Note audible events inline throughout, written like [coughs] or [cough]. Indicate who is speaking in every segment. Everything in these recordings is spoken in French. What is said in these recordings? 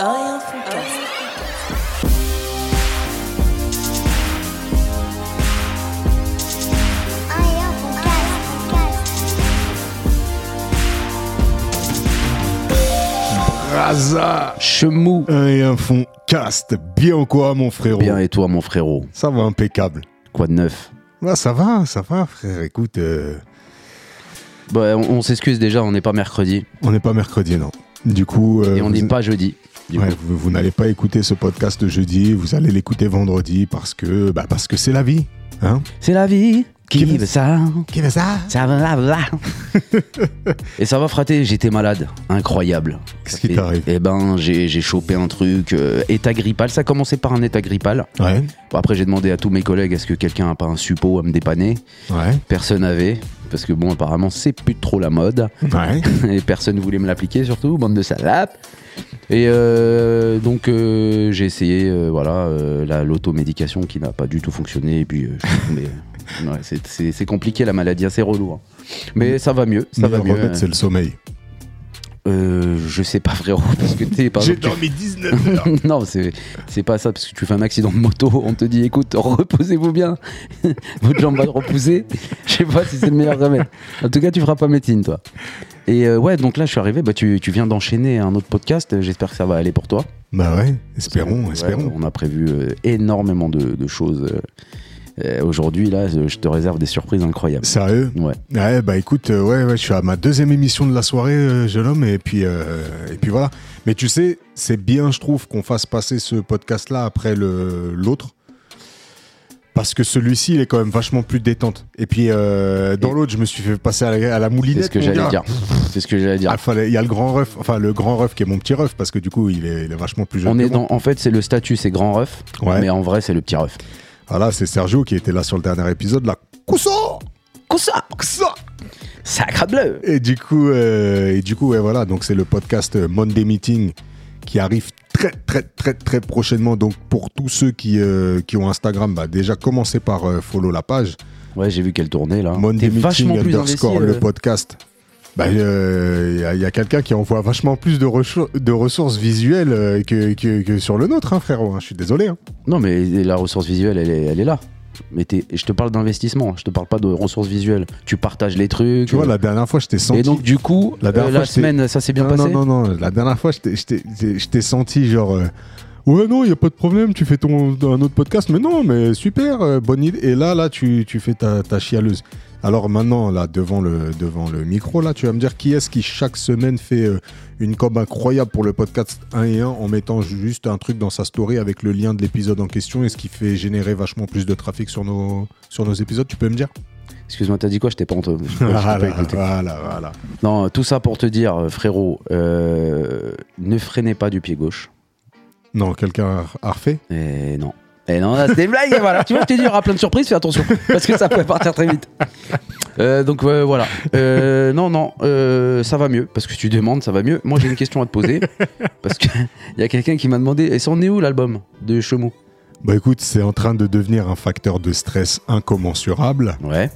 Speaker 1: Orient Foodcast.
Speaker 2: Raza
Speaker 3: Chemou.
Speaker 2: Un et un fond cast. Bien quoi, mon frérot
Speaker 3: Bien et toi, mon frérot
Speaker 2: Ça va impeccable.
Speaker 3: Quoi de neuf
Speaker 2: Ah, ça va, ça va, frère. Écoute, euh,
Speaker 3: bah, On, on s'excuse déjà, on n'est pas mercredi
Speaker 2: on n'est pas mercredi, non. Du coup, euh,
Speaker 3: et on
Speaker 2: vous-
Speaker 3: n'est pas jeudi. du
Speaker 2: ouais,
Speaker 3: coup.
Speaker 2: vous, vous n'allez pas écouter ce podcast jeudi. Vous allez l'écouter vendredi parce que, bah, parce que c'est la vie. Hein
Speaker 3: C'est la vie qui
Speaker 2: Qui-
Speaker 3: veut ça.
Speaker 2: Qui veut ça
Speaker 3: Ça va, va, va.
Speaker 2: [laughs]
Speaker 3: et ça va, frater, j'étais malade. Incroyable.
Speaker 2: Qu'est-ce
Speaker 3: Ça
Speaker 2: qui
Speaker 3: fait-
Speaker 2: t'arrive
Speaker 3: Eh ben, j'ai j'ai chopé un truc. euh, état grippal. Ça a commencé par un état grippal.
Speaker 2: Ouais,
Speaker 3: Bon, après, j'ai demandé à tous mes collègues est-ce que quelqu'un a pas un suppôt à me dépanner
Speaker 2: ouais,
Speaker 3: Personne n'avait. Parce que bon, apparemment, c'est plus trop la mode.
Speaker 2: ouais.
Speaker 3: et personne voulait me l'appliquer surtout, bande de salades. Et euh, donc euh, j'ai essayé euh, voilà euh, la- l'automédication qui n'a pas du tout fonctionné et puis euh, je suis tombé. euh, [laughs] Ouais, c'est- c'est c'est compliqué la maladie, hein, c'est relou. hein. Mais ça va mieux, [laughs] ça va
Speaker 2: Meilleur
Speaker 3: mieux. hein.
Speaker 2: remède, c'est le sommeil.
Speaker 3: Euh, je sais pas frérot [laughs] parce que t'es par
Speaker 2: J'ai
Speaker 3: exemple,
Speaker 2: dormi 19 heures.
Speaker 3: tu- [laughs] non c'est c'est pas ça parce que tu fais un accident de moto, on te dit écoute reposez-vous bien, [laughs] votre jambe va te repousser. Je sais pas si c'est le meilleur remède. En tout cas tu feras pas médecine toi. Et euh, ouais, donc là, je suis arrivé. Bah, tu, tu viens d'enchaîner un autre podcast. euh, J'espère que ça va aller pour toi.
Speaker 2: bah ouais, espérons,
Speaker 3: Ouais,
Speaker 2: espérons.
Speaker 3: on a prévu euh, énormément de, de choses. euh, euh, Aujourd'hui, là, je je te réserve des surprises incroyables.
Speaker 2: Sérieux
Speaker 3: Ouais.
Speaker 2: Ouais, bah écoute, euh, ouais, ouais, je suis à ma deuxième émission de la soirée, euh, jeune homme, et puis, euh, et puis voilà. Mais tu sais, c'est bien, je trouve, qu'on fasse passer ce podcast-là après le- l'autre. Parce que celui-ci, il est quand même vachement plus détente. Et puis, euh, dans
Speaker 3: Et-
Speaker 2: l'autre, je me suis fait passer à la, à la moulinette.
Speaker 3: C'est ce que
Speaker 2: mon
Speaker 3: j'allais
Speaker 2: gars.
Speaker 3: dire. C'est ce que j'allais dire.
Speaker 2: Ah, fallait- Il y a le grand ref, enfin le grand ref qui est mon petit ref, parce que du coup, il est, il est vachement plus jeune.
Speaker 3: on
Speaker 2: que
Speaker 3: est
Speaker 2: moi.
Speaker 3: dans. En fait, c'est le statut, c'est grand ref.
Speaker 2: Ouais.
Speaker 3: Mais en vrai, c'est le petit ref.
Speaker 2: Voilà, c'est Sergio qui était là sur le dernier épisode, là. Cousso
Speaker 3: Coussa,
Speaker 2: Cousso
Speaker 3: sacre bleu.
Speaker 2: Et du coup, euh, et du coup, ouais, voilà. Donc c'est le podcast euh, Monday Meeting qui arrive très, très, très, très prochainement. Donc pour tous ceux qui, euh, qui ont Instagram, bah, déjà commencez par euh, follow la page
Speaker 3: Ouais, j'ai vu qu'elle tournait là.
Speaker 2: Monday
Speaker 3: Ah, T'es vachement
Speaker 2: Meeting
Speaker 3: plus investi.
Speaker 2: underscore le
Speaker 3: euh,
Speaker 2: podcast. Bah, euh, il y a- il y a, quelqu'un qui envoie vachement plus de, recho- de ressources visuelles euh, que, que- que sur le nôtre, hein, frérot. hein. Je suis désolé. hein.
Speaker 3: Non, mais la ressource visuelle, elle est, elle est là. Mais t'es- je te parle d'investissement, je te parle pas de ressources visuelles. Tu partages les trucs.
Speaker 2: Tu vois, la dernière fois, je t'ai senti.
Speaker 3: Et donc, du coup,
Speaker 2: La
Speaker 3: la,
Speaker 2: dernière
Speaker 3: euh,
Speaker 2: fois,
Speaker 3: la
Speaker 2: j'étais-
Speaker 3: semaine, ça s'est bien
Speaker 2: non,
Speaker 3: passé
Speaker 2: Non, non, non. La dernière fois, je t'ai- je t'ai- je je t'ai senti genre. euh, ouais, non, il a pas de problème, tu fais ton, un autre podcast. Mais non, mais super, euh, bonne idée. Et là, là, tu, tu fais ta, ta chialeuse. Alors maintenant, là, devant le, devant le micro, là, tu vas me dire qui est-ce qui, chaque semaine, fait euh, une com incroyable pour le podcast 1 et 1 en mettant juste un truc dans sa story avec le lien de l'épisode en question et ce qui fait générer vachement plus de trafic sur nos, sur nos épisodes, tu peux me dire
Speaker 3: Excuse-moi, t'as dit quoi Je t'ai
Speaker 2: [laughs]
Speaker 3: pas entendu. Je t'ai pas
Speaker 2: Voilà,
Speaker 3: écouté.
Speaker 2: voilà, voilà.
Speaker 3: Non, tout ça pour te dire, euh, frérot, euh, ne freinez pas du pied gauche.
Speaker 2: Non, quelqu'un a- a refait
Speaker 3: Et Eh, non. Et non, là, c'était une blague. voilà. Tu vois, je t'ai dit, il y aura plein de surprises, fais attention. Parce que ça peut partir très vite. Euh, donc euh, voilà. Euh, non, non, euh, ça va mieux. Parce que tu demandes, ça va mieux. Moi, j'ai une question à te poser. Parce qu'il y a quelqu'un qui m'a demandé Et ça en est où l'album de Chemou
Speaker 2: Bah écoute, c'est en train de devenir un facteur de stress incommensurable
Speaker 3: Ouais.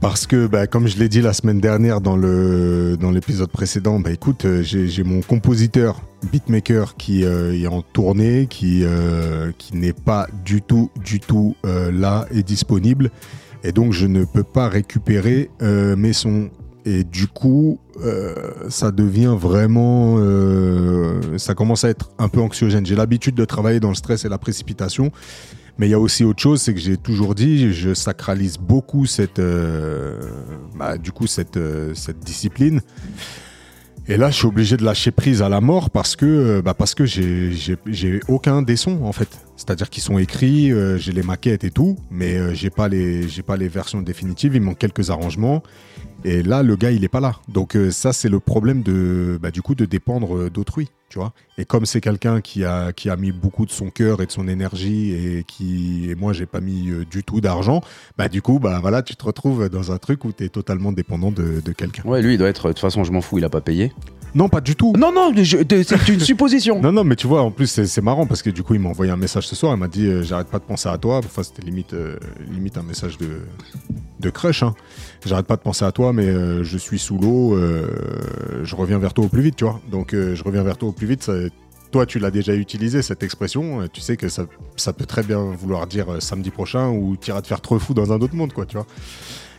Speaker 2: parce que, bah, comme je l'ai dit la semaine dernière dans le dans l'épisode précédent, bah écoute, euh, j'ai j'ai mon compositeur, beatmaker qui euh, est en tournée, qui euh, qui n'est pas du tout du tout euh, là et disponible, et donc je ne peux pas récupérer euh, mes sons. Et du coup, euh, ça devient vraiment, euh, ça commence à être un peu anxiogène. J'ai l'habitude de travailler dans le stress et la précipitation. Mais il y a aussi autre chose, c'est que j'ai toujours dit, je sacralise beaucoup cette, euh, bah, du coup, cette, euh, cette discipline. Et là, je suis obligé de lâcher prise à la mort parce que, euh, bah, parce que j'ai- j'ai j'ai aucun des sons en fait. C'est-à-dire qu'ils sont écrits, euh, j'ai les maquettes et tout, mais euh, j'ai pas les, j'ai pas les versions définitives. Il manque quelques arrangements. Et là, le gars, il est pas là. Donc euh, ça, c'est le problème de, bah, du coup, de dépendre euh, d'autrui, tu vois. Et comme c'est quelqu'un qui a, qui a mis beaucoup de son cœur et de son énergie et qui, et moi, j'ai pas mis euh, du tout d'argent, bah, du coup, bah, voilà, tu te retrouves dans un truc où tu es totalement dépendant de, de quelqu'un.
Speaker 3: Ouais, lui, il doit être. De toute façon, je m'en fous, il a pas payé.
Speaker 2: Non, pas du tout.
Speaker 3: Non, non, je- de- c'est une supposition.
Speaker 2: Non, non, mais tu vois, en plus, c'est- c'est marrant parce que du coup, il m'a envoyé un message ce soir. Il m'a dit euh, J'arrête pas de penser à toi. Enfin, c'était limite, euh, limite un message de, de crush. hein. J'arrête pas de penser à toi, mais euh, je suis sous l'eau. euh, je reviens vers toi au plus vite, tu vois. Donc, euh, je reviens vers toi au plus vite. ça- toi, tu l'as déjà utilisé, cette expression. euh, Tu sais que ça, ça peut très bien vouloir dire euh, samedi prochain ou t'iras te faire trop fou dans un autre monde, quoi, tu vois.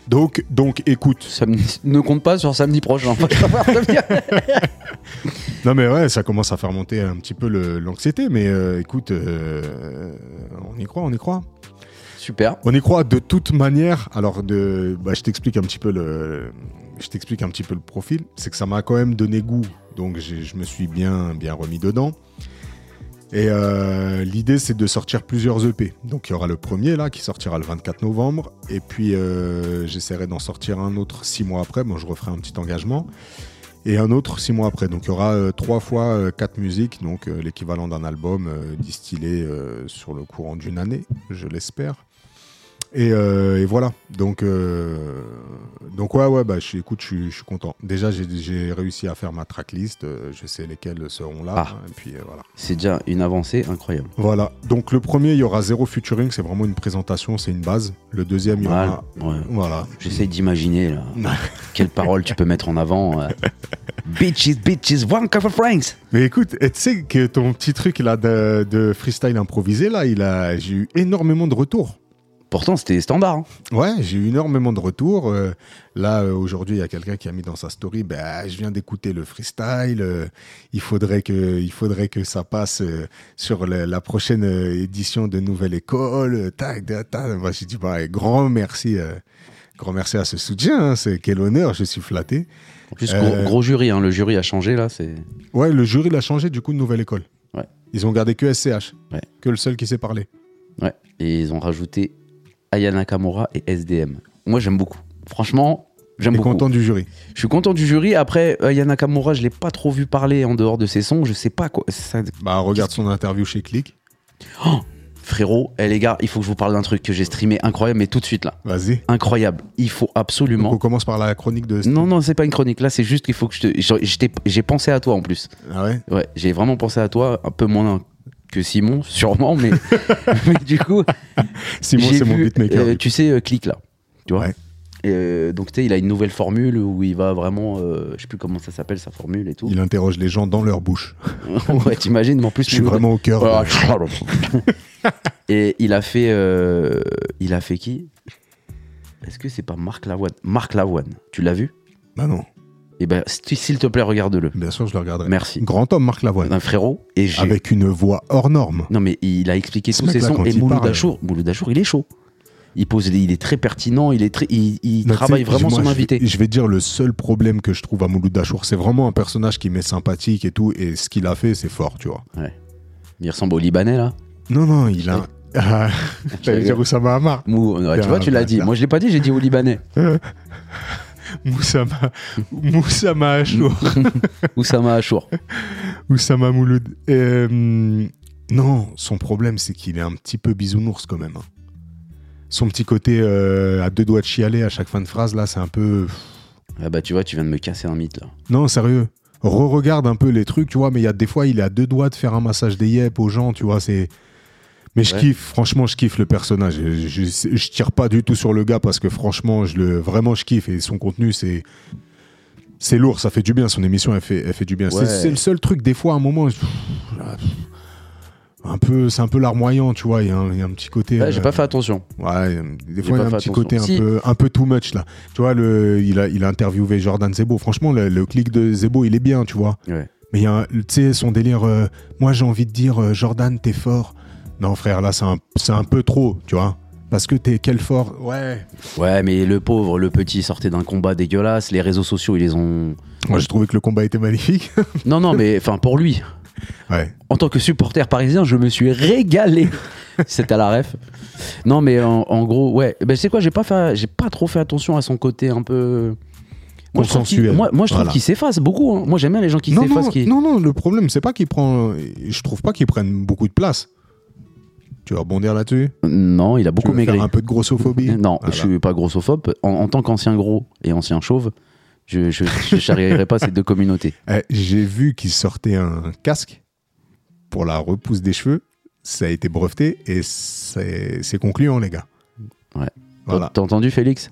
Speaker 2: Donc, donc, écoute.
Speaker 3: Samedi- ne compte pas sur samedi prochain.
Speaker 2: Non, mais ouais, ça commence à faire monter un petit peu le- l'anxiété, mais euh, écoute, euh, on y croit, on y croit.
Speaker 3: Super.
Speaker 2: On y croit de toute manière. Alors, de, bah, je t'explique un petit peu le, je t'explique un petit peu le profil. C'est que ça m'a quand même donné goût, donc j'ai- je me suis bien, bien remis dedans. Et euh, l'idée, c'est de sortir plusieurs EP. Donc, il y aura le premier là qui sortira le 24 novembre, et puis euh, j'essaierai d'en sortir un autre six mois après. Bon, je referai un petit engagement. Et un autre six mois après. Donc il y aura euh, trois fois euh, quatre musiques, donc euh, l'équivalent d'un album euh, distillé euh, sur le courant d'une année, je l'espère. Et, euh, et voilà. Donc, euh, donc ouais, ouais, bah, je suis, écoute, je suis, je suis content. Déjà, j'ai- j'ai réussi à faire ma tracklist. euh, je sais lesquelles seront là.
Speaker 3: Ah.
Speaker 2: hein, et puis euh, voilà.
Speaker 3: C'est déjà une avancée incroyable.
Speaker 2: Voilà. Donc le premier, il y aura zéro featuring. C'est vraiment une présentation, c'est une base. Le deuxième, il y
Speaker 3: Mal.
Speaker 2: aura.
Speaker 3: Ouais.
Speaker 2: Voilà.
Speaker 3: J'essaye d'imaginer là.
Speaker 2: [laughs]
Speaker 3: Quelle parole tu peux mettre en avant euh. Bitches, bitches, one cup of francs.
Speaker 2: Mais écoute, et tu sais que ton petit truc là de, de freestyle improvisé, là, il a, j'ai eu énormément de retours.
Speaker 3: Pourtant, c'était standard. hein.
Speaker 2: Ouais, j'ai eu énormément de retours. Euh, là, euh, aujourd'hui, il y a quelqu'un qui a mis dans sa story, bah, je viens d'écouter le freestyle. euh, il, faudrait que, il faudrait que ça passe euh, sur la, la prochaine euh, édition de Nouvelle École. euh, tac, tac, tac. Moi, j'ai dit, bah, grand merci. euh, grand merci à ce soutien. hein, c'est quel honneur, je suis flatté.
Speaker 3: En plus,
Speaker 2: Euh.
Speaker 3: gros, gros jury. hein. Le jury a changé là. C'est
Speaker 2: Ouais, le jury l'a changé, du coup, de Nouvelle École.
Speaker 3: Ouais.
Speaker 2: Ils ont gardé que SCH,
Speaker 3: Ouais.
Speaker 2: que le seul qui sait parler.
Speaker 3: ouais. Et ils ont rajouté Ayana Kamura et SDM. Moi, j'aime beaucoup. Franchement, j'aime
Speaker 2: Et
Speaker 3: beaucoup.
Speaker 2: content du jury.
Speaker 3: Je suis content du jury. Après, Ayana Kamura, je l'ai pas trop vu parler en dehors de ses sons. Je sais pas quoi. ça-
Speaker 2: Bah, regarde son interview chez Click.
Speaker 3: Frérot, eh, les gars, il faut que je vous parle d'un truc que j'ai streamé incroyable, mais tout de suite là.
Speaker 2: Vas-y.
Speaker 3: Incroyable. Il faut
Speaker 2: Donc,
Speaker 3: absolument.
Speaker 2: on commence par la chronique de.
Speaker 3: Non, non, c'est pas une chronique. Là, c'est juste qu'il faut que je te. je- je t'ai- J'ai pensé à toi en plus.
Speaker 2: Ah ouais
Speaker 3: Ouais, j'ai vraiment pensé à toi, un peu moins que Simon, [laughs]
Speaker 2: [laughs]
Speaker 3: sûrement, mais, mais du coup.
Speaker 2: Simon,
Speaker 3: j'ai
Speaker 2: c'est mon
Speaker 3: vu,
Speaker 2: beatmaker.
Speaker 3: euh,
Speaker 2: du
Speaker 3: tu sais, euh, Click là. Tu vois
Speaker 2: Ouais.
Speaker 3: Et, euh, Donc, tu sais, il a une nouvelle formule où il va vraiment. euh, je sais plus comment ça s'appelle sa formule et tout.
Speaker 2: Il interroge les gens dans leur bouche.
Speaker 3: [laughs] ouais, t'imagines, mais en plus.
Speaker 2: Je suis
Speaker 3: nous-
Speaker 2: vraiment au cœur. de-
Speaker 3: Ah,
Speaker 2: [laughs]
Speaker 3: Et il a fait. euh, il a fait qui Est-ce que c'est pas Marc Lavoine Marc Lavoine, tu l'as vu
Speaker 2: Bah non,
Speaker 3: Eh ben, s'il s'il te plaît, regarde-le.
Speaker 2: bien sûr, je le regarderai.
Speaker 3: Merci.
Speaker 2: Grand homme, Marc Lavoine.
Speaker 3: Un frérot. Et j'ai.
Speaker 2: Avec une voix hors norme.
Speaker 3: Non, mais il a expliqué
Speaker 2: Ce
Speaker 3: tous ses
Speaker 2: mec-là,
Speaker 3: sons.
Speaker 2: quand
Speaker 3: Et
Speaker 2: il
Speaker 3: Mouloud
Speaker 2: parle- euh,
Speaker 3: Achour, Mouloud Achour, il est chaud. Il pose, des- il est très pertinent. Il est très, il, il
Speaker 2: Bah,
Speaker 3: travaille
Speaker 2: tu sais,
Speaker 3: vraiment
Speaker 2: moi,
Speaker 3: son
Speaker 2: je-
Speaker 3: invité.
Speaker 2: Je vais dire le seul problème que je trouve à Mouloud Dachour, c'est vraiment un personnage qui m'est sympathique et tout, et ce qu'il a fait, c'est fort, tu vois.
Speaker 3: Il ressemble au
Speaker 2: [laughs]
Speaker 3: Libanais là.
Speaker 2: Non, non, il a. [laughs] Ah, J'allais dire Oussama Hamar.
Speaker 3: Mou- ouais, tu
Speaker 2: Bien,
Speaker 3: vois, tu
Speaker 2: bien,
Speaker 3: l'as dit.
Speaker 2: bien.
Speaker 3: Moi, je l'ai pas dit. J'ai dit au Libanais. [laughs]
Speaker 2: Moussama, Moussama Achour.
Speaker 3: Oussama Achour.
Speaker 2: Oussama Mouloud. Euh, non, son problème, c'est qu'il est un petit peu bisounours quand même. hein. Son petit côté euh, à deux doigts de chialer à chaque fin de phrase, là, c'est un peu.
Speaker 3: Ah bah, tu vois, tu viens de me casser un mythe là.
Speaker 2: Non, sérieux. Re-regarde un peu les trucs, tu vois, mais il y a des fois, il est à deux doigts de faire un massage des yep aux gens, tu vois, c'est. Mais je
Speaker 3: Ouais.
Speaker 2: kiffe, franchement, je kiffe le personnage. Je, je- je tire pas du tout sur le gars parce que franchement, je le, vraiment, je kiffe et son contenu, c'est. C'est lourd, ça fait du bien, son émission, elle fait, elle fait du bien. C'est-
Speaker 3: Ouais.
Speaker 2: C'est le seul truc, des fois, à un moment. je- un peu, c'est un peu larmoyant, tu vois, il y, a un il y a un petit côté.
Speaker 3: Ouais, j'ai
Speaker 2: euh,
Speaker 3: pas fait attention.
Speaker 2: Ouais, euh, des fois
Speaker 3: pas
Speaker 2: il y a un petit
Speaker 3: fait attention.
Speaker 2: côté un,
Speaker 3: Si.
Speaker 2: peu, un peu too much là. Tu vois, le, il, a, il a interviewé Jordan Zebo. Franchement, le, le clic de Zebo, il est bien, tu vois.
Speaker 3: Ouais.
Speaker 2: Mais il y a, un- tu sais, son délire, euh, moi j'ai envie de dire, euh, Jordan, t'es fort. Non, frère, là c'est un, c'est un peu trop, tu vois. Parce que t'es quel fort Ouais.
Speaker 3: Ouais, mais le pauvre, le petit sortait d'un combat dégueulasse. Les réseaux sociaux, ils les ont.
Speaker 2: Moi j'ai trouvé que le combat était magnifique. [laughs]
Speaker 3: Non, non, mais enfin, pour lui.
Speaker 2: ouais.
Speaker 3: En tant que supporter parisien, je me
Speaker 2: [laughs]
Speaker 3: suis régalé. C'est à la ref. Non, mais en, en gros, ouais. Ben, c'est quoi J'ai pas fait, j'ai pas trop fait attention à son côté un peu. Moi, je trouve qu'il-
Speaker 2: Consensuel.
Speaker 3: moi, moi, je trouve
Speaker 2: Voilà.
Speaker 3: qu'il s'efface beaucoup. hein. Moi, j'aime bien les gens qui
Speaker 2: Non
Speaker 3: s'effacent.
Speaker 2: non,
Speaker 3: Qui...
Speaker 2: non, non, le problème c'est pas qu'il prend. Je trouve pas qu'il prenne beaucoup de place. Tu vas rebondir là-dessus
Speaker 3: Non, il a
Speaker 2: Tu
Speaker 3: beaucoup
Speaker 2: veux faire
Speaker 3: maigri.
Speaker 2: un peu de grossophobie
Speaker 3: Non,
Speaker 2: Voilà.
Speaker 3: je suis pas grossophobe. En, en tant qu'ancien gros et ancien chauve, je, je, je charrierai pas ces deux communautés.
Speaker 2: Eh, J'ai vu qu'il sortait un casque pour la repousse des cheveux. Ça a été breveté et c'est c'est concluant, hein, les gars.
Speaker 3: Ouais.
Speaker 2: Voilà.
Speaker 3: T'as entendu, Félix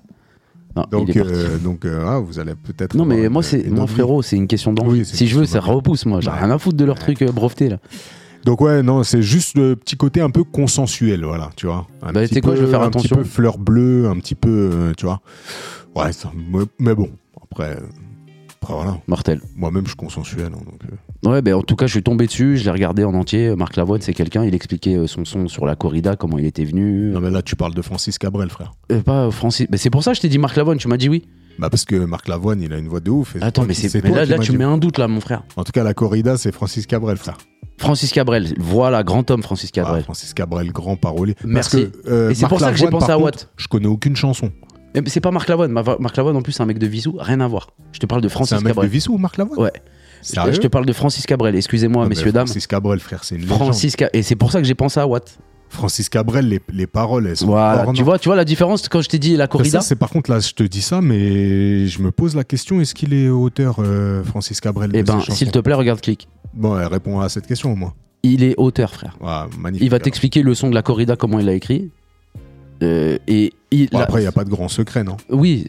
Speaker 3: Non, il
Speaker 2: Donc,
Speaker 3: est parti.
Speaker 2: euh, donc euh, ah, vous allez peut-être.
Speaker 3: Non, mais
Speaker 2: avoir
Speaker 3: moi,
Speaker 2: une-
Speaker 3: c'est
Speaker 2: une
Speaker 3: moi,
Speaker 2: envie.
Speaker 3: frérot, c'est une question d'envie.
Speaker 2: Oui, c'est
Speaker 3: si
Speaker 2: une
Speaker 3: je veux,
Speaker 2: question
Speaker 3: ça
Speaker 2: d'envie.
Speaker 3: repousse, moi. J'ai
Speaker 2: Ouais.
Speaker 3: rien à foutre de leur truc euh, breveté, là.
Speaker 2: Donc, ouais, non, c'est juste le petit côté un peu consensuel, voilà, tu vois. Un
Speaker 3: Bah, tu
Speaker 2: petit
Speaker 3: sais quoi, je vais
Speaker 2: peu-
Speaker 3: faire
Speaker 2: Un
Speaker 3: attention.
Speaker 2: petit peu fleur bleue, un petit peu, euh, tu vois. Ouais, ça- mais- mais bon, après, euh, après voilà.
Speaker 3: Mortel.
Speaker 2: Moi-même, je suis consensuel. hein, donc, euh,
Speaker 3: Ouais, ben en tout cas, je suis tombé dessus, je l'ai regardé en entier. Marc Lavoine, c'est quelqu'un, il expliquait euh, son son sur la corrida, comment il était venu.
Speaker 2: Non, mais là, tu parles de Francis Cabrel, frère.
Speaker 3: Euh, pas euh, Francis. Ben, c'est pour ça que je t'ai dit Marc Lavoine, tu m'as dit oui.
Speaker 2: Bah, parce que Marc Lavoine, il a une voix de ouf. et
Speaker 3: Attends,
Speaker 2: toi
Speaker 3: mais
Speaker 2: qui-
Speaker 3: c'est mais
Speaker 2: toi
Speaker 3: là,
Speaker 2: qui
Speaker 3: là
Speaker 2: m'as
Speaker 3: tu
Speaker 2: dit.
Speaker 3: mets un doute, là, mon frère.
Speaker 2: En tout cas, la corrida, c'est Francis Cabrel, frère.
Speaker 3: Francis Cabrel, voilà, grand homme, Francis
Speaker 2: Ah,
Speaker 3: Cabrel.
Speaker 2: Francis Cabrel, grand parolier. Parce
Speaker 3: Merci.
Speaker 2: que, euh,
Speaker 3: Et c'est
Speaker 2: Marc
Speaker 3: pour ça que j'ai
Speaker 2: Lavoine,
Speaker 3: pensé
Speaker 2: par
Speaker 3: à
Speaker 2: contre, Je connais aucune chanson.
Speaker 3: Eh ben, C'est pas Marc Lavoine, Ma- Marc Lavoine, en plus, c'est un mec de Visou, rien à voir. Je te parle de
Speaker 2: C'est
Speaker 3: Francis
Speaker 2: un mec
Speaker 3: Cabrel.
Speaker 2: de Vissou, Marc Lavoine
Speaker 3: Ouais.
Speaker 2: Sérieux
Speaker 3: Je te parle de Francis Cabrel, excusez-moi,
Speaker 2: Ah, mais
Speaker 3: messieurs, dames.
Speaker 2: Francis Cabrel, frère, c'est une légende.
Speaker 3: Francis Ca- Et c'est pour ça que j'ai pensé à Watt.
Speaker 2: Francis Cabrel, les, les paroles, elles sont.
Speaker 3: Voilà,
Speaker 2: hors
Speaker 3: tu
Speaker 2: normes.
Speaker 3: vois, tu vois la différence quand je t'ai dit la corrida
Speaker 2: Oh, Ça, c'est par contre, là, je te dis ça, mais je me pose la question est-ce qu'il est auteur, euh, Francis Cabrel
Speaker 3: Eh
Speaker 2: de ces
Speaker 3: ben,
Speaker 2: chansons
Speaker 3: s'il te plaît, regarde clic.
Speaker 2: Bon, elle répond à cette question au moins.
Speaker 3: Il est auteur, frère.
Speaker 2: Ah, magnifique.
Speaker 3: Il va
Speaker 2: alors.
Speaker 3: t'expliquer le son de la corrida, comment il l'a écrit. Euh, et il,
Speaker 2: Bon,
Speaker 3: la-
Speaker 2: après, il n'y a pas de grand secret, non
Speaker 3: Oui,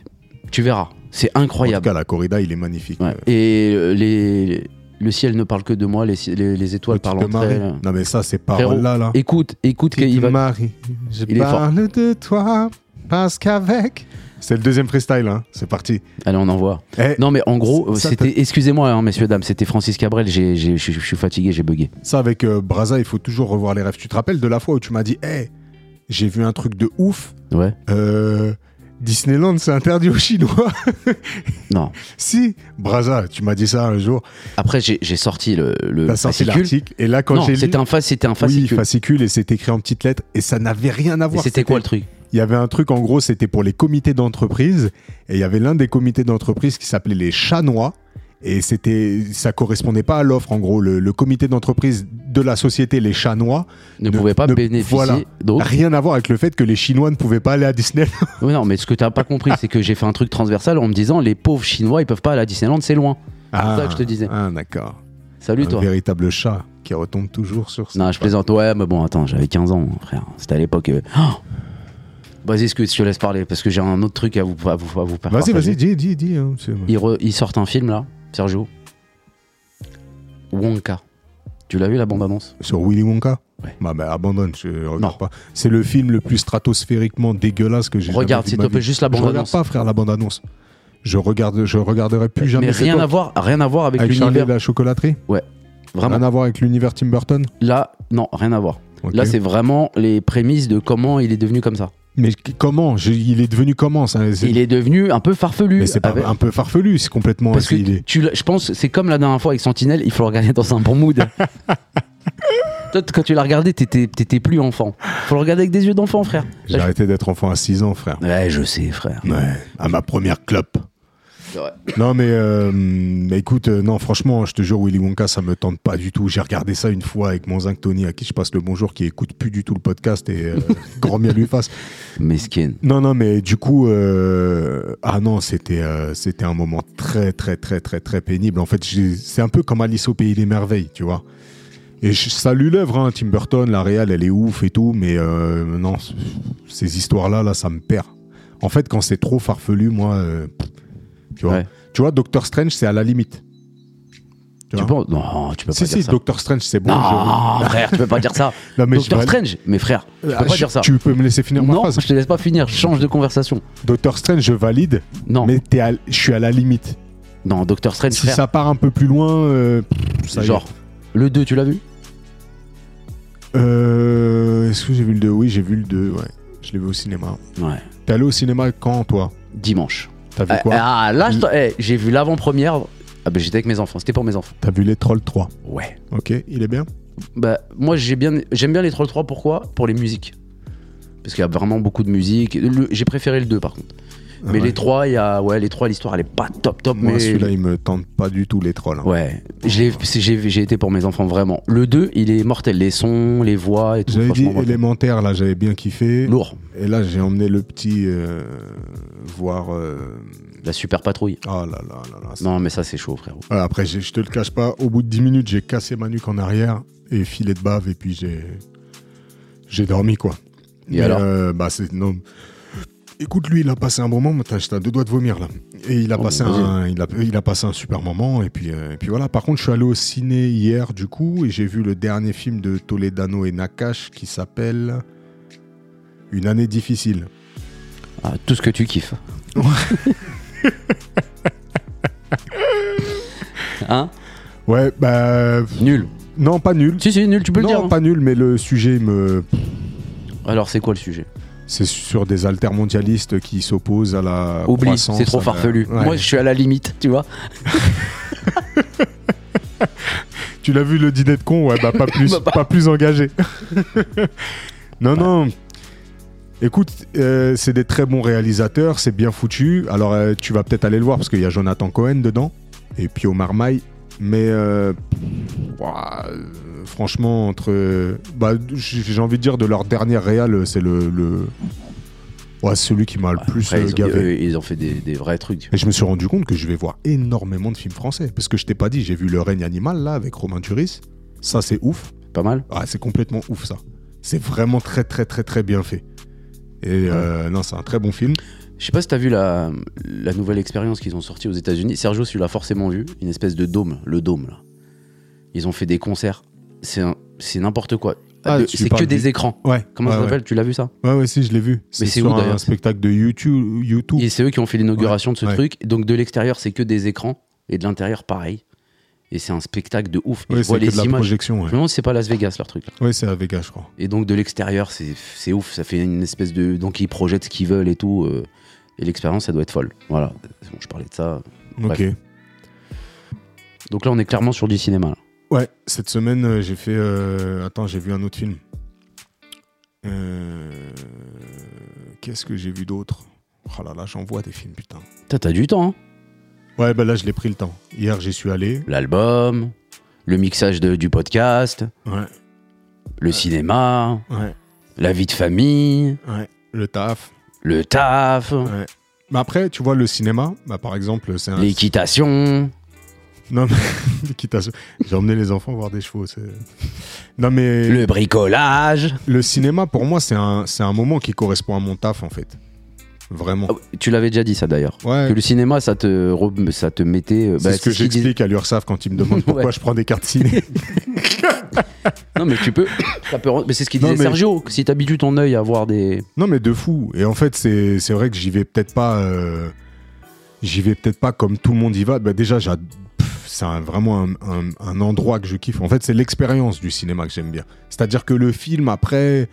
Speaker 3: tu verras. C'est
Speaker 2: En
Speaker 3: incroyable.
Speaker 2: tout cas, la corrida, il est magnifique.
Speaker 3: Ouais. Et euh, les, les- le ciel ne parle que de moi, les, les, les étoiles
Speaker 2: Petite
Speaker 3: parlent entre
Speaker 2: Marie.
Speaker 3: elles.
Speaker 2: Non, mais ça, ces
Speaker 3: Frérot,
Speaker 2: paroles-là, là.
Speaker 3: Écoute, écoute,
Speaker 2: Petite
Speaker 3: qu'il va...
Speaker 2: Marie, je
Speaker 3: Il est fort.
Speaker 2: parle de toi parce qu'avec. C'est le deuxième freestyle, hein. C'est parti.
Speaker 3: Allez, on envoie.
Speaker 2: Eh,
Speaker 3: Non, mais en gros, euh,
Speaker 2: Ça
Speaker 3: c'était. Excusez-moi, hein, messieurs, dames, c'était Francis Cabrel. j'ai- j'ai- Je suis- je suis fatigué, j'ai bugué.
Speaker 2: Ça, avec euh, Braza, il faut toujours revoir les rêves. Tu te rappelles de la fois où tu m'as dit Hé, j'ai vu un truc de ouf.
Speaker 3: Ouais.
Speaker 2: euh, Disneyland, c'est interdit aux Chinois. [laughs]
Speaker 3: Non.
Speaker 2: si, Braza, tu m'as dit ça un jour.
Speaker 3: Après, j'ai j'ai sorti le, le
Speaker 2: T'as sorti
Speaker 3: Euh, fascicule.
Speaker 2: l'article. Et là, quand
Speaker 3: Non,
Speaker 2: j'ai lu.
Speaker 3: c'était un, fa- c'était un
Speaker 2: Oui,
Speaker 3: fascicule.
Speaker 2: fascicule, et c'est écrit en petites lettres. Et ça n'avait rien à
Speaker 3: Et
Speaker 2: voir.
Speaker 3: c'était quoi le truc
Speaker 2: Il y avait un truc, en gros, c'était pour les comités d'entreprise. Et il y avait l'un des comités d'entreprise qui s'appelait les Chanois. Et c'était, ça correspondait pas à l'offre, en gros. Le, le comité d'entreprise de la société Les Chanois,
Speaker 3: Ne,
Speaker 2: Ne-
Speaker 3: pouvait pas
Speaker 2: ne-
Speaker 3: bénéficier
Speaker 2: voilà.
Speaker 3: d'autres.
Speaker 2: rien à voir avec le fait que les Chinois ne pouvaient pas aller à
Speaker 3: [laughs]
Speaker 2: Disney.
Speaker 3: Oui, non, mais ce que t'as pas compris, c'est que j'ai fait un truc transversal en me disant les pauvres Chinois, ils peuvent pas aller à Disneyland, c'est loin.
Speaker 2: Ah,
Speaker 3: ça que je te disais.
Speaker 2: Ah, d'accord.
Speaker 3: Salut
Speaker 2: Un
Speaker 3: toi.
Speaker 2: véritable chat qui retombe toujours sur ça.
Speaker 3: Non, je plaisante. Ouais, mais bon, attends, j'avais 15 ans, frère. C'était à l'époque. euh, oh vas-y, excuse, je te laisse parler parce que j'ai un autre truc à vous, à vous, à vous faire.
Speaker 2: Vas-y,
Speaker 3: partager.
Speaker 2: vas-y, dis, dis, dis. hein, c'est-
Speaker 3: Ils, re- ils sortent un film là, Sergio. Wonka. Tu l'as vu la bande-annonce
Speaker 2: Sur Willy Wonka
Speaker 3: Ouais.
Speaker 2: Bah, bah, abandonne, je regarde
Speaker 3: Non.
Speaker 2: pas. C'est le film le plus stratosphériquement dégueulasse que j'ai jamais
Speaker 3: Regarde,
Speaker 2: vu
Speaker 3: s'il
Speaker 2: de
Speaker 3: te
Speaker 2: ma vie.
Speaker 3: plaît, juste la
Speaker 2: Je regarde
Speaker 3: bande-annonce.
Speaker 2: pas, frère, la bande-annonce. Je regarde, je regarderai plus jamais.
Speaker 3: Mais
Speaker 2: cette
Speaker 3: rien à
Speaker 2: offre.
Speaker 3: voir, rien à voir avec,
Speaker 2: avec Charlie et
Speaker 3: l'univers.
Speaker 2: la chocolaterie.
Speaker 3: Vraiment.
Speaker 2: Rien à voir avec l'univers Tim Burton.
Speaker 3: Là, non, rien à voir.
Speaker 2: Ok.
Speaker 3: Là, c'est vraiment les prémices de comment il est devenu comme ça.
Speaker 2: Mais qu- comment Je- Il est devenu comment ça C'est-
Speaker 3: Il est devenu un peu farfelu.
Speaker 2: Mais c'est pas
Speaker 3: avec-
Speaker 2: un peu farfelu, c'est complètement.
Speaker 3: Parce que
Speaker 2: c'est- il est-
Speaker 3: tu, l'as- je pense, que c'est comme la dernière fois avec Sentinelle, il faut le regarder dans un bon
Speaker 2: [laughs]
Speaker 3: mood. Toi, t- quand tu l'as regardé, t'étais t'étais plus enfant. Faut le regarder avec des yeux d'enfant, frère.
Speaker 2: J'ai
Speaker 3: Là,
Speaker 2: arrêté d'être enfant à 6 ans, frère.
Speaker 3: je- Ouais, je sais, frère.
Speaker 2: Ouais, à ma première clope.
Speaker 3: Ouais.
Speaker 2: Non mais euh, bah, écoute, euh, non franchement, je te jure, Willy Wonka, ça me tente pas du tout. J'ai regardé ça une fois avec mon zinc Tony, à qui je passe le bonjour, qui écoute plus du tout le podcast et euh, [laughs] grand bien lui fasse.
Speaker 3: Mesquine.
Speaker 2: Non non mais du coup, euh, ah non c'était euh, c'était un moment très très très très très pénible. En fait, j'ai- c'est un peu comme Alice au pays des merveilles, tu vois. Et je salue l'œuvre, hein, Tim Burton, la réal, elle est ouf et tout, mais euh, non, c- ces histoires-là, là, ça me perd. En fait, quand c'est trop farfelu, moi, euh, tu vois,
Speaker 3: Ouais.
Speaker 2: tu vois, Doctor Strange, c'est à la limite. Tu
Speaker 3: Tu
Speaker 2: vois
Speaker 3: penses Non, tu peux
Speaker 2: Si
Speaker 3: pas dire
Speaker 2: si,
Speaker 3: ça.
Speaker 2: Doctor Strange, c'est bon.
Speaker 3: Non, frère, tu peux pas dire ça.
Speaker 2: je- Non, [laughs] mais je
Speaker 3: Doctor
Speaker 2: vais-
Speaker 3: Strange, mais frère, tu peux
Speaker 2: Ah,
Speaker 3: pas
Speaker 2: je-
Speaker 3: dire ça.
Speaker 2: Tu peux me laisser finir ma
Speaker 3: Non,
Speaker 2: phrase.
Speaker 3: je te laisse pas finir. Change de conversation.
Speaker 2: Doctor Strange, je valide,
Speaker 3: Non,
Speaker 2: mais t'es à- je suis à la limite.
Speaker 3: non, Doctor Strange,
Speaker 2: Si
Speaker 3: frère.
Speaker 2: ça part un peu plus loin, euh, ça y est.
Speaker 3: Genre, le 2, tu l'as vu
Speaker 2: Euh, Est-ce que j'ai vu le 2 Oui, j'ai vu le 2, ouais. Je l'ai vu au cinéma.
Speaker 3: Ouais.
Speaker 2: T'es allé au cinéma quand, toi Euh,
Speaker 3: Dimanche.
Speaker 2: T'as vu quoi Mm.
Speaker 3: ah, là, je t'en- eh, j'ai vu l'avant-première. Ah, bah, j'étais avec mes enfants, c'était pour mes enfants.
Speaker 2: T'as vu les Trolls 3.
Speaker 3: Ouais.
Speaker 2: Ok, il est bien
Speaker 3: Bah, moi, j'ai bien, j'aime bien les Trolls 3, pourquoi Pour les musiques. Parce qu'il y a vraiment beaucoup de musique. Le- J'ai préféré le 2, par contre. mais les 3, il y a. Ouais, les 3, l'histoire, elle est pas top, top.
Speaker 2: Ah Moi,
Speaker 3: mais...
Speaker 2: celui-là, il me tente pas du tout, les Trolls. hein.
Speaker 3: Ouais, je l'ai- c'est- j'ai j'ai été pour mes enfants vraiment. Le 2, il est mortel, les sons, les voix et tout.
Speaker 2: J'avais dit
Speaker 3: franchement, voilà.
Speaker 2: élémentaire, là, j'avais bien kiffé.
Speaker 3: lourd,
Speaker 2: Et là, j'ai emmené le petit euh, voir. euh,
Speaker 3: la super patrouille.
Speaker 2: Oh là là là là. c'est-
Speaker 3: Non, mais ça c'est chaud, frérot.
Speaker 2: Voilà, Euh, après, j'ai- je te le cache pas, au bout de 10 minutes, j'ai cassé ma nuque en arrière et filet de bave, et puis j'ai. J'ai dormi, quoi.
Speaker 3: Et alors
Speaker 2: euh, bah, c'est. Non. Écoute, lui, il a passé un bon moment. T'as t'as deux doigts de vomir là. Et il a,
Speaker 3: Oh,
Speaker 2: passé,
Speaker 3: vas-y.
Speaker 2: un, il, a, il a passé un super moment. Et puis, euh, et puis voilà. Par contre, je suis allé au ciné hier, du coup, et j'ai vu le dernier film de Toledano et Nakash qui s'appelle Une année difficile.
Speaker 3: Ah, tout ce que tu kiffes. hein
Speaker 2: Ouais, bah. pff,
Speaker 3: Nul.
Speaker 2: Non, pas nul.
Speaker 3: Si, si, nul, tu peux
Speaker 2: non,
Speaker 3: le dire. hein.
Speaker 2: pas nul, mais le sujet me.
Speaker 3: Alors, c'est quoi le sujet
Speaker 2: C'est sur des altermondialistes qui s'opposent à la.
Speaker 3: Oublie,
Speaker 2: croissance,
Speaker 3: c'est trop
Speaker 2: à la-
Speaker 3: farfelu.
Speaker 2: Ouais.
Speaker 3: Moi, je suis à la limite, tu vois.
Speaker 2: Tu l'as vu le dîner de con, ouais, bah
Speaker 3: [laughs]
Speaker 2: pas plus,
Speaker 3: Bah, bah.
Speaker 2: pas plus
Speaker 3: [laughs]
Speaker 2: engagé. non, non. Écoute, euh, c'est des très bons réalisateurs, c'est bien foutu. Alors euh, tu vas peut-être aller le voir parce qu'il y a Jonathan Cohen dedans et puis Omar Maille. Mais euh, ouah, euh, franchement, entre, euh, bah, j'ai j'ai envie de dire de leur dernière réal, euh, c'est le, le- ouais, celui qui m'a le plus
Speaker 3: Après,
Speaker 2: euh,
Speaker 3: ils, ont,
Speaker 2: gavé.
Speaker 3: eux, ils ont fait des, des vrais trucs.
Speaker 2: Et je me suis rendu compte que je vais voir énormément de films français. Parce que je t'ai pas dit, j'ai vu Le règne animal, là, avec Romain Duris. Ça, c'est ouf.
Speaker 3: Pas mal
Speaker 2: Ah, c'est complètement ouf, ça. C'est vraiment très, très, très, très bien fait. Et euh, non, c'est un très bon film.
Speaker 3: Je sais pas si t'as vu la, la nouvelle expérience qu'ils ont sortie aux États-Unis. Sergio, tu l'as forcément vu. Une espèce de dôme, le dôme là. Ils ont fait des concerts. C'est un- c'est n'importe quoi.
Speaker 2: Ah,
Speaker 3: De-
Speaker 2: tu
Speaker 3: c'est que
Speaker 2: parles
Speaker 3: des
Speaker 2: du-
Speaker 3: écrans.
Speaker 2: Ouais.
Speaker 3: Comment
Speaker 2: ouais,
Speaker 3: ça
Speaker 2: ouais.
Speaker 3: s'appelle Tu l'as vu ça
Speaker 2: Ouais, ouais, si, je l'ai vu. C'est
Speaker 3: c'est
Speaker 2: sur
Speaker 3: où,
Speaker 2: un
Speaker 3: d'ailleurs
Speaker 2: spectacle de YouTube. YouTube.
Speaker 3: Et c'est eux qui ont fait l'inauguration de ce
Speaker 2: Ouais.
Speaker 3: truc. Donc de l'extérieur, c'est que des écrans. Et de l'intérieur, pareil. Et c'est un spectacle de ouf. Et
Speaker 2: Ouais,
Speaker 3: je vois
Speaker 2: c'est que de
Speaker 3: les
Speaker 2: la
Speaker 3: images. Hein
Speaker 2: projection, ouais.
Speaker 3: Je me demande si c'est pas Las Vegas leur truc. là.
Speaker 2: Ouais, c'est à Vegas, je crois.
Speaker 3: Et donc de l'extérieur, c'est c'est ouf. Ça fait une espèce de. Donc ils projettent ce qu'ils veulent et tout. euh, et l'expérience, ça doit être folle. Voilà. Bon, je parlais de ça. Bref.
Speaker 2: Ok.
Speaker 3: Donc là, on est clairement sur du cinéma. là.
Speaker 2: Ouais, cette semaine, euh, j'ai fait. euh, Attends, j'ai vu un autre film. Euh, Qu'est-ce que j'ai vu d'autre Oh là là, j'en vois des films, putain.
Speaker 3: Putain, T'as du temps. hein.
Speaker 2: Ouais, bah là, je l'ai pris le temps. Hier, j'y suis allé.
Speaker 3: L'album, le mixage de- du podcast,
Speaker 2: Ouais,
Speaker 3: le cinéma,
Speaker 2: ouais,
Speaker 3: la vie de famille,
Speaker 2: ouais. Le taf.
Speaker 3: le taf,
Speaker 2: Ouais. Mais après, tu vois, le cinéma, bah, par exemple, c'est un.
Speaker 3: l'équitation.
Speaker 2: Non, mais. [laughs] quitte à ce- J'ai emmené les enfants voir des chevaux. c'est- [laughs] Non, mais.
Speaker 3: Le bricolage.
Speaker 2: Le cinéma, pour moi, c'est un... c'est un moment qui correspond à mon taf, en fait. Vraiment.
Speaker 3: Ah oui, Tu l'avais déjà dit ça d'ailleurs.
Speaker 2: Ouais.
Speaker 3: Ah, Que le cinéma, ça te, re- ça te mettait. euh,
Speaker 2: C'est
Speaker 3: bah,
Speaker 2: ce que
Speaker 3: qu'ils disent-
Speaker 2: j'explique à l'URSAF quand ils me demandent pourquoi
Speaker 3: [laughs] Ouais.
Speaker 2: je prends des cartes ciné.
Speaker 3: Non, mais tu peux. [coughs] ça peut rendre- mais c'est ce qu'il
Speaker 2: Non,
Speaker 3: disait
Speaker 2: mais-
Speaker 3: Sergio. que Si t'habitues ton œil à voir des.
Speaker 2: non, mais de fou. Et en fait, c'est c'est vrai que j'y vais peut-être pas. euh, J'y vais peut-être pas comme tout le monde y va. Bah, déjà, j'ad- pff, c'est un- vraiment un, un- un endroit que je kiffe. En fait, c'est l'expérience du cinéma que j'aime bien. C'est-à-dire que le film, après.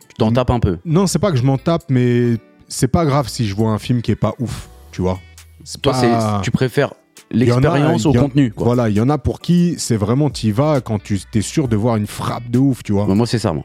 Speaker 3: Tu
Speaker 2: Mm.
Speaker 3: t'en tapes un peu.
Speaker 2: Non, c'est pas que je m'en tape, mais c'est pas grave si je vois un film qui est pas ouf. Tu vois C'est
Speaker 3: Toi,
Speaker 2: pas-
Speaker 3: c'est- tu préfères
Speaker 2: y en a,
Speaker 3: l'expérience au
Speaker 2: Ah. il y en-
Speaker 3: contenu. quoi.
Speaker 2: Voilà, il y en a pour qui c'est vraiment t'y vas quand tu t'es sûr de voir une frappe de ouf, tu vois.
Speaker 3: Bah, moi, c'est ça, moi.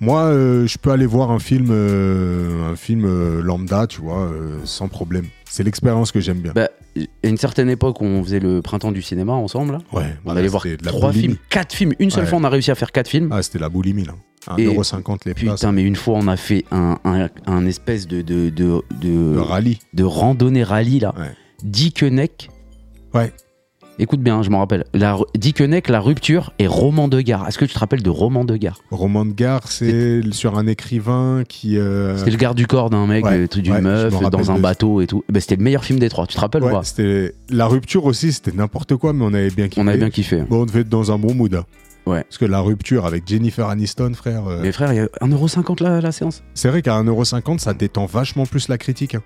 Speaker 2: Moi, euh, je peux aller voir un film, euh, un film euh, lambda, tu vois, euh, sans problème. C'est l'expérience que j'aime bien.
Speaker 3: Bah, à une certaine époque, on faisait le printemps du cinéma ensemble. là.
Speaker 2: ouais,
Speaker 3: On
Speaker 2: voilà,
Speaker 3: allait voir
Speaker 2: c'était de la
Speaker 3: trois
Speaker 2: boulimie.
Speaker 3: films, quatre films. Une seule
Speaker 2: Ouais.
Speaker 3: fois, on a réussi à faire quatre films.
Speaker 2: Ah, c'était la boulimie là.
Speaker 3: Et-
Speaker 2: 1,50€ les
Speaker 3: Putain, euh,
Speaker 2: places.
Speaker 3: mais une fois, on a fait un, un- un espèce de, de, de, de,
Speaker 2: Le rallye.
Speaker 3: de randonnée rallye, là.
Speaker 2: Ouais.
Speaker 3: Dickeneck.
Speaker 2: Ouais.
Speaker 3: Écoute bien, hein, je m'en rappelle. La, ru- Dickeneck, la rupture et roman de gare. Est-ce que tu te rappelles de roman de gare
Speaker 2: Roman de gare, c'est sur un écrivain qui. euh,
Speaker 3: C'était le garde du corps d'un mec,
Speaker 2: ouais,
Speaker 3: le truc d'une
Speaker 2: ouais, je
Speaker 3: meuf,
Speaker 2: me rappelle
Speaker 3: dans un
Speaker 2: de-
Speaker 3: bateau et tout. Eh ben, c'était le meilleur film des trois. Tu te rappelles ou
Speaker 2: ouais,
Speaker 3: pas
Speaker 2: c'était la rupture aussi, c'était n'importe quoi, mais on avait bien kiffé.
Speaker 3: On avait bien kiffé.
Speaker 2: Bon, on devait être dans un bon mood. hein.
Speaker 3: Ouais.
Speaker 2: Parce que la rupture avec Jennifer Aniston, frère, euh,
Speaker 3: Mais frère, il y a 1,50€ la, la séance.
Speaker 2: c'est vrai qu'à 1,50€, ça détend vachement plus la critique. hein.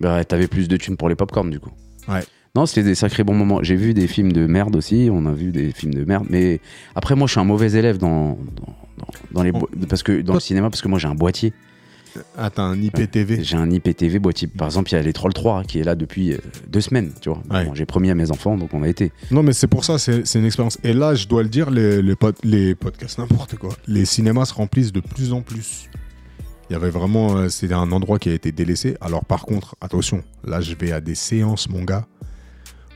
Speaker 3: Bah, ouais, t'avais plus de thunes pour les popcorn du coup.
Speaker 2: Ouais.
Speaker 3: Non, c'était des sacrés bons moments. J'ai vu des films de merde aussi, on a vu des films de merde. Mais après, moi, je suis un mauvais élève dans, dans, dans- dans les
Speaker 2: Oh.
Speaker 3: boi- parce que, dans le cinéma parce que moi, j'ai un boîtier.
Speaker 2: Attends, Ah, un IPTV.
Speaker 3: J'ai un IPTV boîtier. Par exemple, il y a les Trolls 3 qui est là depuis euh, deux semaines, tu vois.
Speaker 2: Ouais.
Speaker 3: Bon, j'ai promis à mes enfants, donc on a été.
Speaker 2: Non, mais c'est pour ça, c'est c'est une expérience. Et là, je dois le dire, les, les, pod- les podcasts, n'importe quoi. Les cinémas se remplissent de plus en plus. Il y avait vraiment. euh, C'est un endroit qui a été délaissé. Alors, par contre, attention, là, je vais à des séances, mon gars.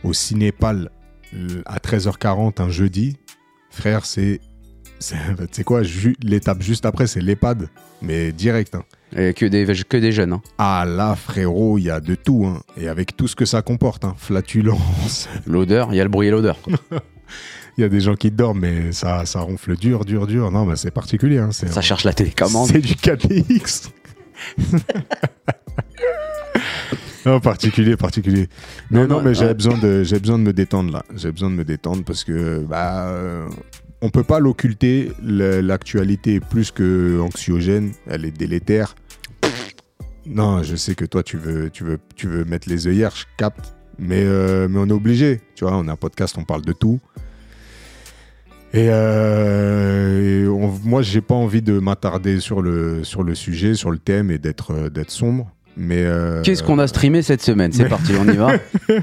Speaker 2: Au Cinépal, euh, à 13h40, un jeudi. Frère, c'est. c'est- [laughs] Tu sais quoi, ju- l'étape juste après, c'est l'EHPAD. Mais direct. hein.
Speaker 3: Et que des, que des jeunes. hein.
Speaker 2: Ah là, frérot, il y a de tout. hein. Et avec tout ce que ça comporte hein. flatulence,
Speaker 3: L'odeur, il y a le bruit et l'odeur. quoi.
Speaker 2: Il y a des gens qui dorment, mais ça, ça ronfle dur, dur, dur. Non, mais c'est particulier. hein, C'est
Speaker 3: [laughs] Ça cherche la télécommande.
Speaker 2: c'est du KPX. Non, particulier, particulier.
Speaker 3: Non,
Speaker 2: Non, non,
Speaker 3: non,
Speaker 2: mais j'avais
Speaker 3: ouais.
Speaker 2: besoin de, j'avais besoin de me détendre là. J'avais besoin de me détendre parce que bah, euh, on peut pas l'occulter. Le- L'actualité est plus que anxiogène. Elle est délétère. Non, je sais que toi tu veux, tu veux, tu veux mettre les œillères. Je capte. Mais, euh, mais on est obligé. Tu vois, on a un podcast, on parle de tout. Et, euh, et on- moi, j'ai pas envie de m'attarder sur le, sur le sujet, sur le thème et d'être, euh, d'être sombre. Mais euh,
Speaker 3: Qu'est-ce qu'on a streamé cette semaine C'est parti, on y va.
Speaker 2: [laughs]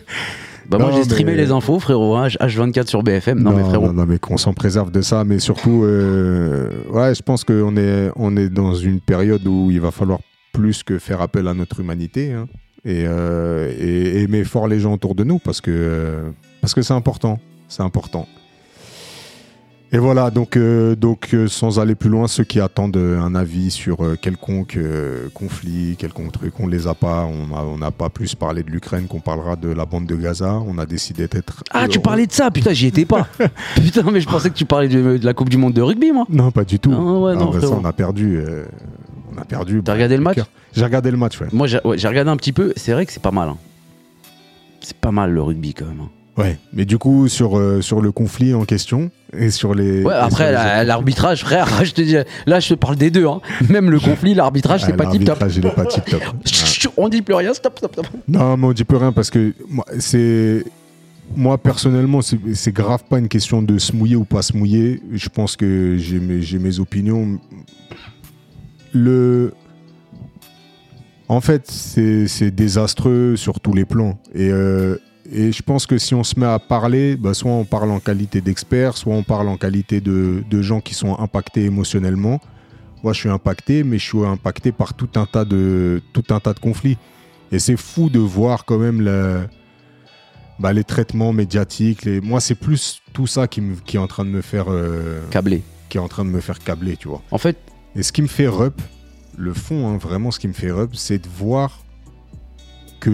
Speaker 3: Bah moi
Speaker 2: Non,
Speaker 3: j'ai streamé
Speaker 2: mais-
Speaker 3: les infos frérot, hein, H24 sur BFM. Non, mais frérot,
Speaker 2: Non, non, mais qu'on s'en préserve de ça. Mais surtout, euh, ouais, je pense qu'on est, on est dans une période où il va falloir plus que faire appel à notre humanité hein, et, euh, et aimer fort les gens autour de nous parce que euh, parce que c'est important. C'est important. Et voilà, donc, euh, donc euh, sans aller plus loin, ceux qui attendent euh, un avis sur euh, quelconque euh, conflit, quelconque truc, on les a pas. On a- on n'a pas plus parlé de l'Ukraine qu'on parlera de la bande de Gaza. On a décidé d'être.
Speaker 3: Ah, tu parlais de ça Putain, j'y étais
Speaker 2: [laughs]
Speaker 3: pas. Putain, mais je pensais que tu parlais de, de la Coupe du Monde de rugby, moi.
Speaker 2: Non, pas du tout.
Speaker 3: Ah ouais,
Speaker 2: Ah
Speaker 3: non,
Speaker 2: bah ça,
Speaker 3: frérot.
Speaker 2: on a perdu. euh, on a perdu.
Speaker 3: T'as regardé le match
Speaker 2: J'ai regardé le match, ouais.
Speaker 3: Moi, j'ai ouais, j'ai regardé un petit peu. C'est vrai que c'est pas mal. hein. C'est pas mal le rugby quand même. hein.
Speaker 2: Ouais. Mais du coup, sur, euh, sur le conflit en question et sur les.
Speaker 3: Ouais,
Speaker 2: et
Speaker 3: après
Speaker 2: sur les-
Speaker 3: la- l'arbitrage, frère, [laughs] je te dis, là, je te parle des deux. hein. Même le conflit, l'arbitrage, c'est
Speaker 2: Ah,
Speaker 3: pas tip top.
Speaker 2: l'arbitrage, il est pas tip top. Ouais.
Speaker 3: Chut, [laughs] On dit plus rien. Stop, stop, stop.
Speaker 2: [laughs] Non, mais on dit plus rien parce que moi, c'est. Moi, personnellement, c'est c'est grave pas une question de se mouiller ou pas se mouiller. Je pense que j'ai mes, j'ai mes opinions. Le. En fait, c'est c'est désastreux sur tous les plans. Et, euh, et je pense que si on se met à parler, bah, soit on parle en qualité d'expert, soit on parle en qualité de, de gens qui sont impactés émotionnellement. Moi, je suis impacté, mais je suis impacté par tout un tas de, tout un tas de conflits. Et c'est fou de voir quand même le- bah, les traitements médiatiques. Les... Moi, c'est plus tout ça qui, me- qui est en train de me faire, euh,
Speaker 3: Câblé.
Speaker 2: qui est en train de me faire câbler, tu vois.
Speaker 3: En fait,
Speaker 2: Et ce qui me fait rep, le fond, hein, vraiment, ce qui me fait rep, c'est de voir que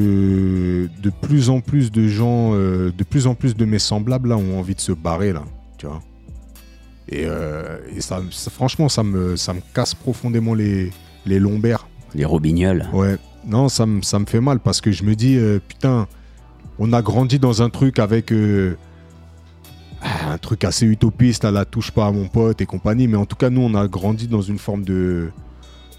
Speaker 2: de plus en plus de gens, euh, de plus en plus de mes semblables là, ont envie de se barrer là, tu vois. Et, euh, et ça, ça- franchement, ça me, ça me casse profondément les, les lombaires.
Speaker 3: les robignoles.
Speaker 2: Ouais, non, ça me ça me fait mal parce que je me dis, euh, putain, on a grandi dans un truc avec euh, ah, un truc assez utopiste à la touche pas à mon pote et compagnie, mais en tout cas, nous, on a grandi dans une forme de,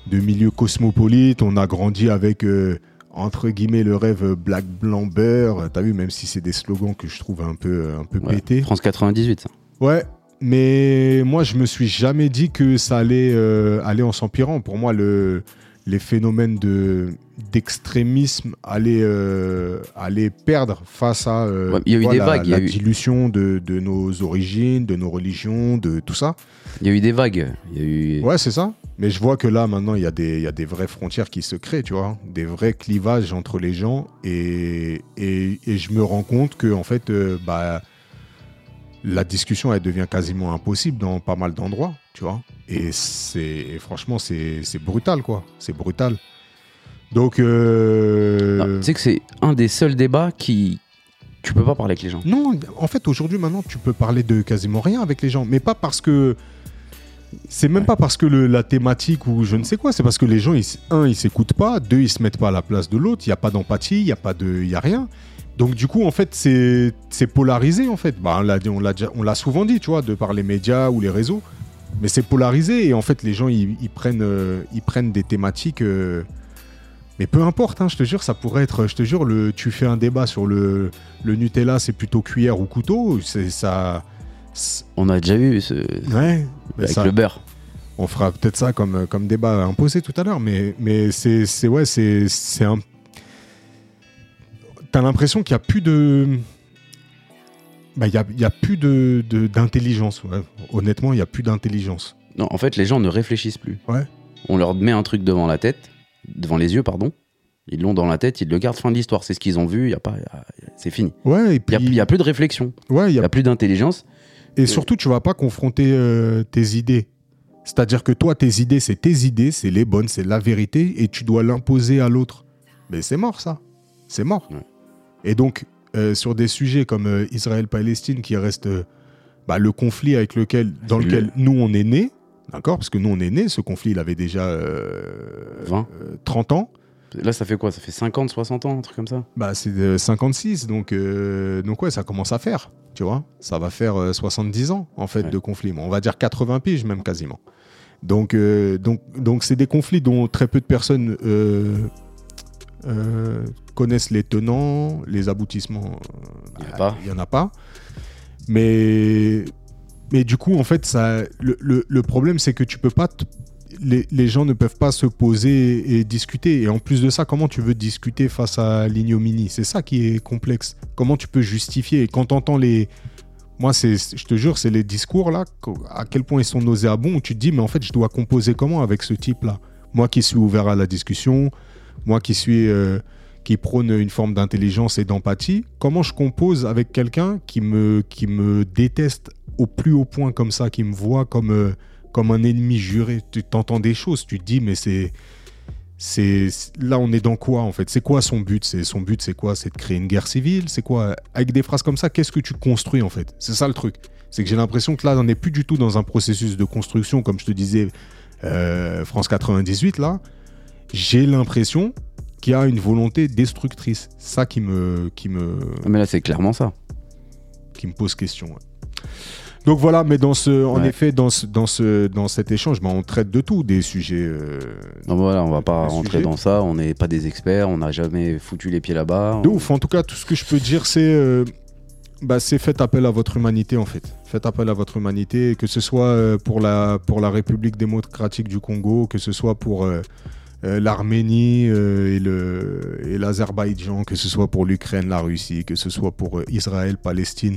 Speaker 2: de milieu cosmopolite, on a grandi avec. euh, entre guillemets le rêve euh, black blanc beurre t'as vu même si c'est des slogans que je trouve un peu un peu
Speaker 3: Ouais.
Speaker 2: pétés
Speaker 3: France 98. ça.
Speaker 2: Ouais, mais moi je me suis jamais dit que ça allait euh, aller en s'empirant. Pour moi, le, les phénomènes de d'extrémisme allaient, euh, allaient perdre face à euh,
Speaker 3: Ouais, il y a eu
Speaker 2: tu vois,
Speaker 3: des
Speaker 2: la,
Speaker 3: vagues, il y
Speaker 2: la
Speaker 3: a eu-
Speaker 2: dilution de, de nos origines, de nos religions, de tout ça.
Speaker 3: Il y a eu des vagues. Il y a eu.
Speaker 2: Ouais, c'est ça. Mais je vois que là, maintenant, il y, a des- il y a des vraies frontières qui se créent, tu vois. Des vrais clivages entre les gens. Et, et, et je me rends compte que, en fait, euh, bah, la discussion, elle devient quasiment impossible dans pas mal d'endroits, tu vois. Et, c'est- et franchement, c'est c'est brutal, quoi. C'est brutal. Donc. euh,
Speaker 3: Ah, Tu sais que c'est un des seuls débats qui. Tu peux pas parler avec les gens.
Speaker 2: Non, en fait, aujourd'hui, maintenant, tu peux parler de quasiment rien avec les gens. Mais pas parce que. C'est même pas parce que le- la thématique ou je ne sais quoi, c'est parce que les gens, ils, s- un, ils s'écoutent pas, deux, ils se mettent pas à la place de l'autre, il n'y a pas d'empathie, il n'y a pas de. Il y a rien. Donc, du coup, en fait, c'est c'est polarisé, en fait. Bah, on l'a dit- on l'a déjà- on l'a souvent dit, tu vois, de par les médias ou les réseaux. Mais c'est polarisé et en fait, les gens, ils, ils prennent, euh, ils prennent des thématiques. euh, mais peu importe, hein, je te jure, ça pourrait être. Je te jure, le, tu fais un débat sur le, le Nutella, c'est plutôt cuillère ou couteau. C'est ça. c'est-
Speaker 3: On a déjà vu ce.
Speaker 2: Ouais. mais
Speaker 3: Avec
Speaker 2: ça-
Speaker 3: le beurre.
Speaker 2: On fera peut-être ça comme, comme débat imposé tout à l'heure, mais, mais c'est c'est- ouais, c'est c'est un. T'as l'impression qu'il n'y a plus de. Bah, il y a, il y a plus de de- d'intelligence. ouais. Honnêtement, il n'y a plus d'intelligence.
Speaker 3: Non, en fait, les gens ne réfléchissent plus.
Speaker 2: Ouais.
Speaker 3: On leur met un truc devant la tête, devant les yeux, pardon. Ils l'ont dans la tête, ils le gardent. Fin de l'histoire, c'est ce qu'ils ont vu. Y a pas, y a- c'est fini.
Speaker 2: Ouais, et puis.
Speaker 3: Il n'y a, plus de réflexion,
Speaker 2: ouais, il y
Speaker 3: il
Speaker 2: a
Speaker 3: n'y a plus d'intelligence.
Speaker 2: Et surtout, tu vas pas confronter euh, tes idées. C'est-à-dire que toi, tes idées, c'est tes idées, c'est les bonnes, c'est la vérité, et tu dois l'imposer à l'autre. Mais c'est mort, ça. C'est mort.
Speaker 3: Ouais.
Speaker 2: Et donc, euh, sur des sujets comme euh, Israël-Palestine, qui reste euh, bah, le conflit avec lequel, dans
Speaker 3: Le-
Speaker 2: lequel nous, on est nés, d'accord Parce que nous, on est nés, ce conflit, il avait déjà euh,
Speaker 3: 20.
Speaker 2: euh, 30 ans.
Speaker 3: Là, ça fait quoi Ça fait 50, 60 ans, un truc comme ça
Speaker 2: Bah, c'est de 56, donc, euh, donc ouais, ça commence à faire, tu vois. Ça va faire euh, 70 ans, en fait,
Speaker 3: Ouais.
Speaker 2: de conflits. On va dire 80 piges, même quasiment. Donc, euh, donc, donc c'est des conflits dont très peu de personnes euh, euh, connaissent les tenants, les aboutissements.
Speaker 3: Il y en a
Speaker 2: euh,
Speaker 3: pas.
Speaker 2: Il y en a pas. Mais, mais du coup, en fait, ça, le, le- le problème, c'est que tu peux pas. te- les, les gens ne peuvent pas se poser et discuter. Et en plus de ça, comment tu veux discuter face à l'ignominie C'est ça qui est complexe. Comment tu peux justifier Et quand t'entends les. Moi, c'est, je te jure, c'est les discours là, qu'au- à quel point ils sont nauséabonds, où tu te dis, mais en fait, je dois composer comment avec ce type-là Moi qui suis ouvert à la discussion, moi qui suis. euh, qui prône une forme d'intelligence et d'empathie, comment je compose avec quelqu'un qui me, qui me déteste au plus haut point comme ça, qui me voit comme, euh, comme un ennemi juré Tu t'entends des choses, tu te dis, mais c'est. C'est là on est dans quoi en fait C'est quoi son but C'est son but c'est quoi C'est de créer une guerre civile C'est quoi avec des phrases comme ça Qu'est-ce que tu construis en fait C'est ça le truc. C'est que j'ai l'impression que là on n'est plus du tout dans un processus de construction comme je te disais euh, France 98 là. J'ai l'impression qui a une volonté destructrice. Ça qui me, qui me,
Speaker 3: Ah, Mais là, c'est clairement ça.
Speaker 2: qui me pose question. ouais. Donc voilà, mais dans ce, en
Speaker 3: Ouais.
Speaker 2: effet, dans, ce, dans, ce, dans cet échange, ben, on traite de tout, des sujets. euh,
Speaker 3: Non, bah voilà, on va pas
Speaker 2: Le
Speaker 3: rentrer
Speaker 2: sujet.
Speaker 3: dans ça. On n'est pas des experts. On n'a jamais foutu les pieds là-bas.
Speaker 2: de ouf. En tout cas, tout ce que je peux dire, c'est euh, bah, c'est faites appel à votre humanité, en fait. Faites appel à votre humanité, que ce soit euh, pour la, pour la République démocratique du Congo, que ce soit pour euh, euh, l'Arménie euh, et le- et l'Azerbaïdjan, que ce soit pour l'Ukraine, la Russie, que ce soit pour euh, Israël, Palestine.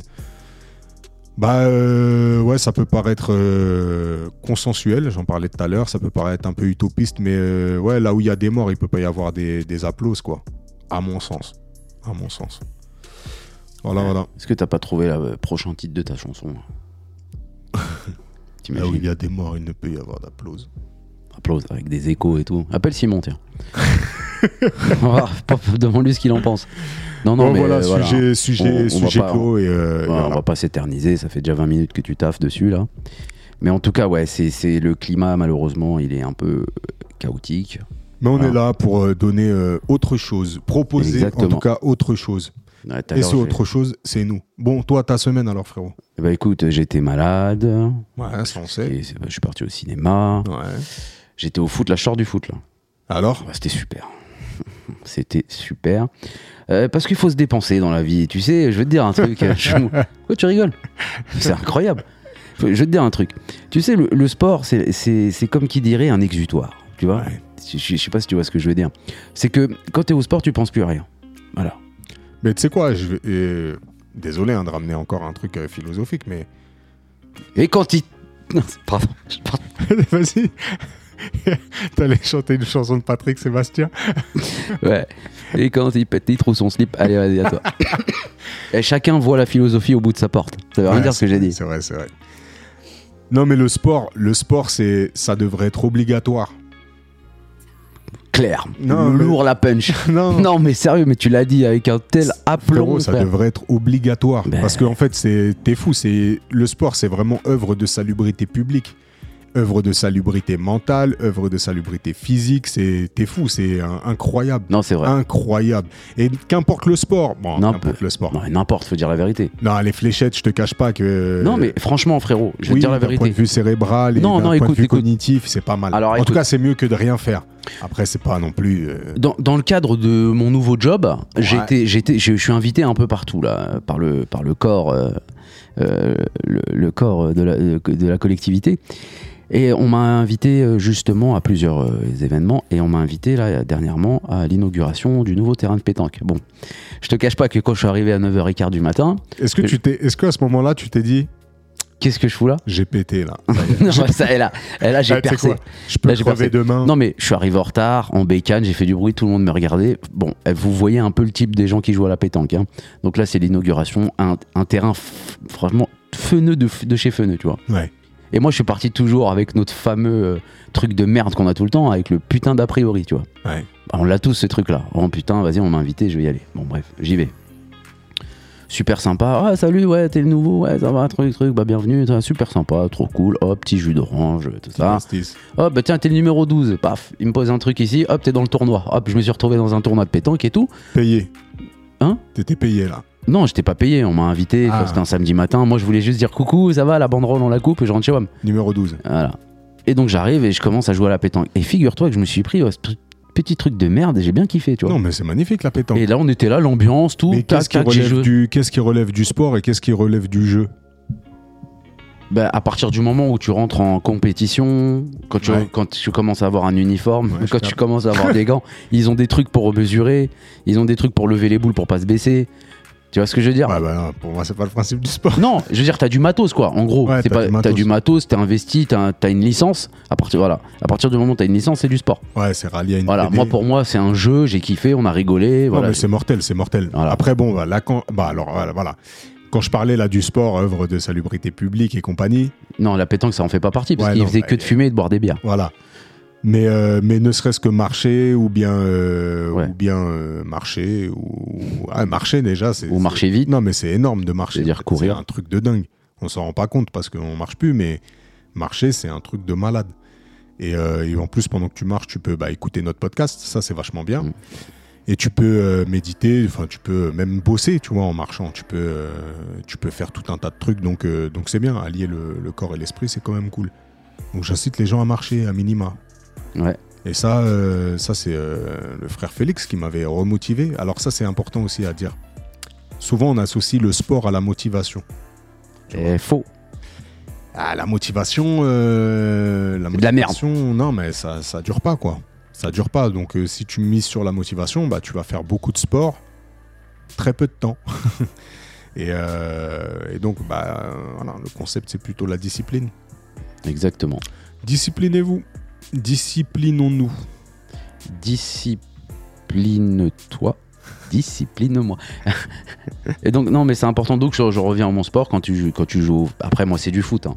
Speaker 2: Bah euh, ouais, ça peut paraître euh, consensuel, j'en parlais tout à l'heure, ça peut paraître un peu utopiste, mais euh, ouais, là où il y a des morts, il peut pas y avoir des, des applauses, quoi. À mon sens. À mon sens. Voilà,
Speaker 3: Ouais.
Speaker 2: voilà.
Speaker 3: Est-ce que t'as pas trouvé le prochain titre de ta chanson
Speaker 2: [laughs] Là où Ah il
Speaker 3: T'imagines
Speaker 2: y a des morts, il ne peut y avoir d'applause.
Speaker 3: Applause avec des échos et tout. Appelle Simon, tiens. [laughs] On va- Demande-lui ce qu'il en pense. Non, non,
Speaker 2: Bon,
Speaker 3: mais
Speaker 2: voilà,
Speaker 3: euh, voilà.
Speaker 2: sujet, sujet,
Speaker 3: On- on
Speaker 2: sujet
Speaker 3: va pas-
Speaker 2: clos et, euh, et
Speaker 3: Voilà,
Speaker 2: voilà.
Speaker 3: On va pas s'éterniser, ça fait déjà 20 minutes que tu taffes dessus là. Mais en tout cas, ouais, c'est- c'est le climat malheureusement, il est un peu euh, chaotique.
Speaker 2: Mais on
Speaker 3: Voilà.
Speaker 2: est là pour euh, donner euh, autre chose, proposer en
Speaker 3: Exactement.
Speaker 2: tout cas autre chose.
Speaker 3: Ouais, tout à
Speaker 2: Et
Speaker 3: l'heure,
Speaker 2: ce
Speaker 3: j'ai-
Speaker 2: autre chose, c'est nous. Bon, toi, ta semaine alors, frérot
Speaker 3: Eh ben, écoute, j'étais malade,
Speaker 2: Ouais, ça on sait.
Speaker 3: et c'est- bah, je suis parti au cinéma,
Speaker 2: Ouais.
Speaker 3: j'étais au foot, la short du foot là.
Speaker 2: Alors
Speaker 3: Ouais, Ah bah, C'était super. [laughs] C'était super. Euh, parce qu'il faut se dépenser dans la vie. Tu sais, je vais te dire
Speaker 2: [laughs]
Speaker 3: un truc. euh, Chou. Pourquoi tu rigoles C'est incroyable. Je vais te dire un truc. Tu sais, le, le sport, c'est- c'est c'est comme qui dirait un exutoire. Tu vois
Speaker 2: Ouais.
Speaker 3: je, je- je sais pas si tu vois ce que je veux dire. C'est que quand tu es au sport, tu penses plus à rien. Voilà.
Speaker 2: Mais tu sais quoi, je vais- euh, désolé hein, de ramener encore un truc euh, philosophique,
Speaker 3: [laughs]
Speaker 2: mais
Speaker 3: Et quand il. [laughs] Non, c'est- pardon. Je- pardon.
Speaker 2: vas-y, [laughs] t'allais chanter une chanson de Patrick Sébastien.
Speaker 3: Ouais. Et quand il pète, il trouve son slip. Allez, vas-y, à
Speaker 2: [laughs]
Speaker 3: toi. Et chacun voit la philosophie au bout de sa porte. Ça veut rien
Speaker 2: Ouais,
Speaker 3: dire ce que j'ai dit.
Speaker 2: C'est vrai, c'est vrai. Non, mais le sport, le sport, c'est, ça devrait être obligatoire. [laughs]
Speaker 3: Clair.
Speaker 2: Non, mais-
Speaker 3: Lourd la punch.
Speaker 2: non,
Speaker 3: [laughs] Non mais sérieux, mais tu l'as dit avec un tel aplomb.
Speaker 2: Frérot, ça
Speaker 3: frère.
Speaker 2: devrait être obligatoire.
Speaker 3: Ben.
Speaker 2: Parce qu'en fait, c'est- t'es fou. c'est- Le sport, c'est vraiment œuvre de salubrité publique. œuvre de salubrité mentale, œuvre de salubrité physique. c'est- T'es fou, c'est un- incroyable.
Speaker 3: Non c'est vrai.
Speaker 2: Incroyable. Et qu'importe le sport. Bon,
Speaker 3: Non,
Speaker 2: qu'importe le sport.
Speaker 3: Non mais n'importe, faut dire la vérité.
Speaker 2: Non, les fléchettes, je te cache pas que.
Speaker 3: non mais franchement frérot, je vais
Speaker 2: Euh, oui,
Speaker 3: te dire la
Speaker 2: d'un point de
Speaker 3: vérité.
Speaker 2: vue cérébral et
Speaker 3: Non,
Speaker 2: d'un
Speaker 3: non,
Speaker 2: point
Speaker 3: écoute,
Speaker 2: de vue
Speaker 3: écoute.
Speaker 2: cognitif, c'est pas mal.
Speaker 3: Alors,
Speaker 2: en tout
Speaker 3: écoute.
Speaker 2: cas, c'est mieux que de rien faire. Après, c'est pas non plus. euh,
Speaker 3: Dans, dans le cadre de mon nouveau job, j'étais, j'étais, je, je suis invité un peu partout là, par le, par le corps, euh, euh, le, le corps de la, de la collectivité. Et on m'a invité euh, justement à plusieurs euh, événements et on m'a invité là dernièrement à l'inauguration du nouveau terrain de pétanque. Bon, je te cache pas que quand je suis arrivé à 9h15 du matin,
Speaker 2: Est-ce que tu t'es, est-ce que à ce moment-là, tu t'es dit,
Speaker 3: qu'est-ce que je fous là
Speaker 2: j'ai pété là.
Speaker 3: Non, ça, et là, et là [laughs] j'ai
Speaker 2: Ah, tu sais
Speaker 3: percé.
Speaker 2: quoi Je peux
Speaker 3: Là, j'ai
Speaker 2: crever
Speaker 3: percé.
Speaker 2: demain.
Speaker 3: Non mais je suis arrivé en retard, en bécane, j'ai fait du bruit, tout le monde me regardait. Bon, eh, vous voyez un peu le type des gens qui jouent à la pétanque. hein. Donc là c'est l'inauguration, un, un terrain f- franchement feneux de, f- de chez feneux, tu vois.
Speaker 2: Ouais.
Speaker 3: Et moi je suis parti toujours avec notre fameux euh, truc de merde qu'on a tout le temps, avec le putain d'a priori, tu vois.
Speaker 2: Ouais.
Speaker 3: Bah, on l'a tous ce truc là. Oh putain, vas-y on m'a invité, je vais y aller. Bon bref, j'y vais. super sympa. Ah, salut, ouais, t'es le nouveau, ouais, ça va, truc, truc, bah bienvenue, ça, super sympa, trop cool, hop, petit jus d'orange, tout ça.
Speaker 2: Justice.
Speaker 3: Hop, bah tiens, t'es le numéro 12, paf, il me pose un truc ici, hop, t'es dans le tournoi. Hop, je me suis retrouvé dans un tournoi de pétanque et tout.
Speaker 2: Payé.
Speaker 3: Hein
Speaker 2: T'étais payé là.
Speaker 3: Non, j'étais pas payé, on m'a invité,
Speaker 2: Ah.
Speaker 3: c'était un samedi matin. Moi, je voulais juste dire coucou, ça va, la banderole, on la coupe et je rentre chez WAM.
Speaker 2: Numéro 12.
Speaker 3: Voilà. Et donc j'arrive et je commence à jouer à la pétanque. Et figure-toi que je me suis pris ouais, ce p- petit truc de merde et j'ai bien kiffé, tu vois.
Speaker 2: Non, mais c'est magnifique la pétanque.
Speaker 3: et là, on était là, l'ambiance, tout.
Speaker 2: Mais
Speaker 3: tac,
Speaker 2: qu'est-ce qui,
Speaker 3: tac, j'ai
Speaker 2: relève
Speaker 3: joué.
Speaker 2: du, qu'est-ce qui relève du sport et qu'est-ce qui relève du jeu
Speaker 3: Bah, à partir du moment où tu rentres en compétition, quand tu,
Speaker 2: Ouais.
Speaker 3: quand tu commences à avoir un uniforme,
Speaker 2: Ouais, je
Speaker 3: [laughs] quand
Speaker 2: capte.
Speaker 3: tu commences à avoir des gants, ils ont des trucs pour mesurer, ils ont des trucs pour lever les boules pour pas se baisser. Tu vois ce que je veux dire
Speaker 2: Ouais, bah, non, Pour moi, c'est pas le principe du sport.
Speaker 3: Non, je veux dire, t'as du matos, quoi. En gros,
Speaker 2: Ouais,
Speaker 3: c'est
Speaker 2: t'as
Speaker 3: pas-
Speaker 2: du
Speaker 3: t'as
Speaker 2: matos.
Speaker 3: du matos, t'es investi, t'as t'as une licence. À partir, voilà. à partir du moment où t'as une licence, c'est du sport.
Speaker 2: Ouais, c'est rallié à une
Speaker 3: Voilà,
Speaker 2: PD.
Speaker 3: moi pour moi, c'est un jeu, j'ai kiffé, on a rigolé.
Speaker 2: Non,
Speaker 3: Voilà.
Speaker 2: mais c'est mortel, c'est mortel.
Speaker 3: Voilà.
Speaker 2: Après, bon, bah, là, quand, bah, alors, voilà, voilà. Quand je parlais là du sport, œuvre de salubrité publique et compagnie,
Speaker 3: Non, la pétanque, ça en fait pas partie, parce
Speaker 2: Ouais,
Speaker 3: qu'il
Speaker 2: non,
Speaker 3: faisait
Speaker 2: bah,
Speaker 3: que de fumer et de boire des bières.
Speaker 2: voilà. Mais, euh, mais ne serait-ce que marcher ou bien, euh,
Speaker 3: Ouais.
Speaker 2: ou bien euh, marcher ou ah, marcher déjà, c'est
Speaker 3: Ou
Speaker 2: c'est-
Speaker 3: marcher vite.
Speaker 2: Non, mais c'est énorme de marcher.
Speaker 3: C'est-à-dire courir.
Speaker 2: C'est un truc de dingue. On s'en rend pas compte parce qu'on marche plus, mais marcher, c'est un truc de malade. Et, euh, et en plus, pendant que tu marches, tu peux bah, écouter notre podcast. Ça, c'est vachement bien.
Speaker 3: Mm.
Speaker 2: Et tu peux euh, méditer. Enfin, tu peux même bosser, tu vois, en marchant. Tu peux, euh, tu peux faire tout un tas de trucs. Donc, euh, donc c'est bien. Allier le, le corps et l'esprit, c'est quand même cool. Donc, j'incite les gens à marcher à minima.
Speaker 3: Ouais.
Speaker 2: Et ça, euh, ça c'est euh, le frère Félix qui m'avait remotivé. Alors ça, c'est important aussi à dire. Souvent, on associe le sport à la motivation.
Speaker 3: Et faux.
Speaker 2: Ah, la motivation, euh, la
Speaker 3: C'est de la merde.
Speaker 2: motivation, non, mais ça, ça dure pas quoi. Ça dure pas. Donc, euh, si tu mises sur la motivation, bah, tu vas faire beaucoup de sport, très peu de temps. [laughs] et, euh, et donc, bah, euh, voilà, le concept, c'est plutôt la discipline.
Speaker 3: Exactement.
Speaker 2: Disciplinez-vous. Disciplinons-nous.
Speaker 3: Discipline-toi. Discipline-moi. [laughs] et donc, non, mais c'est important. Donc, je, je reviens à mon sport quand tu, joues- quand tu joues. Après, moi, c'est du foot. hein.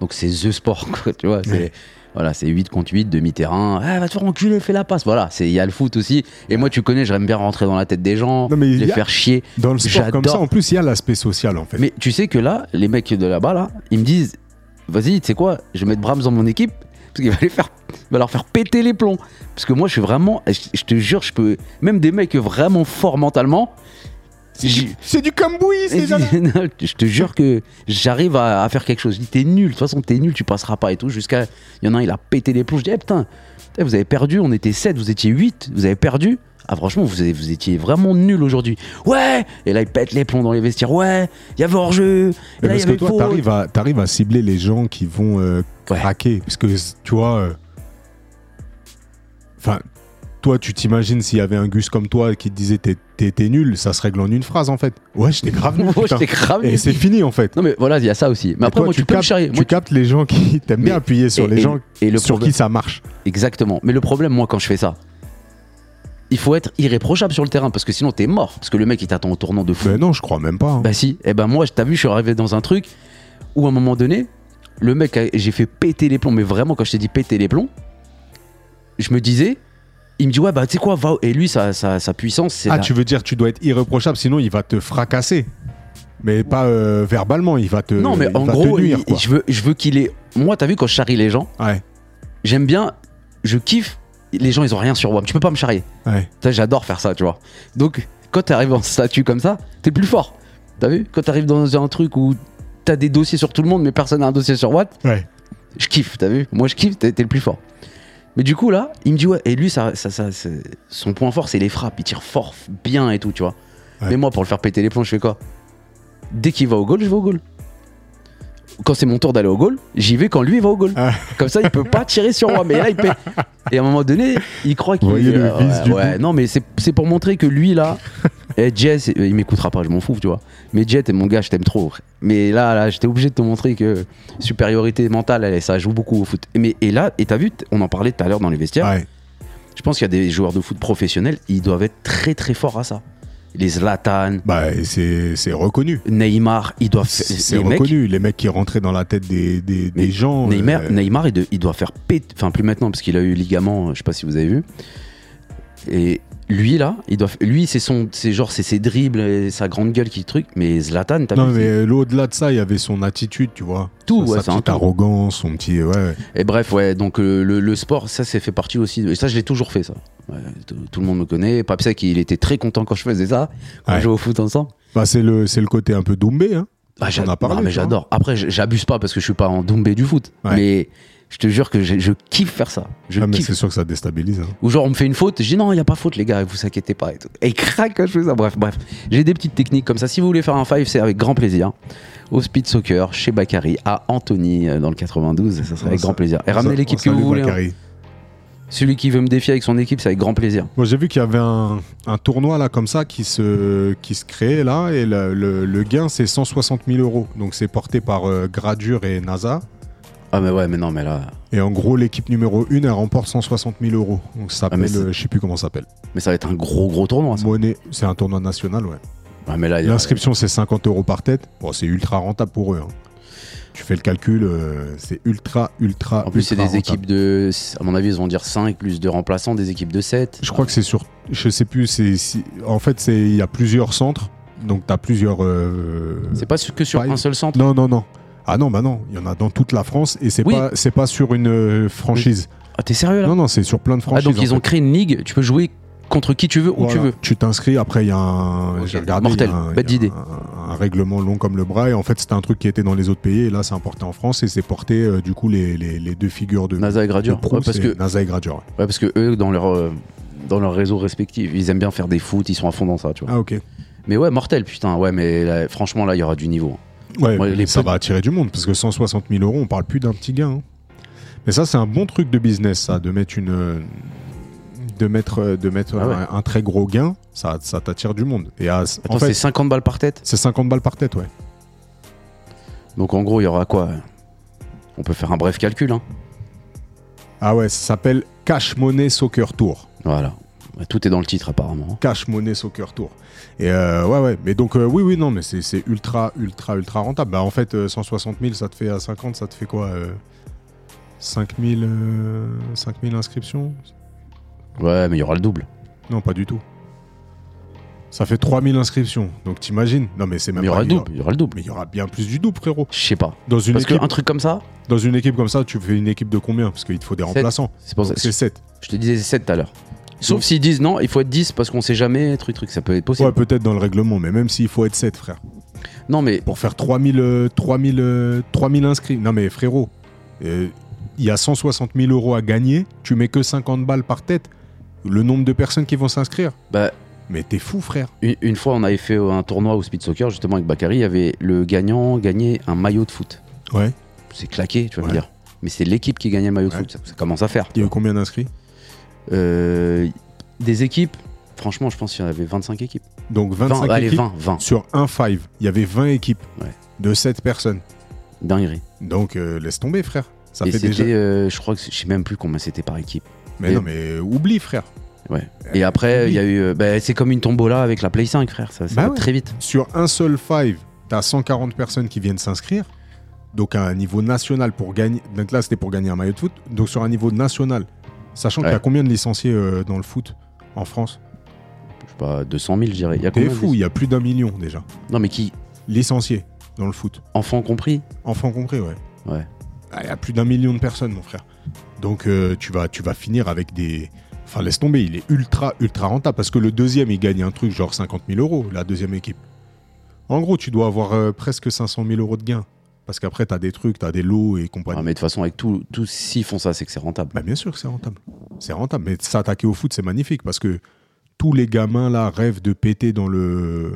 Speaker 3: Donc, c'est The Sport, [laughs] quoi, tu vois. C'est.
Speaker 2: Ouais.
Speaker 3: Voilà, c'est 8 contre 8, demi-terrain. Ah, va te faire enculer, fais la passe. Voilà, c'est- il y a le foot aussi. Et moi, tu connais, j'aime bien rentrer dans la tête des gens,
Speaker 2: Non, mais il
Speaker 3: les
Speaker 2: y a-
Speaker 3: faire chier.
Speaker 2: Dans le sport comme
Speaker 3: J'adore.
Speaker 2: ça, en plus, il y a l'aspect social en fait.
Speaker 3: Mais tu sais que là, les mecs de là-bas, là, ils me disent Vas-y, tu sais quoi, je vais mettre Brahms dans mon équipe, parce qu'il va, les faire, il va leur faire péter les plombs. Parce que moi, je suis vraiment, je, je te jure, je peux. Même des mecs vraiment forts mentalement,
Speaker 2: C'est
Speaker 3: J'ai-
Speaker 2: du- C'est du cambouis, ces gens-là.
Speaker 3: [laughs] non, je te jure que j'arrive à, à faire quelque chose. Je dis T'es nul, de toute façon, t'es nul, tu passeras pas et tout. Jusqu'à. Il y en a un, il a pété les plombs. Je dis Eh, putain, putain, vous avez perdu, on était 7, vous étiez 8, vous avez perdu. Ah, franchement, vous, avez- vous étiez vraiment nul aujourd'hui. Ouais Et là, il pète les plombs dans les vestiaires. Ouais Il y avait hors-jeu. Et
Speaker 2: Mais
Speaker 3: là, il
Speaker 2: parce
Speaker 3: y
Speaker 2: que
Speaker 3: avait
Speaker 2: toi,
Speaker 3: faute.
Speaker 2: t'arrives à, t'arrives à cibler les gens qui vont euh,
Speaker 3: Ouais.
Speaker 2: craquer. Parce que, tu vois. euh, Enfin, toi, tu t'imagines s'il y avait un Gus comme toi qui te disait t'es- t'es t'es nul, ça se règle en une phrase, en fait. Ouais, je t'ai grave
Speaker 3: [laughs]
Speaker 2: nul.
Speaker 3: Moi,
Speaker 2: putain.
Speaker 3: j'étais grave
Speaker 2: Et
Speaker 3: nul.
Speaker 2: c'est fini, en fait.
Speaker 3: Non mais voilà, il y a ça aussi. Mais
Speaker 2: Et
Speaker 3: après,
Speaker 2: toi,
Speaker 3: moi, tu, peux me
Speaker 2: captes,
Speaker 3: charrier.
Speaker 2: tu
Speaker 3: Moi,
Speaker 2: captes les gens qui [laughs] t'aiment bien
Speaker 3: Mais-
Speaker 2: appuyer sur
Speaker 3: et-
Speaker 2: les
Speaker 3: et-
Speaker 2: gens
Speaker 3: et le
Speaker 2: sur
Speaker 3: problème-
Speaker 2: qui ça marche.
Speaker 3: Exactement. Mais le problème, moi, quand je fais ça, il faut être irréprochable sur le terrain parce que sinon t'es mort. Parce que le mec il t'attend au tournant de fou.
Speaker 2: Ben non, je crois même pas. hein.
Speaker 3: Bah si. Et ben moi, je- t'as vu, je suis arrivé dans un truc où à un moment donné, le mec, a- j'ai fait péter les plombs. Mais vraiment, quand je t'ai dit péter les plombs, je me disais, il me dit ouais bah tu sais quoi, va. Et lui, sa, sa, sa puissance, c'est
Speaker 2: Ah,
Speaker 3: la-
Speaker 2: tu veux dire, tu dois être irréprochable, sinon il va te fracasser. Mais pas euh, verbalement, il va te.
Speaker 3: Non mais
Speaker 2: il
Speaker 3: en
Speaker 2: euh, va te
Speaker 3: gros,
Speaker 2: nuire,
Speaker 3: il-
Speaker 2: quoi.
Speaker 3: je veux, je veux qu'il ait. Moi, t'as vu quand je charrie les gens,
Speaker 2: Ouais,
Speaker 3: j'aime bien, je kiffe. Les gens, ils ont rien sur moi. Tu peux pas me charrier.
Speaker 2: ouais.
Speaker 3: Ça, j'adore faire ça, tu vois. Donc, quand t'arrives en statut comme ça, t'es plus fort. T'as vu Quand t'arrives dans un truc où t'as des dossiers sur tout le monde, mais personne n'a un dossier sur Watt,
Speaker 2: Ouais.
Speaker 3: je kiffe, t'as vu Moi, je kiffe, t'es t'es le plus fort. Mais du coup, là, il me dit, ouais, et lui, ça, ça, ça, c'est- son point fort, c'est les frappes. Il tire fort, f- bien et tout, tu vois.
Speaker 2: Ouais.
Speaker 3: Mais moi, pour le faire péter les plombs, je fais quoi Dès qu'il va au goal, je vais au goal. Quand c'est mon tour d'aller au goal, j'y vais quand lui il va au goal.
Speaker 2: Ah.
Speaker 3: Comme ça, il peut pas tirer sur moi. Mais là, il pète. Et à un moment donné, il croit qu'il.
Speaker 2: Voyez le
Speaker 3: euh,
Speaker 2: vice
Speaker 3: ouais,
Speaker 2: du
Speaker 3: ouais. non, mais c'est c'est pour montrer que lui,
Speaker 2: [laughs]
Speaker 3: là. eh, Jess, euh, il m'écoutera pas, je m'en fous, tu vois. Mais Jess, t'es mon gars, je t'aime trop. Mais là, là, j'étais obligé de te montrer que supériorité mentale, elle, ça joue beaucoup au foot. Et, mais, et là, et t'as vu, t- on en parlait tout à l'heure dans les vestiaires.
Speaker 2: Ouais.
Speaker 3: Je pense qu'il y a des joueurs de foot professionnels, ils doivent être très très forts à ça. Les Zlatan,
Speaker 2: Bah, et c'est c'est reconnu.
Speaker 3: Neymar, ils doivent.
Speaker 2: C'est c'est
Speaker 3: Oh, les mecs-
Speaker 2: reconnu. les mecs qui rentraient dans la tête des, des, des
Speaker 3: Mais
Speaker 2: gens.
Speaker 3: Neymar,
Speaker 2: euh,
Speaker 3: Neymar, il, de- il doit faire péter. Enfin, plus maintenant, parce qu'il a eu ligament, euh, je sais pas si vous avez vu. Et Lui là, il doit f- lui c'est son c'est genre c'est ses dribbles et sa grande gueule qui truc mais Zlatan t'as
Speaker 2: Non,
Speaker 3: vu
Speaker 2: mais euh, au-delà de ça, il y avait son attitude, tu vois.
Speaker 3: Tout,
Speaker 2: Sa-
Speaker 3: ouais, c'est
Speaker 2: Sa
Speaker 3: un
Speaker 2: petite
Speaker 3: tout.
Speaker 2: arrogance, son petit. Ouais, ouais.
Speaker 3: Et bref, ouais, donc euh, le, le sport, ça, c'est fait partie aussi. De... Et ça, je l'ai toujours fait, ça. Ouais, tout, tout le monde me connaît. Papsek, il était très content quand je faisais ça, quand
Speaker 2: Ouais.
Speaker 3: je jouais au foot ensemble.
Speaker 2: Bah, c'est le, c'est le côté un peu Doumbé, hein.
Speaker 3: Bah,
Speaker 2: On
Speaker 3: j'a-
Speaker 2: en a parlé,
Speaker 3: non, mais
Speaker 2: tu vois.
Speaker 3: j'adore. Après, j- j'abuse pas parce que je suis pas en Doumbé du foot.
Speaker 2: Ouais.
Speaker 3: Mais je te jure que j'ai- je kiffe faire ça. Je
Speaker 2: Ah, mais
Speaker 3: kiffe.
Speaker 2: c'est sûr que ça déstabilise. hein.
Speaker 3: Ou genre, on me fait une faute, je dis non, il n'y a pas faute, les gars, vous inquiétez pas. Et, tout. Et crac, je fais ça. Bref, bref. J'ai des petites techniques comme ça. Si vous voulez faire un five, c'est avec grand plaisir. Au Speed Soccer, chez Bakary, à Anthony, euh, dans le 92, ça serait avec
Speaker 2: On
Speaker 3: grand
Speaker 2: sa-
Speaker 3: plaisir. Et
Speaker 2: on
Speaker 3: ramenez
Speaker 2: sa-
Speaker 3: l'équipe
Speaker 2: on
Speaker 3: que vous
Speaker 2: salue
Speaker 3: voulez. hein.
Speaker 2: Bakary.
Speaker 3: Celui qui veut me défier avec son équipe, c'est avec grand plaisir.
Speaker 2: Moi, j'ai vu qu'il y avait un, un tournoi là comme ça qui se, qui se créait là et le, le- le gain c'est 160 000 euros. Donc c'est porté par euh, Gradure et NASA.
Speaker 3: Ah mais ouais, mais non, mais là,
Speaker 2: Et en gros, l'équipe numéro 1, elle remporte 160 000 euros. Donc ça
Speaker 3: Ah, mais
Speaker 2: s'appelle,
Speaker 3: c'est-
Speaker 2: euh, je sais plus comment ça s'appelle.
Speaker 3: mais ça va être un gros gros tournoi. Ça.
Speaker 2: Monnaie, c'est un tournoi national, ouais.
Speaker 3: Ah, mais là, il y a-
Speaker 2: L'inscription c'est 50 euros par tête. Bon, c'est ultra rentable pour eux. hein. Tu fais le calcul, euh, c'est ultra, ultra.
Speaker 3: En plus, c'est
Speaker 2: ultra
Speaker 3: des
Speaker 2: rentable.
Speaker 3: équipes de, à mon avis, ils vont dire 5 plus de remplaçants, des équipes de 7.
Speaker 2: Je crois que c'est sur. Je sais plus, c'est. si- En fait, c'est il y a plusieurs centres. Donc t'as plusieurs. euh,
Speaker 3: c'est pas que sur
Speaker 2: Pareil.
Speaker 3: un seul centre.
Speaker 2: Non, non, non. Ah non, bah non, il y en a dans toute la France et c'est
Speaker 3: Oui.
Speaker 2: pas c'est pas sur une euh, franchise.
Speaker 3: Ah, t'es sérieux là
Speaker 2: Non, non, c'est sur plein de
Speaker 3: Ah,
Speaker 2: franchises.
Speaker 3: donc ils
Speaker 2: en
Speaker 3: ont
Speaker 2: fait.
Speaker 3: créé une ligue. Tu peux jouer contre qui tu veux où tu
Speaker 2: Voilà.
Speaker 3: veux.
Speaker 2: t'inscris, après il y a un.
Speaker 3: Ok,
Speaker 2: J'ai regardé,
Speaker 3: mortel,
Speaker 2: il y a un-
Speaker 3: bête
Speaker 2: il y a
Speaker 3: idée.
Speaker 2: Un, un règlement long comme le bras et en fait c'était un truc qui était dans les autres pays et là c'est importé en France et c'est porté euh, du coup les, les, les deux figures de.
Speaker 3: NASA et
Speaker 2: de
Speaker 3: Gradure.
Speaker 2: pro,
Speaker 3: Ouais, parce
Speaker 2: c'est
Speaker 3: que,
Speaker 2: NASA et Gradure.
Speaker 3: ouais, parce que eux, dans leur euh, dans leur réseau respectif, ils aiment bien faire des foot. Ils sont à fond dans ça, tu vois.
Speaker 2: Ah ok.
Speaker 3: Mais ouais, mortel, putain. Ouais, mais là, franchement, là, il y aura du niveau.
Speaker 2: Ouais,
Speaker 3: Ouais,
Speaker 2: mais
Speaker 3: les
Speaker 2: ça
Speaker 3: petits-
Speaker 2: va attirer du monde parce que 160 000 euros, on parle plus d'un petit gain. hein. Mais ça, c'est un bon truc de business, ça, de mettre une, euh, de mettre, euh, de mettre
Speaker 3: Ah
Speaker 2: un, un très gros gain, ça, ça t'attire du monde. Et à-
Speaker 3: Attends,
Speaker 2: en fait,
Speaker 3: c'est 50 balles par tête.
Speaker 2: c'est 50 balles par tête, ouais.
Speaker 3: Donc en gros, il y aura quoi On peut faire un bref calcul. Hein.
Speaker 2: Ah ouais, ça s'appelle Cash Money Soccer Tour.
Speaker 3: Voilà. Tout est dans le titre apparemment.
Speaker 2: Cash Money Soccer Tour. Et euh, ouais, ouais. Mais donc, euh, oui, oui, non, mais c'est c'est ultra, ultra, ultra rentable. Bah, en fait, euh, 160 000, ça te fait à 50, ça te fait quoi euh, 5 000, euh, 5 000 inscriptions
Speaker 3: Ouais, mais il y aura le double.
Speaker 2: Non, pas du tout. Ça fait 3000 inscriptions, donc t'imagines Non, mais c'est
Speaker 3: Mais
Speaker 2: même
Speaker 3: il y
Speaker 2: pas-
Speaker 3: aura le double. Il y aura le double.
Speaker 2: Mais il y aura bien plus du double, frérot.
Speaker 3: Je sais pas.
Speaker 2: Dans une,
Speaker 3: Parce
Speaker 2: équipe,
Speaker 3: qu'un truc comme ça,
Speaker 2: dans une équipe comme ça, tu fais une équipe de combien Parce qu'il te faut des
Speaker 3: Sept.
Speaker 2: remplaçants.
Speaker 3: c'est pour ça.
Speaker 2: Donc c'est 7.
Speaker 3: Je te disais 7 tout à l'heure. Sauf
Speaker 2: Donc-
Speaker 3: s'ils disent non, il faut être 10 parce qu'on sait jamais, truc, truc, ça peut être possible.
Speaker 2: Ouais, peut-être dans le règlement, mais même s'il faut être 7, frère.
Speaker 3: Non, mais
Speaker 2: Pour faire 3000, euh, 3000, euh, 3000 inscrits. Non, mais frérot, euh, il y a 160 000 euros à gagner, tu mets que 50 balles par tête. Le nombre de personnes qui vont s'inscrire.
Speaker 3: bah,
Speaker 2: Mais t'es fou, frère.
Speaker 3: une, une fois, on avait fait un tournoi au speed soccer, justement, avec Bakary, il y avait le gagnant gagnait un maillot de foot.
Speaker 2: Ouais.
Speaker 3: C'est claqué, tu vas me
Speaker 2: Ouais.
Speaker 3: dire. Mais c'est l'équipe qui gagnait le maillot de
Speaker 2: Ouais.
Speaker 3: foot. Ça, ça commence à faire.
Speaker 2: Il y a eu combien d'inscrits
Speaker 3: Euh, des équipes, franchement, je pense qu'il y en avait 25 équipes.
Speaker 2: Donc
Speaker 3: 20,
Speaker 2: 25
Speaker 3: allez,
Speaker 2: équipes.
Speaker 3: 20, 20.
Speaker 2: Sur un 5, il y avait 20 équipes
Speaker 3: Ouais.
Speaker 2: de 7 personnes.
Speaker 3: Dinguerie.
Speaker 2: Donc euh, laisse tomber, frère. Ça
Speaker 3: Et
Speaker 2: fait
Speaker 3: c'était,
Speaker 2: déjà.
Speaker 3: euh, je crois que c'est- je sais même plus combien c'était par équipe.
Speaker 2: Mais
Speaker 3: et-
Speaker 2: non, mais oublie, frère.
Speaker 3: Et après,
Speaker 2: oui.
Speaker 3: il y a eu. euh, bah, c'est comme une tombola avec la Play 5, frère. Ça, ça
Speaker 2: Bah
Speaker 3: va
Speaker 2: ouais.
Speaker 3: très vite.
Speaker 2: Sur un seul 5, t'as 140 personnes qui viennent s'inscrire. Donc à un niveau national pour gagner. Donc là, c'était pour gagner un maillot de foot. Donc sur un niveau national, sachant
Speaker 3: Ouais.
Speaker 2: qu'il y a combien de licenciés euh, dans le foot en France
Speaker 3: Je sais pas, 200 000, je dirais. Il y a
Speaker 2: T'es
Speaker 3: combien de-
Speaker 2: fou, il y a plus d'un million déjà.
Speaker 3: Non, mais qui
Speaker 2: Licenciés dans le foot.
Speaker 3: Enfants compris
Speaker 2: Enfants compris, ouais.
Speaker 3: Ouais.
Speaker 2: Ah, Il y a plus d'un million de personnes, mon frère. Donc euh, tu, vas, tu vas finir avec des. Enfin, laisse tomber, il est ultra, ultra rentable parce que le deuxième, il gagne un truc genre 50 000 euros, la deuxième équipe. En gros, tu dois avoir euh, presque 500 000 euros de gains. Parce qu'après, t'as des trucs, t'as des lots et
Speaker 3: Ah,
Speaker 2: compagnie.
Speaker 3: Mais de toute façon, avec tout, tout s'ils font ça, c'est que c'est rentable.
Speaker 2: Bah, bien sûr que c'est rentable. C'est rentable. Mais s'attaquer au foot, c'est magnifique parce que tous les gamins là rêvent de péter dans le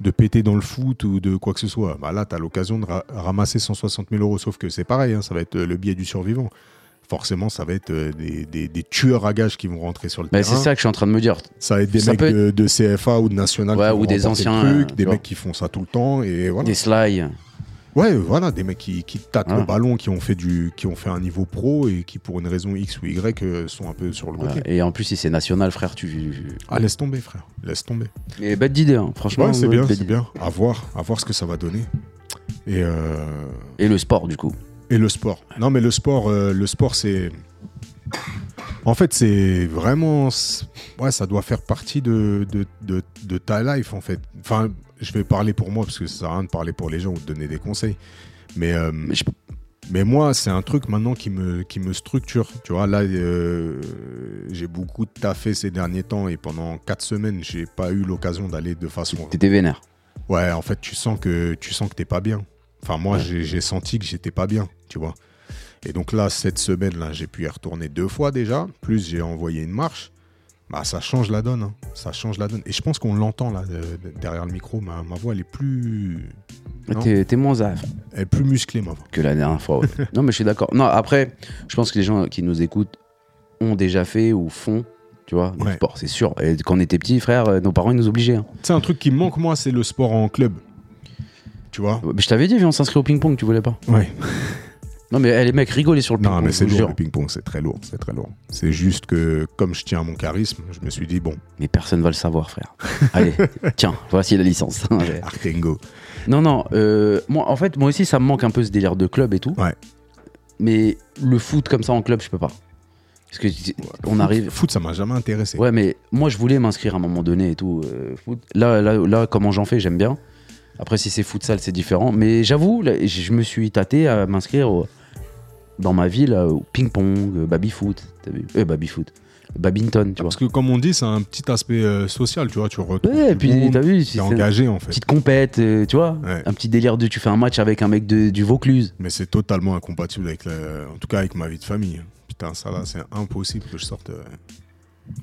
Speaker 2: de péter dans le foot ou de quoi que ce soit. Bah là, tu as l'occasion de ra- ramasser 160 000 euros, sauf que c'est pareil, hein, ça va être euh, le biais du survivant. Forcément, ça va être euh, des, des- des tueurs à gages qui vont rentrer sur le
Speaker 3: Mais Bah, c'est
Speaker 2: terrain.
Speaker 3: ça que je suis en train de me dire.
Speaker 2: Ça va être des
Speaker 3: ça
Speaker 2: mecs
Speaker 3: peut
Speaker 2: de, de CFA ou de National
Speaker 3: Ouais,
Speaker 2: qui vont
Speaker 3: ou des
Speaker 2: remporter le
Speaker 3: anciens,
Speaker 2: truc,
Speaker 3: euh,
Speaker 2: des
Speaker 3: tu
Speaker 2: mecs qui font ça tout le temps et voilà.
Speaker 3: Des slides.
Speaker 2: Ouais, voilà, des mecs qui, qui tâtent
Speaker 3: Voilà.
Speaker 2: le ballon, qui ont fait du, qui ont fait un niveau pro et qui pour une raison X ou Y euh, sont un peu sur le côté.
Speaker 3: Voilà. Et en plus, si c'est national, frère, tu.
Speaker 2: Ah, laisse tomber, frère. Laisse tomber.
Speaker 3: Mais bête d'idée, hein. franchement.
Speaker 2: Ouais, c'est
Speaker 3: bête
Speaker 2: bien, c'est
Speaker 3: d'idée.
Speaker 2: bien. À voir, à voir ce que ça va donner. Et, euh,
Speaker 3: Et le sport, du coup.
Speaker 2: et le sport. Non, mais le sport, euh, le sport, c'est. En fait, c'est vraiment. Ouais, ça doit faire partie de, de, de, de ta life, en fait. Enfin, je vais parler pour moi, parce que ça sert à rien de parler pour les gens ou de donner des conseils. Mais, euh,
Speaker 3: Mais je-
Speaker 2: mais moi, c'est un truc maintenant qui me, qui me structure. Tu vois, là, euh, j'ai beaucoup taffé ces derniers temps et pendant quatre semaines, j'ai pas eu l'occasion d'aller de façon.
Speaker 3: T'étais vénère.
Speaker 2: Ouais, en fait, tu sens que tu sens que t'es pas bien. Enfin, moi, j'ai j'ai senti que j'étais pas bien, tu vois. Et donc là, cette semaine-là, j'ai pu y retourner deux fois déjà. Plus, j'ai envoyé une marche. Bah, ça change la donne. hein. Ça change la donne. Et je pense qu'on l'entend là de- de- derrière le micro. Ma, ma voix, elle est plus, Non.
Speaker 3: T'es t'es moins à
Speaker 2: elle est plus musclée, ma voix.
Speaker 3: que la dernière
Speaker 2: [laughs]
Speaker 3: fois. ouais. non, mais je suis d'accord. Non, après, je pense que les gens qui nous écoutent ont déjà fait ou font, tu vois, du
Speaker 2: Ouais.
Speaker 3: sport, c'est sûr. Et quand on était petits, frère, euh, nos parents, ils nous obligeaient. hein.
Speaker 2: C'est un truc qui me manque, moi, c'est le sport en club. Tu vois
Speaker 3: Mais je t'avais dit, viens, on s'inscrit au ping-pong, tu voulais pas.
Speaker 2: Ouais.
Speaker 3: Non, mais eh, les mecs rigolaient sur le ping-pong.
Speaker 2: Non, mais
Speaker 3: je
Speaker 2: c'est
Speaker 3: vous
Speaker 2: lourd,
Speaker 3: jure.
Speaker 2: le ping-pong, c'est très lourd. C'est très lourd. C'est juste que, comme je tiens à mon charisme, je me suis dit, bon,
Speaker 3: Mais personne va le savoir, frère.
Speaker 2: [laughs]
Speaker 3: Allez, tiens, voici la licence. [laughs]
Speaker 2: Artengo.
Speaker 3: non, non, euh, moi, en fait, moi aussi, ça me manque un peu ce délire de club et tout.
Speaker 2: Ouais.
Speaker 3: Mais le foot comme ça en club, je peux pas. Parce que tu- on arrive.
Speaker 2: Foot, ça m'a jamais intéressé.
Speaker 3: Ouais, mais moi, je voulais m'inscrire à un moment donné et tout. euh, foot. Là, là, là, comment j'en fais, j'aime bien. Après, si c'est futsal, c'est différent. Mais j'avoue, là, je je me suis tâté à m'inscrire au- dans ma ville euh, au ping-pong, euh, baby-foot. t'as vu Euh, baby-foot. Babington, tu vois.
Speaker 2: Ah, Parce que comme on dit, c'est un petit aspect euh, social, tu vois, tu retrouves
Speaker 3: Ouais, et
Speaker 2: du
Speaker 3: puis
Speaker 2: monde,
Speaker 3: t'as vu,
Speaker 2: t'es
Speaker 3: c'est une
Speaker 2: engagé en fait.
Speaker 3: petite compète, euh, tu vois.
Speaker 2: Ouais.
Speaker 3: Un petit délire de tu fais un match avec un mec de- du Vaucluse.
Speaker 2: Mais c'est totalement incompatible avec, la- en tout cas, avec ma vie de famille. Putain, ça là, c'est impossible que je sorte. euh,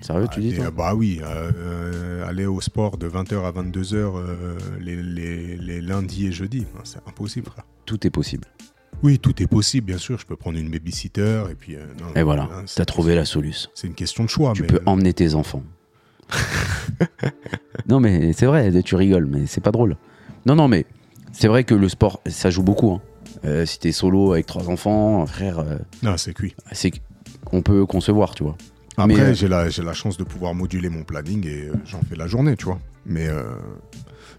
Speaker 3: Sérieux, tu dis
Speaker 2: et,
Speaker 3: toi
Speaker 2: euh, bah oui, euh, euh, aller au sport de 20h à 22h euh, les, les- les lundis et jeudis, hein, c'est impossible. frère.
Speaker 3: Tout est possible.
Speaker 2: Oui, tout est possible, bien sûr. Je peux prendre une babysitter et puis. euh, non,
Speaker 3: Et voilà,
Speaker 2: hein, c'est-
Speaker 3: t'as trouvé la solution.
Speaker 2: C'est une question de choix.
Speaker 3: Tu
Speaker 2: Oh, mais, euh,
Speaker 3: peux emmener tes enfants. non, mais c'est vrai, tu rigoles, mais c'est pas drôle. Non, non, mais c'est vrai que le sport, ça joue beaucoup. hein. Euh, si t'es solo avec trois enfants, frère, euh,
Speaker 2: Non, c'est cuit.
Speaker 3: c'est qu'on peut concevoir, tu vois.
Speaker 2: Après,
Speaker 3: Mais, euh,
Speaker 2: j'ai la, j'ai la chance de pouvoir moduler mon planning et euh, j'en fais la journée, tu vois. Mais, euh,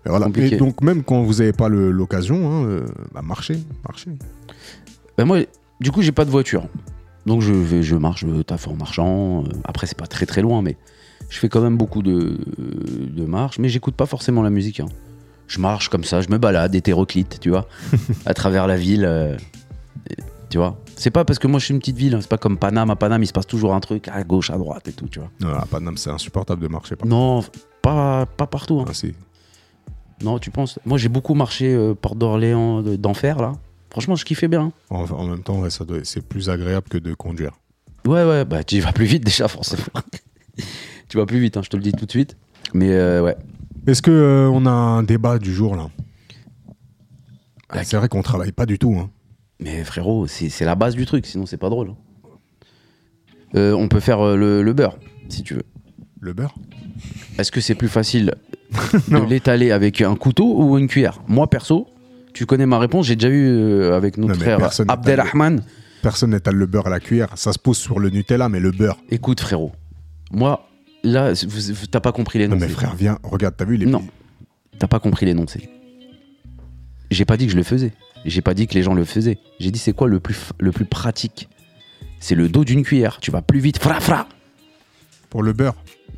Speaker 2: mais voilà.
Speaker 3: Compliqué.
Speaker 2: Et donc, même quand vous n'avez pas le- l'occasion, hein, euh, bah, marchez, marchez.
Speaker 3: Ben moi, du coup, j'ai pas de voiture. Donc je vais, je marche, je taffe en marchant. Euh, Après, c'est pas très très loin, mais je fais quand même beaucoup de, de marches. Mais j'écoute pas forcément la musique. hein. Je marche comme ça, je me balade, hétéroclite, tu vois, [laughs] à travers la ville. euh, et- tu vois, c'est pas parce que moi je suis une petite ville, hein, c'est pas comme Paname. À Paname, il se passe toujours un truc à gauche, à droite et tout, tu vois.
Speaker 2: Non, à Paname, c'est insupportable de marcher. Par
Speaker 3: Non, pas, pas partout. hein.
Speaker 2: Ah, si.
Speaker 3: Non, tu penses Moi, j'ai beaucoup marché euh, Porte d'Orléans, de- d'enfer, là. Franchement, je kiffais bien.
Speaker 2: en, en même temps, ouais, ça doit- c'est plus agréable que de conduire.
Speaker 3: Ouais, ouais, bah tu y vas plus vite déjà, forcément. [laughs] tu vas plus vite, hein, je te le dis tout de suite. Mais euh, ouais.
Speaker 2: Est-ce que euh, on a un débat du jour là Ah,
Speaker 3: Ouais.
Speaker 2: C'est vrai qu'on travaille pas du tout. hein.
Speaker 3: Mais frérot, c'est c'est la base du truc, sinon c'est pas drôle. hein. Euh, on peut faire euh, le, le beurre, si tu veux.
Speaker 2: Le beurre
Speaker 3: Est-ce que c'est plus [laughs] facile de
Speaker 2: Non.
Speaker 3: l'étaler avec un couteau ou une cuillère Moi, perso, tu connais ma réponse, j'ai déjà eu euh, avec notre
Speaker 2: Non, mais
Speaker 3: frère
Speaker 2: personne
Speaker 3: Abdelrahman.
Speaker 2: Personne n'étale le beurre à la cuillère. Ça se pose sur le Nutella, mais le beurre.
Speaker 3: Écoute, frérot, moi, là, c'est- vous- vous- t'as pas compris
Speaker 2: Non,
Speaker 3: l'énoncé.
Speaker 2: mais frère, viens, regarde, t'as vu les
Speaker 3: Non. T'as pas compris l'énoncé. J'ai pas dit que je le faisais. J'ai pas dit que les gens le faisaient. J'ai dit c'est quoi le plus, f- le plus pratique C'est le dos d'une cuillère. Tu vas plus vite, fra fra
Speaker 2: Pour le beurre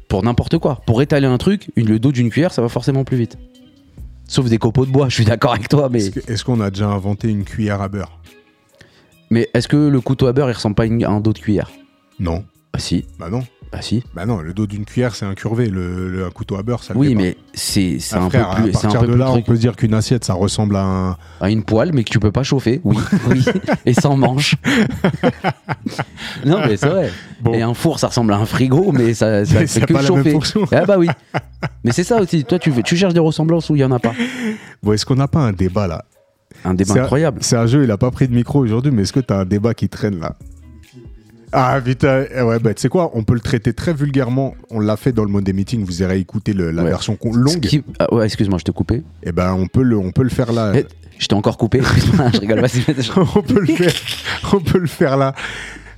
Speaker 3: Pour n'importe quoi. Pour étaler un truc, une- le dos d'une cuillère, ça va forcément plus vite. Sauf des copeaux de bois, je suis d'accord avec toi, mais.
Speaker 2: Est-ce que- est-ce qu'on a déjà inventé une cuillère à beurre
Speaker 3: Mais est-ce que le couteau à beurre, il ressemble pas à, une- à un dos de cuillère
Speaker 2: Non.
Speaker 3: Ah si,
Speaker 2: Bah non.
Speaker 3: ah si.
Speaker 2: Bah non, le dos d'une cuillère, c'est incurvé. Le, le- un couteau à beurre, ça le
Speaker 3: Oui,
Speaker 2: fait pas.
Speaker 3: mais c'est c'est
Speaker 2: Ah,
Speaker 3: un
Speaker 2: frère,
Speaker 3: peu plus,
Speaker 2: à
Speaker 3: c'est un
Speaker 2: partir
Speaker 3: peu
Speaker 2: de
Speaker 3: plus
Speaker 2: là, on
Speaker 3: truc.
Speaker 2: peut dire qu'une assiette, ça ressemble à un.
Speaker 3: à une poêle, mais que tu peux pas chauffer, oui,
Speaker 2: [laughs]
Speaker 3: oui, et sans manche. non, mais c'est vrai.
Speaker 2: Bon.
Speaker 3: Et un four, ça ressemble à un frigo, mais ça,
Speaker 2: [laughs]
Speaker 3: ça
Speaker 2: Mais
Speaker 3: fait
Speaker 2: c'est
Speaker 3: que
Speaker 2: pas la même
Speaker 3: chauffer.
Speaker 2: fonction.
Speaker 3: ah bah oui. Mais c'est ça aussi. Toi, tu, veux- tu cherches des ressemblances où il y en a pas.
Speaker 2: Bon, est-ce qu'on n'a pas un débat là
Speaker 3: Un débat
Speaker 2: C'est un-
Speaker 3: incroyable.
Speaker 2: C'est un jeu, il a pas pris de micro aujourd'hui, mais est-ce que t'as un débat qui traîne là ah putain, eh ouais, bah, tu sais quoi, on peut le traiter très vulgairement. On l'a fait dans le mode des meetings, vous irez écouter le- la
Speaker 3: Ouais.
Speaker 2: version con-
Speaker 3: Ce
Speaker 2: longue.
Speaker 3: qui- ah ouais, excuse-moi, je t'ai coupé.
Speaker 2: Et ben, on peut le, on peut le faire là.
Speaker 3: Eh, Je t'ai encore coupé. [laughs] Excuse-moi, je rigole. Vas-y, vas-y.
Speaker 2: [laughs] on peut le faire, on peut le faire là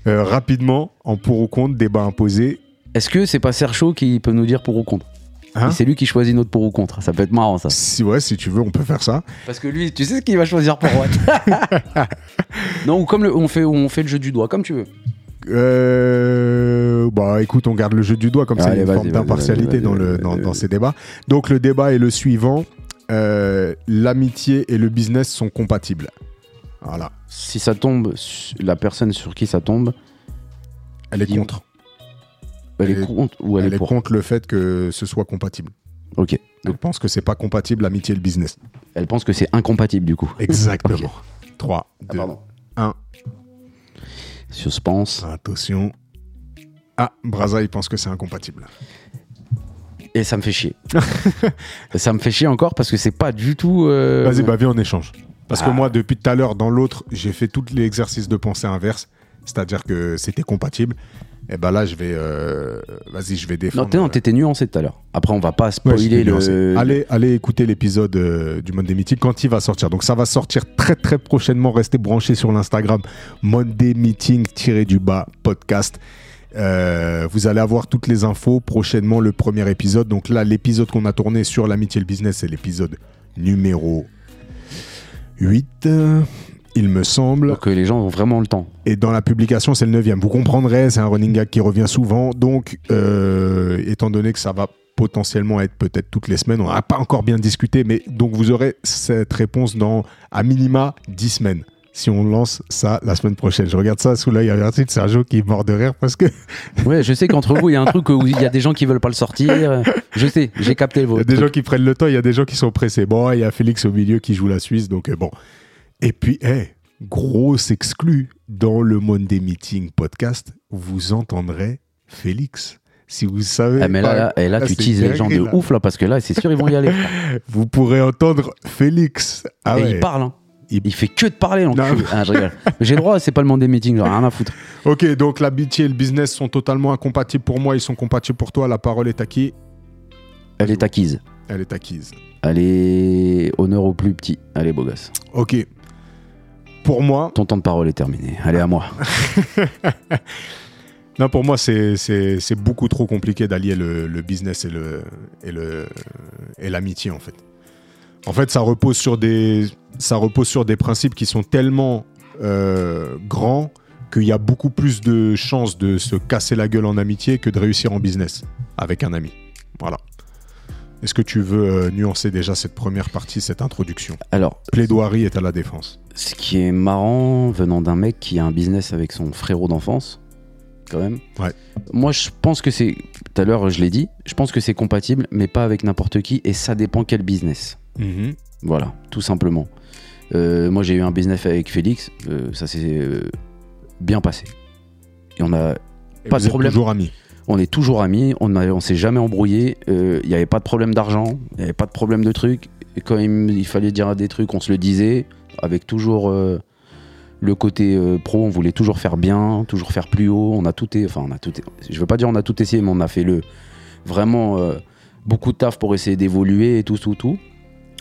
Speaker 2: Euh, rapidement, en pour ou contre, débat imposé.
Speaker 3: Est-ce que c'est pas Sercho qui peut nous dire pour ou contre
Speaker 2: Hein
Speaker 3: Et C'est lui qui choisit notre pour ou contre. Ça peut être marrant, ça.
Speaker 2: Si ouais, si tu veux, on peut faire ça.
Speaker 3: Parce que lui, tu sais ce qu'il va choisir pour what [laughs] Non, ou comme le, on, fait, on fait le jeu du doigt, comme tu veux.
Speaker 2: Euh, euh, bah écoute, on garde le jeu du doigt comme ça, il y
Speaker 3: Allez,
Speaker 2: a une
Speaker 3: vas-y,
Speaker 2: forme
Speaker 3: vas-y,
Speaker 2: d'impartialité
Speaker 3: vas-y,
Speaker 2: dans,
Speaker 3: vas-y,
Speaker 2: le,
Speaker 3: vas-y,
Speaker 2: dans,
Speaker 3: vas-y.
Speaker 2: dans ces débats. Donc le débat est le suivant Euh, l'amitié et le business sont compatibles. Voilà,
Speaker 3: Si ça tombe, su- la personne sur qui ça tombe,
Speaker 2: elle est
Speaker 3: Il-
Speaker 2: contre.
Speaker 3: elle est
Speaker 2: Elle est-
Speaker 3: contre ou
Speaker 2: Elle,
Speaker 3: elle,
Speaker 2: est,
Speaker 3: est pour.
Speaker 2: contre le fait que ce soit compatible.
Speaker 3: Ok.
Speaker 2: Elle pense que c'est pas compatible l'amitié et le business.
Speaker 3: Elle pense que c'est incompatible du coup.
Speaker 2: Exactement. 3, 2,
Speaker 3: Ah, pardon.
Speaker 2: 1.
Speaker 3: Suspense.
Speaker 2: Attention. Ah, Braza, il pense que c'est incompatible. Ah.
Speaker 3: Et ça me fait
Speaker 2: [laughs]
Speaker 3: chier. ça me fait chier encore parce que c'est pas du tout. euh,
Speaker 2: Vas-y, bah viens, on échange. Parce que
Speaker 3: Ah.
Speaker 2: moi, depuis tout à l'heure, dans l'autre, j'ai fait tous les exercices de pensée inverse, c'est-à-dire que c'était compatible. Et bah là, je vais, euh, vas-y, je vais
Speaker 3: Non,
Speaker 2: défendre.
Speaker 3: t'es- non, t'étais nuancé tout à l'heure. Après, on va pas
Speaker 2: Ouais, je
Speaker 3: spoiler
Speaker 2: vais nuancer.
Speaker 3: le.
Speaker 2: Allez, allez écouter l'épisode euh, du Monday Meeting quand il va sortir. Donc ça va sortir très très prochainement. Restez branchés sur l'Instagram Monday Meeting tiré du bas podcast. Euh, vous allez avoir toutes les infos prochainement le premier épisode. Donc là, l'épisode qu'on a tourné sur l'amitié et le business, c'est l'épisode numéro 8, il me semble.
Speaker 3: Pour que les gens ont vraiment le temps.
Speaker 2: Et dans la publication, c'est le 9 Vous comprendrez, c'est un running gag qui revient souvent. Donc, euh, étant donné que ça va potentiellement être peut-être toutes les semaines, on n'a pas encore bien discuté, mais donc vous aurez cette réponse dans à minima 10 semaines. Si on lance ça la semaine prochaine. Je regarde ça sous l'œil averti de Sergio qui est mort de rire parce que
Speaker 3: Ouais, je sais qu'entre vous, il y a un truc où il y a des gens qui veulent pas le sortir. Je sais, j'ai capté
Speaker 2: Il
Speaker 3: le
Speaker 2: y
Speaker 3: vôtre.
Speaker 2: a des gens qui prennent le temps, il y a des gens qui sont pressés. Bon, il y a Félix au milieu qui joue la Suisse, donc euh, bon. Et puis, hey, grosse exclue, dans le Monday Meeting podcast, vous entendrez Félix. Si vous savez,
Speaker 3: Ah, mais là,
Speaker 2: pas,
Speaker 3: là, et là,
Speaker 2: là,
Speaker 3: tu
Speaker 2: c'est
Speaker 3: teases les gens de
Speaker 2: dinguerie, là.
Speaker 3: ouf là parce que là, c'est sûr, ils vont y aller.
Speaker 2: vous pourrez entendre Félix. [laughs] Ah
Speaker 3: et
Speaker 2: ouais.
Speaker 3: il parle. Hein.
Speaker 2: Il-
Speaker 3: Il... fait que de parler. l'enculé.
Speaker 2: Non.
Speaker 3: Ah, je rigole. Mais J'ai le droit, c'est pas le monde des meetings, j'en ai rien
Speaker 2: [laughs]
Speaker 3: à foutre.
Speaker 2: Ok, donc l'amitié et le business sont totalement incompatibles pour moi, ils sont compatibles pour toi. La parole est à qui
Speaker 3: Elle est acquise.
Speaker 2: Elle est acquise.
Speaker 3: Elle est honneur au plus petit. Allez, beau gosse.
Speaker 2: Ok. Pour moi,
Speaker 3: Ton temps de parole est terminé. Allez, à moi.
Speaker 2: Non, pour moi, c'est- c'est c'est beaucoup trop compliqué d'allier le, le business et l'amitié, le, et le, et l'amitié, en fait. En fait, ça repose sur des, ça repose sur des principes qui sont tellement euh, grands qu'il y a beaucoup plus de chances de se casser la gueule en amitié que de réussir en business avec un ami. Voilà. Est-ce que tu veux euh, nuancer déjà cette première partie, cette introduction
Speaker 3: Alors,
Speaker 2: Plaidoirie est à la défense.
Speaker 3: ce qui est marrant venant d'un mec qui a un business avec son frérot d'enfance, quand même.
Speaker 2: Ouais.
Speaker 3: Moi, je pense que c'est. Tout à l'heure, je l'ai dit. Je pense que c'est compatible, mais pas avec n'importe qui. Et ça dépend quel business. Mm-hmm. Voilà, tout simplement. Euh, moi, j'ai eu un business avec Félix. euh, ça s'est euh, bien passé. Et on a,
Speaker 2: Et
Speaker 3: Pas
Speaker 2: vous
Speaker 3: de
Speaker 2: êtes
Speaker 3: problème.
Speaker 2: Toujours ami.
Speaker 3: on est toujours amis. On ne s'est jamais embrouillé. euh, Il n'y avait pas de problème d'argent. Il n'y avait pas de problème de trucs. Et Quand il, me- il fallait dire des trucs, on se le disait. Avec toujours euh, le côté euh, pro, on voulait toujours faire bien, toujours faire plus haut. On a tout, et, enfin, on a tout. et- je veux pas dire on a tout essayé, mais on a fait le vraiment euh, beaucoup de taf pour essayer d'évoluer et tout, tout, tout.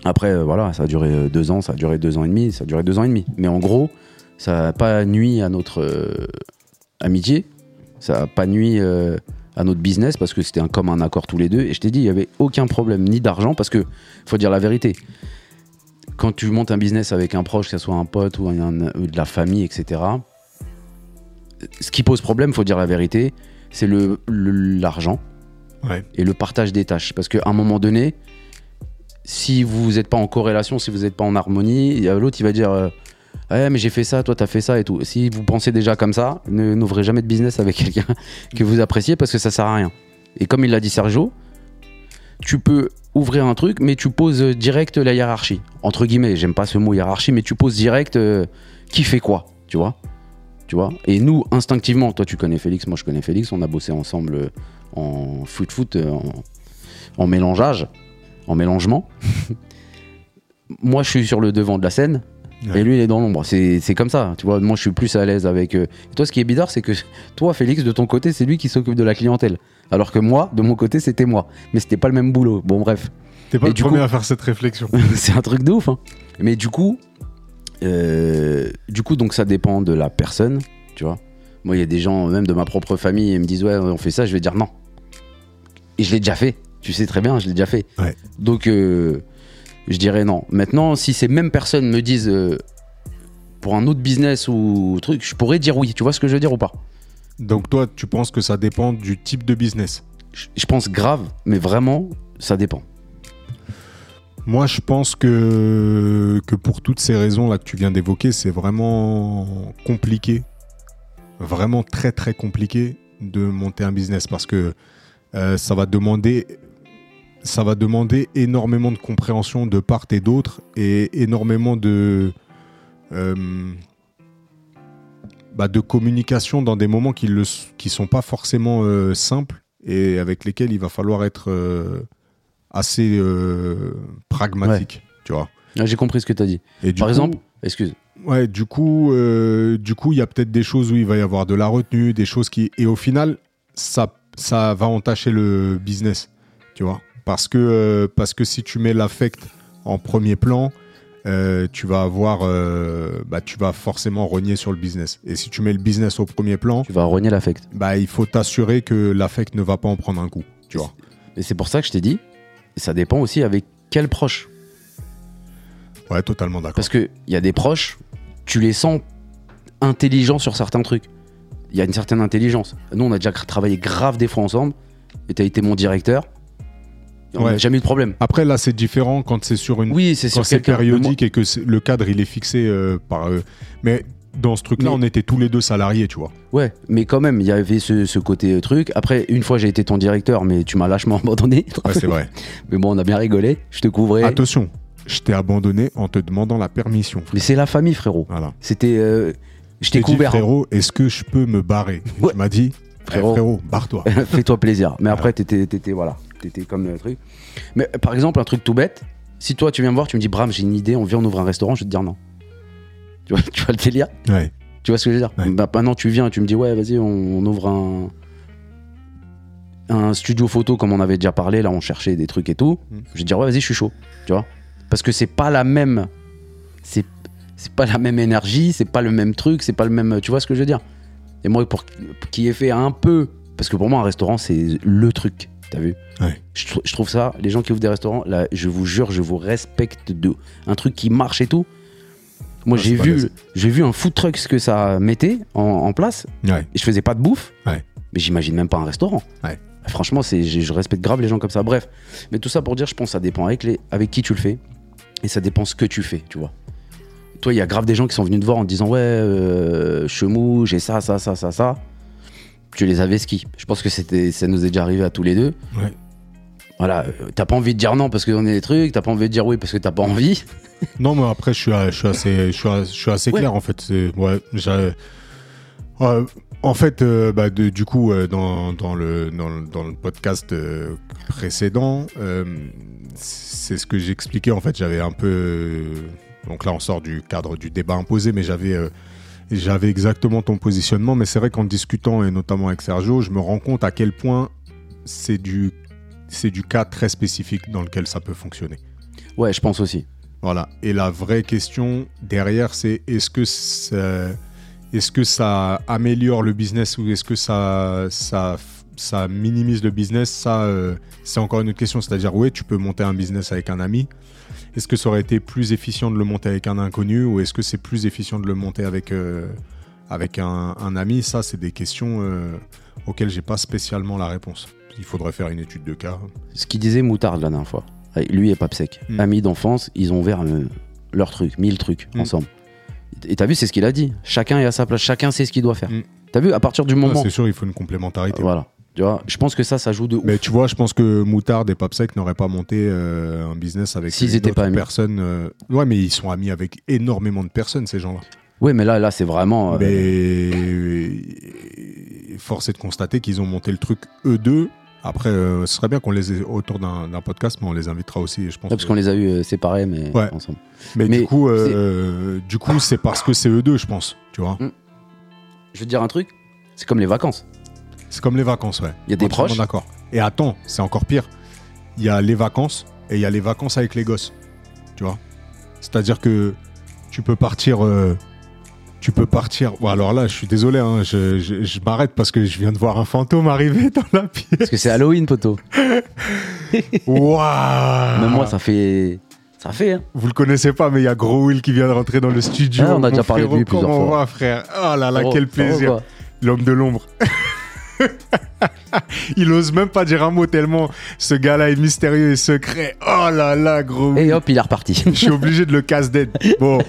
Speaker 3: Après, euh, voilà, ça a duré euh, deux ans, ça a duré deux ans et demi, ça a duré deux ans et demi. Mais en gros, ça n'a pas nuit à notre euh, amitié, ça n'a pas nuit euh, à notre business parce que c'était un, comme un accord tous les deux. Et je t'ai dit, il n'y avait aucun problème ni d'argent parce que, faut dire la vérité, quand tu montes un business avec un proche, que ce soit un pote ou, un- ou de la famille, etc., ce qui pose problème, faut dire la vérité, c'est le- le- l'argent
Speaker 2: Ouais.
Speaker 3: et le partage des tâches. Parce qu'à un moment donné, si vous n'êtes pas en corrélation, si vous n'êtes pas en harmonie, il y a l'autre il va dire euh, Ouais, mais j'ai fait ça, toi t'as fait ça et tout. Si vous pensez déjà comme ça, ne- n'ouvrez jamais de business avec quelqu'un [laughs] que vous appréciez parce que ça sert à rien. Et comme il l'a dit Sergio, tu peux ouvrir un truc, mais tu poses euh, direct la hiérarchie. Entre guillemets, j'aime pas ce mot hiérarchie, mais tu poses direct euh, qui fait quoi, tu vois tu vois Et nous, instinctivement, toi tu connais Félix, moi je connais Félix, on a bossé ensemble euh, en foot foot en, en mélangeage en mélangement moi je suis sur le devant de la scène
Speaker 2: Ouais.
Speaker 3: et lui il est dans l'ombre c'est c'est comme ça tu vois moi je suis plus à l'aise avec euh, et toi ce qui est bizarre c'est que [laughs] toi Félix de ton côté c'est lui qui s'occupe de la clientèle alors que moi de mon côté c'était moi mais c'était pas le même boulot bon bref
Speaker 2: T'es pas
Speaker 3: Et
Speaker 2: le
Speaker 3: du
Speaker 2: premier
Speaker 3: coup-
Speaker 2: à faire cette réflexion.
Speaker 3: [laughs] c'est un truc de ouf. hein. Mais du coup, euh, du coup, donc ça dépend de la personne, tu vois. Moi, il y a des gens, même de ma propre famille, ils me disent ouais, on fait ça. Je vais dire non. Et je l'ai déjà fait. Tu sais très bien, je l'ai déjà fait.
Speaker 2: Ouais.
Speaker 3: Donc, euh, je dirais non. Maintenant, si ces mêmes personnes me disent euh, pour un autre business ou truc, je pourrais dire oui. Tu vois ce que je veux dire ou pas
Speaker 2: Donc toi, tu penses que ça dépend du type de business
Speaker 3: Je je pense grave, mais vraiment, ça dépend.
Speaker 2: Moi, je pense que, que pour toutes ces raisons-là que tu viens d'évoquer, c'est vraiment compliqué, vraiment très très compliqué de monter un business parce que euh, ça va demander ça va demander énormément de compréhension de part et d'autre et énormément de euh, bah, de communication dans des moments qui ne sont pas forcément euh, simples et avec lesquels il va falloir être euh, assez euh, pragmatique, tu vois.
Speaker 3: Ah, J'ai compris ce que tu as dit.
Speaker 2: Et du
Speaker 3: Par
Speaker 2: coup-
Speaker 3: exemple, excuse.
Speaker 2: Ouais, du coup, euh, du coup, il y a peut-être des choses où il va y avoir de la retenue, des choses qui, et au final, ça, ça va entacher le business, tu vois, parce que euh, parce que si tu mets l'affect en premier plan, euh, tu vas avoir, euh, bah, tu vas forcément renier sur le business. Et si tu mets le business au premier plan,
Speaker 3: Tu vas rogner l'affect.
Speaker 2: bah, il faut t'assurer que l'affect ne va pas en prendre un coup, tu vois.
Speaker 3: Et c'est pour ça que je t'ai dit, ça dépend aussi avec quel proche.
Speaker 2: Ouais, totalement d'accord.
Speaker 3: Parce qu'il y a des proches, tu les sens intelligents sur certains trucs. Il y a une certaine intelligence. Nous, on a déjà travaillé grave des fois ensemble, et t'as été mon directeur. Et On n'a
Speaker 2: Ouais.
Speaker 3: jamais eu de problème.
Speaker 2: Après, là, c'est différent quand c'est sur une
Speaker 3: Oui, c'est
Speaker 2: quand
Speaker 3: sur
Speaker 2: c'est
Speaker 3: quelqu'un. Mais moi-
Speaker 2: périodique et que c'est- le cadre il est fixé euh, par. euh, mais dans ce truc-là,
Speaker 3: Mais-
Speaker 2: on était tous les deux salariés, tu vois.
Speaker 3: Ouais, mais quand même, il y avait ce, ce côté euh, truc. Après, une fois, j'ai été ton directeur, mais tu m'as lâchement [laughs] abandonné.
Speaker 2: Ouais, c'est
Speaker 3: [laughs]
Speaker 2: vrai.
Speaker 3: mais bon, on a bien rigolé. Je te couvrais.
Speaker 2: Attention, je t'ai abandonné en te demandant la permission. frère.
Speaker 3: Mais c'est la famille, frérot.
Speaker 2: Voilà.
Speaker 3: C'était. euh, je t'ai
Speaker 2: J'ai dit,
Speaker 3: couvert.
Speaker 2: frérot, est-ce que je peux me barrer Et
Speaker 3: Ouais.
Speaker 2: Tu m'as dit, eh, frérot,
Speaker 3: Frérot.
Speaker 2: barre-toi.
Speaker 3: [laughs] Fais-toi plaisir. Mais après, t'étais, t'étais, voilà, t'étais comme le truc. Mais euh, par exemple, un truc tout bête, si toi tu viens me voir, tu me dis Bram, j'ai une idée, on vient, on ouvre un restaurant, je vais te dire non. Tu vois, [laughs] tu vois le délire
Speaker 2: Ouais.
Speaker 3: Tu vois ce que je veux dire
Speaker 2: Ouais.
Speaker 3: Bah, Maintenant, tu viens et tu me dis ouais, vas-y, on, on ouvre un. Un studio photo, comme on avait déjà parlé, là on cherchait des trucs et tout.
Speaker 2: Mm.
Speaker 3: Je vais te dire ouais, vas-y, je suis chaud. Tu vois Parce que c'est pas la même. C'est, c'est pas la même énergie, c'est pas le même truc, c'est pas le même. Tu vois ce que je veux dire et moi, pour qui ait fait un peu. Parce que pour moi, un restaurant, c'est le truc. T'as vu
Speaker 2: Ouais.
Speaker 3: je, trou- je trouve ça, les gens qui ouvrent des restaurants, là, je vous jure, je vous respecte de. Un truc qui marche et tout. Moi,
Speaker 2: Ouais,
Speaker 3: j'ai
Speaker 2: c'est pas
Speaker 3: vu,
Speaker 2: facile.
Speaker 3: j'ai vu un food truck, ce que ça mettait en, en place.
Speaker 2: Ouais.
Speaker 3: Et je faisais pas de bouffe.
Speaker 2: Ouais.
Speaker 3: Mais j'imagine même pas un restaurant. Bah,
Speaker 2: Ouais.
Speaker 3: Franchement, c'est, je, je respecte grave les gens comme ça. Bref. Mais tout ça pour dire, je pense, que ça dépend avec, les, avec qui tu le fais. Et ça dépend ce que tu fais, tu vois. Toi, il y a grave des gens qui sont venus te voir en te disant Ouais, euh, chemou, j'ai ça, ça, ça, ça, ça. Tu les avais ski. Je pense que c'était, ça nous est déjà arrivé à tous les deux.
Speaker 2: Ouais.
Speaker 3: Voilà, euh, t'as pas envie de dire non parce qu'on est des trucs, t'as pas envie de dire oui parce que t'as pas envie.
Speaker 2: Non, mais après, je suis, à- je suis assez, je suis à- je suis assez
Speaker 3: Ouais.
Speaker 2: clair, en fait. C'est- Ouais, j'ai- Euh, en fait, euh, bah, de- du coup, euh, dans, dans le, dans, le- dans le podcast euh, précédent, euh, c'est ce que j'expliquais. En fait, j'avais un peu. euh, donc là, on sort du cadre du débat imposé, mais j'avais. euh, j'avais exactement ton positionnement, mais c'est vrai qu'en discutant, et notamment avec Sergio, je me rends compte à quel point c'est du, c'est du cas très spécifique dans lequel ça peut fonctionner.
Speaker 3: Ouais, je pense aussi.
Speaker 2: Voilà. Et la vraie question derrière, c'est est-ce que ça, est-ce que ça améliore le business ou est-ce que ça, ça, ça minimise le business Ça, euh, c'est encore une autre question. C'est-à-dire, ouais, tu peux monter un business avec un ami. Est-ce que ça aurait été plus efficient de le monter avec un inconnu ou est-ce que c'est plus efficient de le monter avec, euh, avec un, un ami Ça, c'est des questions euh, auxquelles j'ai pas spécialement la réponse. Il faudrait faire une étude de cas.
Speaker 3: Ce qu'il disait Moutarde la dernière fois, Ouais, lui et Papsec,
Speaker 2: Mm.
Speaker 3: amis d'enfance, ils ont ouvert euh, leur truc, mille trucs
Speaker 2: Mm.
Speaker 3: ensemble. Et t'as vu, c'est ce qu'il a dit. Chacun est à sa place, chacun sait ce qu'il doit faire.
Speaker 2: Mm.
Speaker 3: T'as vu, à partir du
Speaker 2: Ouais,
Speaker 3: moment.
Speaker 2: c'est sûr, il faut une complémentarité.
Speaker 3: voilà. Tu vois, je pense que ça, ça joue de ouf.
Speaker 2: Mais tu vois, je pense que Moutarde et Papsec n'auraient pas monté euh, un business avec
Speaker 3: S'ils
Speaker 2: une
Speaker 3: étaient
Speaker 2: autre
Speaker 3: pas amis.
Speaker 2: personne. euh, Ouais, mais ils sont amis avec énormément de personnes, ces gens-là.
Speaker 3: Ouais, mais là, là, c'est vraiment. euh,
Speaker 2: Mais force est de constater qu'ils ont monté le truc eux deux. Après, euh, ce serait bien qu'on les ait autour d'un d'un podcast, mais on les invitera aussi, je pense.
Speaker 3: Ouais, parce qu'on les a eu euh, séparés, mais
Speaker 2: Ouais.
Speaker 3: ensemble.
Speaker 2: mais,
Speaker 3: mais
Speaker 2: du coup, euh, du coup, c'est parce que c'est eux deux, je pense. Tu vois,
Speaker 3: Je veux te dire un truc, c'est comme les vacances.
Speaker 2: c'est comme les vacances, ouais.
Speaker 3: Il y a des
Speaker 2: Entièrement
Speaker 3: proches.
Speaker 2: D'accord. Et attends, c'est encore pire. Il y a les vacances et il y a les vacances avec les gosses. Tu vois C'est-à-dire que tu peux partir. euh, tu peux partir. Bon, alors là, je suis désolé, hein, je, je- je m'arrête parce que je viens de voir un fantôme arriver dans la pièce.
Speaker 3: [laughs] Parce que c'est Halloween, poteau.
Speaker 2: Waouh
Speaker 3: Même moi, ça fait. Ça fait, hein.
Speaker 2: Vous le connaissez pas, mais il y a Gros Will qui vient de rentrer dans le studio.
Speaker 3: Ah, on a
Speaker 2: Mon
Speaker 3: déjà parlé de
Speaker 2: frérot,
Speaker 3: lui plusieurs
Speaker 2: comment on
Speaker 3: fois.
Speaker 2: va, frère Oh là là,
Speaker 3: Frérot,
Speaker 2: quel
Speaker 3: frérot,
Speaker 2: plaisir
Speaker 3: quoi.
Speaker 2: l'homme de l'ombre. [laughs] Il ose même pas dire un mot tellement ce gars-là est mystérieux et secret. Oh là là, gros.
Speaker 3: Et hop, il
Speaker 2: [laughs]
Speaker 3: est reparti.
Speaker 2: Je suis obligé de le casse dead. Bon.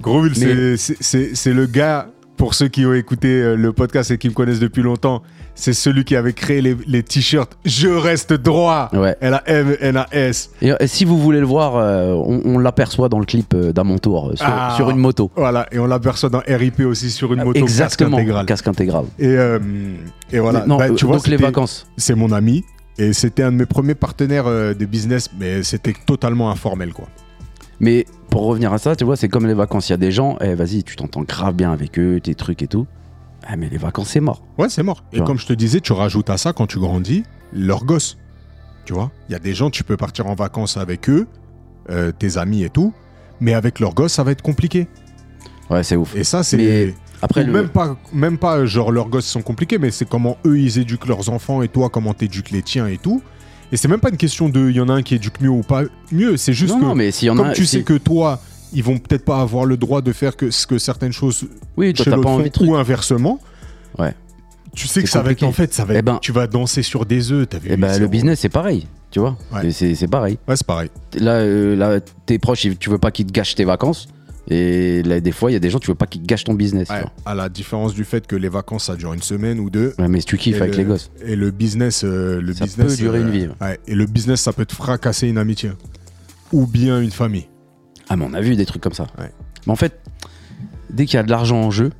Speaker 2: Groville,
Speaker 3: Mais-
Speaker 2: c'est- c'est- c'est c'est le gars, pour ceux qui ont écouté euh, le podcast et qui me connaissent depuis longtemps, c'est celui qui avait créé les, les t-shirts Je reste droit.
Speaker 3: Ouais.
Speaker 2: L-A-M-N-A-S.
Speaker 3: Et, euh, si vous voulez le voir, euh, on, on l'aperçoit dans le clip euh, d'À mon tour euh, sur,
Speaker 2: Ah.
Speaker 3: sur une moto.
Speaker 2: Voilà, et on l'aperçoit dans RIP aussi sur une moto
Speaker 3: Exactement,
Speaker 2: casque intégrale.
Speaker 3: casque intégral.
Speaker 2: Et, euh, et voilà,
Speaker 3: Non,
Speaker 2: Bah,
Speaker 3: euh,
Speaker 2: tu vois,
Speaker 3: donc les
Speaker 2: c'était-
Speaker 3: vacances.
Speaker 2: c'est mon ami et c'était un de mes premiers partenaires euh, de business, mais c'était totalement informel quoi.
Speaker 3: Mais pour revenir à ça, tu vois, c'est comme les vacances. Il y a des gens, eh, vas-y, tu t'entends grave bien avec eux, tes trucs et tout. Ah, mais les vacances, c'est mort.
Speaker 2: Ouais, c'est mort. Et
Speaker 3: Ouais.
Speaker 2: comme je te disais, tu rajoutes à ça quand tu grandis leurs gosses. Tu vois, il y a des gens, tu peux partir en vacances avec eux, euh, tes amis et tout, mais avec leurs gosses, ça va être compliqué.
Speaker 3: Ouais, c'est ouf.
Speaker 2: Et ça, c'est
Speaker 3: Mais Après,
Speaker 2: Ou
Speaker 3: le...
Speaker 2: même pas, même pas euh, genre leurs gosses sont compliqués, mais c'est comment eux ils éduquent leurs enfants et toi comment t'éduques les tiens et tout. Et c'est même pas une question de il y en a un qui éduque mieux ou pas mieux, c'est juste
Speaker 3: non,
Speaker 2: que
Speaker 3: non, mais s'il y en
Speaker 2: comme
Speaker 3: a,
Speaker 2: tu
Speaker 3: si-
Speaker 2: sais que toi, ils vont peut-être pas avoir le droit de faire que ce que certaines choses
Speaker 3: oui, toi,
Speaker 2: chez
Speaker 3: t'as
Speaker 2: l'autre
Speaker 3: pas envie
Speaker 2: font,
Speaker 3: de trucs.
Speaker 2: ou inversement.
Speaker 3: Ouais.
Speaker 2: Tu sais que
Speaker 3: C'est
Speaker 2: ça va être
Speaker 3: compliqué.
Speaker 2: en fait, ça va
Speaker 3: Eh
Speaker 2: être-
Speaker 3: ben-
Speaker 2: tu vas danser sur des œufs. T'as vu
Speaker 3: Eh ben,
Speaker 2: c'est-
Speaker 3: le business, c'est pareil, tu vois.
Speaker 2: Ouais.
Speaker 3: C'est- C'est c'est pareil.
Speaker 2: Ouais, c'est pareil.
Speaker 3: Là, euh, là, tes proches, ils- tu veux pas qu'ils te gâchent tes vacances. Et là, des fois, il y a des gens, tu veux pas qu'ils te gâchent ton business. tu
Speaker 2: Ouais,
Speaker 3: vois.
Speaker 2: À la différence du fait que les vacances ça dure une semaine ou deux.
Speaker 3: Ouais, mais tu kiffes
Speaker 2: Et
Speaker 3: avec
Speaker 2: le-
Speaker 3: les gosses.
Speaker 2: Et le business, euh, le
Speaker 3: Ça
Speaker 2: business,
Speaker 3: peut durer une vie.
Speaker 2: ouais, et le business, ça peut te fracasser une amitié ou bien une famille.
Speaker 3: Ah, mais on a vu des trucs comme ça.
Speaker 2: Ouais.
Speaker 3: Mais en fait, dès qu'il y a de l'argent en jeu,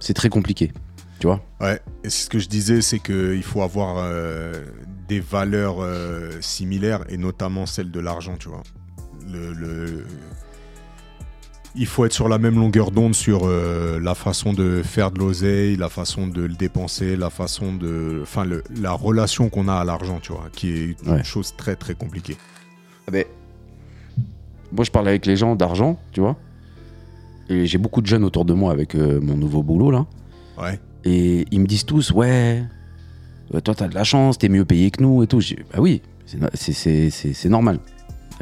Speaker 3: c'est très compliqué. Tu vois
Speaker 2: Ouais, et c'est ce que je disais, c'est qu'il faut avoir euh, des valeurs euh, similaires et notamment celle de l'argent, tu vois. Le, le- Il faut être sur la même longueur d'onde sur euh, la façon de faire de l'oseille, la façon de le dépenser, la façon de. Enfin, le- la relation qu'on a à l'argent, tu vois, qui est une
Speaker 3: Ouais.
Speaker 2: chose très très compliquée.
Speaker 3: Ah ben, moi, je parle avec les gens d'argent, tu vois. Et j'ai beaucoup de jeunes autour de moi avec euh, mon nouveau boulot, là.
Speaker 2: Ouais.
Speaker 3: Et ils me disent tous, ouais, euh, toi, t'as de la chance, t'es mieux payé que nous et tout. Je dis, bah oui, c'est no- c'est- c'est c'est- c'est normal.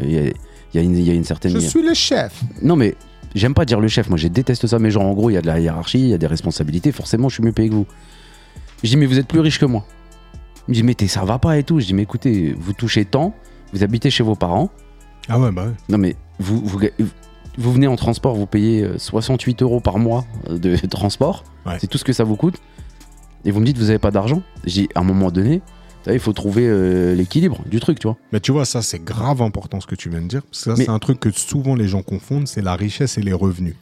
Speaker 3: Il y a, il y a une- il y a une certaine.
Speaker 2: le chef.
Speaker 3: Non, mais j'aime pas dire le chef. Moi, je déteste ça. Mais genre, en gros, il y a de la hiérarchie, il y a des responsabilités. Forcément, je suis mieux payé que vous. Je dis, mais vous êtes plus riche que moi. Il me dit, mais t'es- ça va pas et tout. Je dis, mais écoutez, vous touchez tant, vous habitez chez vos parents.
Speaker 2: Ah ouais, bah ouais.
Speaker 3: Non, mais vous, vous, vous venez en transport, vous payez euh, 68 euros par mois euh, de [laughs] transport.
Speaker 2: Ouais.
Speaker 3: C'est tout ce que ça vous coûte. Et vous me dites, vous avez pas d'argent. Je dis, à un moment donné, vous savez, il faut trouver euh, l'équilibre du truc, tu vois.
Speaker 2: Mais tu vois, ça, c'est grave important ce que tu viens de dire. Parce que ça,
Speaker 3: Mais-
Speaker 2: c'est un truc que souvent les gens confondent c'est la richesse et les revenus.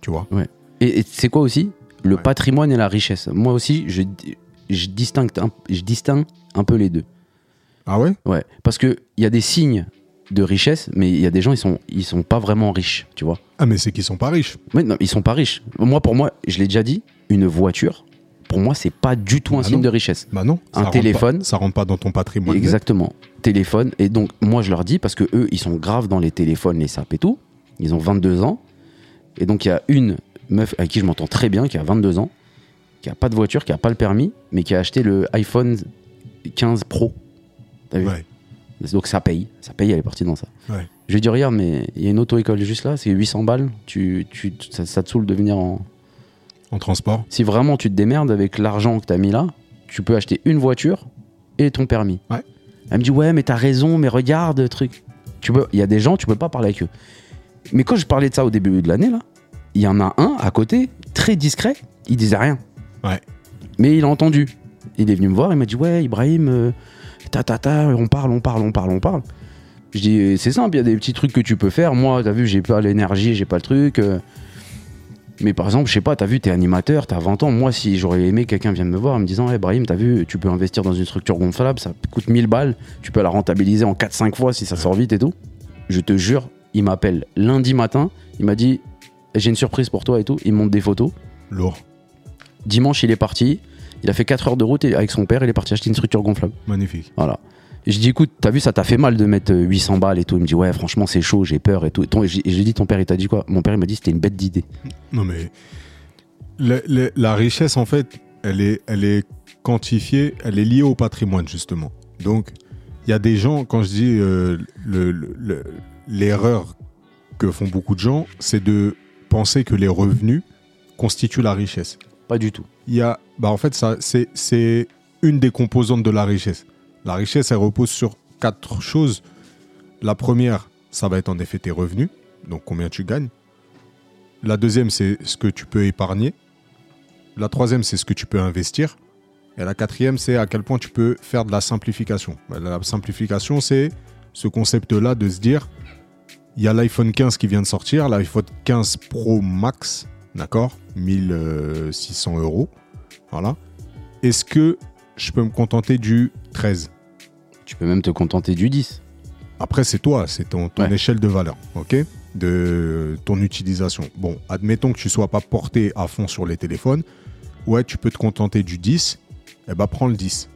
Speaker 2: Tu vois
Speaker 3: Et, et c'est quoi aussi Le
Speaker 2: Ouais.
Speaker 3: patrimoine et la richesse. Moi aussi, je, je, distingue, un- je distingue un peu les deux.
Speaker 2: Ah ouais
Speaker 3: Ouais. Parce qu'il y a des signes de richesse, mais il y a des gens, ils sont, ils sont pas vraiment riches, tu vois.
Speaker 2: Ah, mais c'est qu'ils sont pas riches.
Speaker 3: Mais non, ils sont pas riches. Moi, pour moi, je l'ai déjà dit, une voiture, pour moi, c'est pas du tout un
Speaker 2: Ah
Speaker 3: signe
Speaker 2: non.
Speaker 3: de richesse.
Speaker 2: Bah non. ça
Speaker 3: Un
Speaker 2: rentre
Speaker 3: téléphone.
Speaker 2: pas- ça rentre pas dans ton patrimoine.
Speaker 3: Exactement. Téléphone. Et donc, moi, je leur dis, parce que eux, ils sont graves dans les téléphones, les sapes et tout. Ils ont 22 ans. Et donc, il y a une meuf à qui je m'entends très bien, qui a 22 ans, qui a pas de voiture, qui a pas le permis, mais qui a acheté le iPhone 15 Pro. T'as vu
Speaker 2: Ouais.
Speaker 3: Donc, ça paye. Ça paye, elle est partie dans ça.
Speaker 2: Ouais.
Speaker 3: Je lui dis, regarde, mais il y a une auto-école juste là, c'est 800 balles. Tu, tu, ça, ça te saoule de venir en.
Speaker 2: En transport.
Speaker 3: Si vraiment tu te démerdes avec l'argent que t'as mis là, tu peux acheter une voiture et ton permis.
Speaker 2: Ouais.
Speaker 3: Elle me dit ouais mais t'as raison mais regarde truc. Tu peux, il y a des gens tu peux pas parler avec eux. Mais quand je parlais de ça au début de l'année là, il y en a un à côté très discret, il disait rien.
Speaker 2: Ouais.
Speaker 3: Mais il a entendu. Il est venu me voir, il m'a dit ouais Ibrahim, euh, ta ta ta, on parle, on parle, on parle, on parle. Je dis euh, c'est simple, il y a des petits trucs que tu peux faire. Moi t'as vu j'ai pas l'énergie, j'ai pas le truc. euh, mais par exemple, je sais pas, t'as vu, t'es animateur, t'as 20 ans. Moi, si j'aurais aimé quelqu'un vienne me voir en me disant, hey, Brahim, t'as vu, tu peux investir dans une structure gonflable, ça coûte 1000 balles, tu peux la rentabiliser en 4-5 fois si ça sort vite et tout. Je te jure, il m'appelle lundi matin, il m'a dit, j'ai une surprise pour toi et tout. Il monte des photos.
Speaker 2: Lourd.
Speaker 3: Dimanche, il est parti, il a fait 4 heures de route et avec son père, il est parti acheter une structure gonflable.
Speaker 2: Magnifique.
Speaker 3: Voilà. Et je dis, écoute, t'as vu, ça t'a fait mal de mettre euh, 800 balles et tout. Il me dit, ouais, franchement, c'est chaud, j'ai peur et tout. Et ton- et je et je lui dis, ton père, il t'a dit quoi Mon père, il m'a dit, c'était une bête d'idée.
Speaker 2: Non, mais. le- le- la richesse, en fait, elle est, elle est quantifiée, elle est liée au patrimoine, justement. Donc, il y a des gens, quand je dis euh, le- le- le- l'erreur que font beaucoup de gens, c'est de penser que les revenus constituent la richesse.
Speaker 3: Pas du tout.
Speaker 2: Il y a, bah en fait, ça, c'est, c'est une des composantes de la richesse. La richesse, elle repose sur quatre choses. La première, ça va être en effet tes revenus, donc combien tu gagnes. La deuxième, c'est ce que tu peux épargner. La troisième, c'est ce que tu peux investir. Et la quatrième, c'est à quel point tu peux faire de la simplification. Bah, La simplification, c'est ce concept-là de se dire, il y a l'iPhone 15 qui vient de sortir, l'iPhone 15 Pro Max, d'accord 1600 euros. Voilà. Est-ce que je peux me contenter du 13
Speaker 3: Tu peux même te contenter du 10.
Speaker 2: Après, c'est toi, c'est ton, ton
Speaker 3: Ouais.
Speaker 2: échelle de valeur, ok De ton utilisation. Bon, admettons que tu sois pas porté à fond sur les téléphones. Ouais, tu peux te contenter du 10. Eh ben, prends le 10.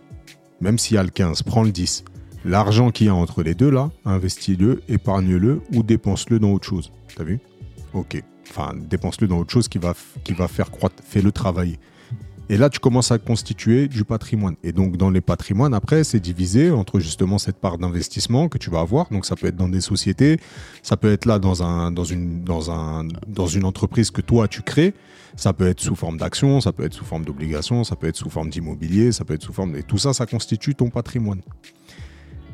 Speaker 2: Même s'il y a le 15, prends le 10. L'argent qu'il y a entre les deux, là, investis-le, épargne-le ou dépense-le dans autre chose. T'as vu Ok. Enfin, dépense-le dans autre chose qui va, f- qui va faire croître, fais-le travailler. Et là, tu commences à constituer du patrimoine. Et donc, dans les patrimoines, après, c'est divisé entre justement cette part d'investissement que tu vas avoir. Donc, ça peut être dans des sociétés, ça peut être là dans, un, dans, une, dans, un, dans une entreprise que toi, tu crées. Ça peut être sous forme d'action, ça peut être sous forme d'obligation, ça peut être sous forme d'immobilier, ça peut être sous forme... Et tout ça, ça constitue ton patrimoine.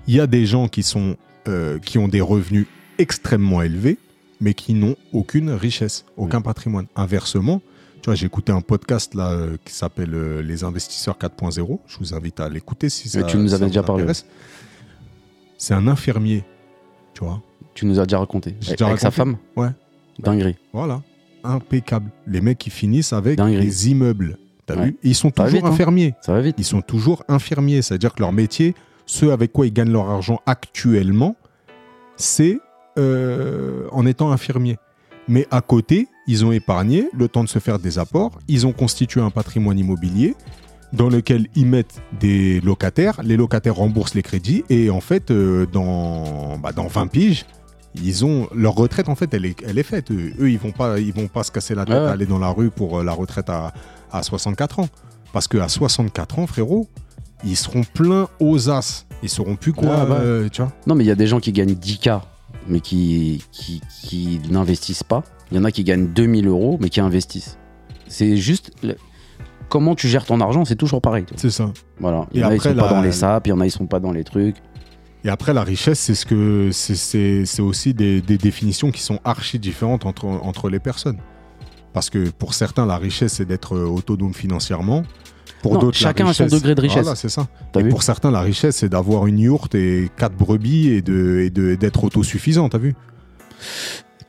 Speaker 2: Il y a des gens qui, sont, euh, qui ont des revenus extrêmement élevés, mais qui n'ont aucune richesse, aucun
Speaker 3: Mm.
Speaker 2: patrimoine. Inversement, tu vois, j'ai écouté un podcast là euh, qui s'appelle euh, Les investisseurs 4.0. Je vous invite à l'écouter si ça.
Speaker 3: Euh, tu nous
Speaker 2: ça
Speaker 3: avais
Speaker 2: vous
Speaker 3: déjà parlé.
Speaker 2: intéresse. C'est un infirmier, tu vois.
Speaker 3: Tu nous as déjà raconté. Eh,
Speaker 2: J'ai
Speaker 3: Avec
Speaker 2: déjà
Speaker 3: sa
Speaker 2: raconté.
Speaker 3: femme
Speaker 2: Ouais.
Speaker 3: Dinguerie.
Speaker 2: Voilà, impeccable. Les mecs qui finissent avec
Speaker 3: Dinguerie.
Speaker 2: les immeubles. T'as
Speaker 3: Ouais.
Speaker 2: vu Ils sont
Speaker 3: Ça va
Speaker 2: toujours
Speaker 3: vite, hein.
Speaker 2: infirmiers.
Speaker 3: Ça va vite.
Speaker 2: Ils sont toujours infirmiers. C'est-à-dire que leur métier, ce avec quoi ils gagnent leur argent actuellement, c'est euh, en étant infirmier. Mais à côté, ils ont épargné le temps de se faire des apports. Ils ont constitué un patrimoine immobilier dans lequel ils mettent des locataires. Les locataires remboursent les crédits. Et en fait, euh, dans, bah, dans 20 piges, ils ont leur retraite en fait elle est, elle est faite eux, Eux, ils vont pas ils vont pas se casser la tête
Speaker 3: Ouais, ouais.
Speaker 2: à aller dans la rue pour euh, la retraite à, à 64 ans parce que à 64 ans frérot ils seront pleins aux as ils sauront plus quoi
Speaker 3: Ah, bah.
Speaker 2: euh, tu vois
Speaker 3: Non, mais il y a des gens qui gagnent 10K, mais qui, qui, qui n'investissent pas. Il y en a qui gagnent 2000 euros, mais qui investissent. C'est juste. le- Comment tu gères ton argent, c'est toujours pareil. tu vois.
Speaker 2: c'est ça
Speaker 3: Voilà. Il y
Speaker 2: Et
Speaker 3: en a, ils
Speaker 2: après,
Speaker 3: sont pas
Speaker 2: la-
Speaker 3: dans les sapes, il y en a, ils sont pas dans les trucs.
Speaker 2: et après la richesse c'est ce que c'est- c'est c'est aussi des, des définitions qui sont archi différentes entre entre les personnes parce que pour certains la richesse c'est d'être euh, autonome financièrement pour
Speaker 3: Non,
Speaker 2: d'autres la
Speaker 3: chacun a son
Speaker 2: richesse-
Speaker 3: degré de richesse.
Speaker 2: voilà c'est ça
Speaker 3: T'as
Speaker 2: Et
Speaker 3: vu
Speaker 2: pour certains, la richesse, c'est d'avoir une yourte et quatre brebis et de et de- d'être autosuffisant, t'as vu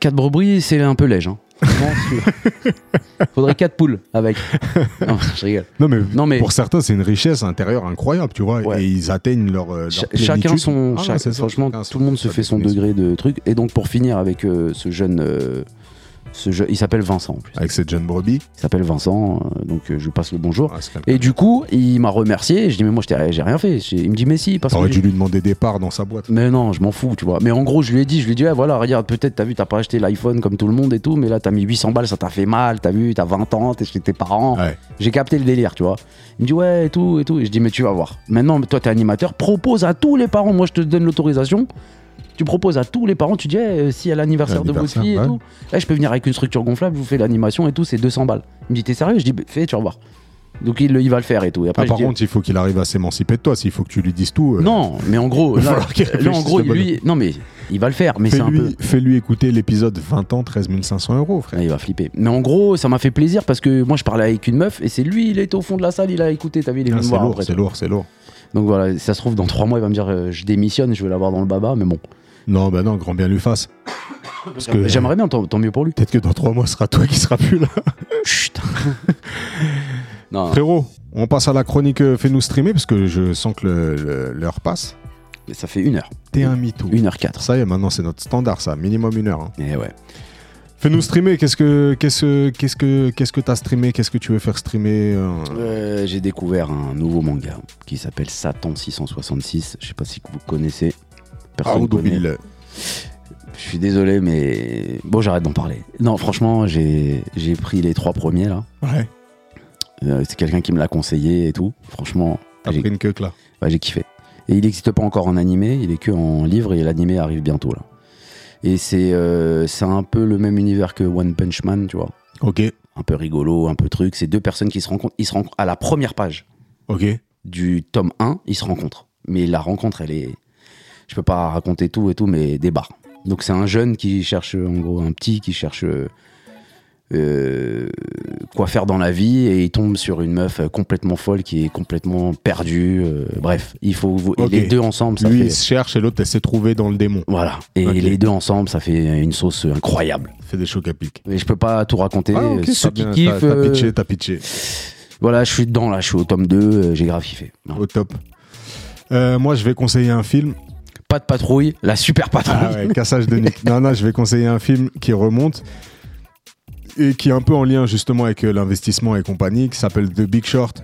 Speaker 3: 4 brebis, c'est un
Speaker 2: [laughs]
Speaker 3: peu léger. Hein. Franchement, tu- Faudrait 4 poules avec. Non, je rigole.
Speaker 2: non mais,
Speaker 3: Non, mais
Speaker 2: pour certains, c'est une richesse intérieure incroyable, tu vois,
Speaker 3: Ouais.
Speaker 2: et ils atteignent leur, euh, leur
Speaker 3: Cha-
Speaker 2: plénitude.
Speaker 3: chacun son.
Speaker 2: Ah,
Speaker 3: cha-
Speaker 2: c'est ça,
Speaker 3: franchement,
Speaker 2: chacun
Speaker 3: tout
Speaker 2: son-
Speaker 3: le monde se
Speaker 2: sa
Speaker 3: fait son
Speaker 2: définition.
Speaker 3: degré de truc. Et donc, pour finir avec euh, ce jeune. euh, ce je- Il s'appelle Vincent en plus.
Speaker 2: Avec cette jeune brebis.
Speaker 3: Il s'appelle Vincent, euh, donc euh, je lui passe le bonjour.
Speaker 2: Ah, c'est quelqu'un.
Speaker 3: Et du coup, il m'a remercié. Je dis, mais moi, je t'ai- j'ai rien fait. J'ai- Il me dit, mais si, parce que.
Speaker 2: T'aurais
Speaker 3: j'ai-
Speaker 2: dû lui demander des parts dans sa boîte.
Speaker 3: Mais non, je m'en fous, tu vois. Mais en gros, je lui ai dit, je lui ai dit, ouais, voilà, regarde, peut-être, t'as vu, t'as pas acheté l'iPhone comme tout le monde et tout, mais là, t'as mis 800 balles, ça t'a fait mal, t'as vu, t'as 20 ans, t'es chez tes parents.
Speaker 2: Ouais.
Speaker 3: J'ai capté le délire, tu vois. Il me dit, ouais, et tout, et tout. Et je dis, mais tu vas voir. Maintenant, toi, t'es animateur, propose à tous les parents. Moi, je te donne l'autorisation. Tu proposes à tous les parents, tu dis, eh, euh, si à l'anniversaire de votre
Speaker 2: L'anniversaire,
Speaker 3: fille et
Speaker 2: ouais.
Speaker 3: tout, là, je peux venir avec une structure gonflable, je vous fais l'animation et tout, c'est 200 balles. Il me dit, t'es sérieux Je dis, bah, fais, tu vas voir. Donc, il, le- il va le faire et tout. Et après,
Speaker 2: Ah,
Speaker 3: je
Speaker 2: par
Speaker 3: dis,
Speaker 2: contre, il faut qu'il arrive à s'émanciper de toi. S'il faut que tu lui dises tout, euh,
Speaker 3: non, mais en gros,
Speaker 2: il va
Speaker 3: là,
Speaker 2: falloir qu'il
Speaker 3: là, en
Speaker 2: réfléchisse
Speaker 3: gros,
Speaker 2: de bonne-
Speaker 3: lui, non, mais il va le faire, mais c'est un
Speaker 2: fais-lui
Speaker 3: peu.
Speaker 2: fais-lui écouter l'épisode 20 ans, 13 500 euros, frère.
Speaker 3: Ouais, il va flipper. Mais en gros, ça m'a fait plaisir parce que moi, je parlais avec une meuf et c'est lui, il était au fond de la salle, il a écouté, t'as vu, il est
Speaker 2: Ah,
Speaker 3: venu me
Speaker 2: c'est
Speaker 3: voir
Speaker 2: lourd,
Speaker 3: après.
Speaker 2: c'est lourd, c'est lourd.
Speaker 3: Donc voilà, ça se trouve, dans trois mois, il va me dire, euh, je démissionne, je vais l'avoir dans le baba, mais bon.
Speaker 2: Non, bah non, grand bien lui fasse. Parce que
Speaker 3: J'aimerais bien, tant, tant mieux pour lui.
Speaker 2: peut-être que dans trois mois, ce sera toi qui seras plus là.
Speaker 3: Chut. [laughs] non, non,
Speaker 2: Frérot, on passe à la chronique euh, Fais-nous streamer parce que je sens que le- le- l'heure passe.
Speaker 3: mais ça fait une heure.
Speaker 2: T'es un mytho.
Speaker 3: 1h04.
Speaker 2: Ça y est, maintenant c'est notre standard, ça, minimum une heure. hein.
Speaker 3: Et ouais.
Speaker 2: Fais-nous streamer, qu'est-ce que qu'est-ce qu'est-ce que qu'est-ce que t'as streamé, qu'est-ce que tu veux faire streamer euh,
Speaker 3: Euh, J'ai découvert un nouveau manga qui s'appelle Satan 666. Je sais pas si vous connaissez. Personne
Speaker 2: Raoul
Speaker 3: connaît.
Speaker 2: Douville.
Speaker 3: Je suis désolé, mais bon, j'arrête d'en parler. Non, franchement, j'ai j'ai pris les trois premiers là.
Speaker 2: Ouais.
Speaker 3: Euh, c'est quelqu'un qui me l'a conseillé et tout. Franchement,
Speaker 2: T'as
Speaker 3: j'ai
Speaker 2: pris une queue là.
Speaker 3: ouais, j'ai kiffé. Et il n'existe pas encore en animé, il est que en livre et l'animé arrive bientôt là. Et c'est euh, c'est un peu le même univers que One Punch Man, tu vois.
Speaker 2: Ok.
Speaker 3: un peu rigolo, un peu truc. C'est deux personnes qui se rencontrent. Ils se rencontrent à la première page
Speaker 2: Ok.
Speaker 3: du tome 1, ils se rencontrent. Mais la rencontre, elle est. Je peux pas raconter tout et tout, mais des barres. Donc c'est un jeune qui cherche, en gros, un petit qui cherche euh, euh, quoi faire dans la vie et il tombe sur une meuf euh, complètement folle qui est complètement perdue. euh, bref, il faut. vous- et
Speaker 2: Ok.
Speaker 3: les deux ensemble, ça
Speaker 2: Lui,
Speaker 3: fait.
Speaker 2: il se cherche et l'autre, elle s'est trouvée dans le démon.
Speaker 3: Voilà. Et
Speaker 2: Ok.
Speaker 3: les deux ensemble, ça fait une sauce incroyable.
Speaker 2: Fait des chocs à pic.
Speaker 3: Et je peux pas tout raconter.
Speaker 2: Ah, ok,
Speaker 3: Ceux
Speaker 2: t'as
Speaker 3: qui
Speaker 2: bien- t'as-
Speaker 3: kiffent.
Speaker 2: T'as
Speaker 3: euh,
Speaker 2: pitché, t'as pitché.
Speaker 3: voilà, je suis dedans là, je suis au tome 2, euh, j'ai grave kiffé. Voilà.
Speaker 2: Au top. Euh, moi, je vais conseiller un film.
Speaker 3: Pas de patrouille, la super patrouille.
Speaker 2: Ah ouais, cassage de nuque. Non, non, je vais conseiller un film qui remonte et qui est un peu en lien justement avec euh, l'investissement et compagnie, qui s'appelle The Big Short,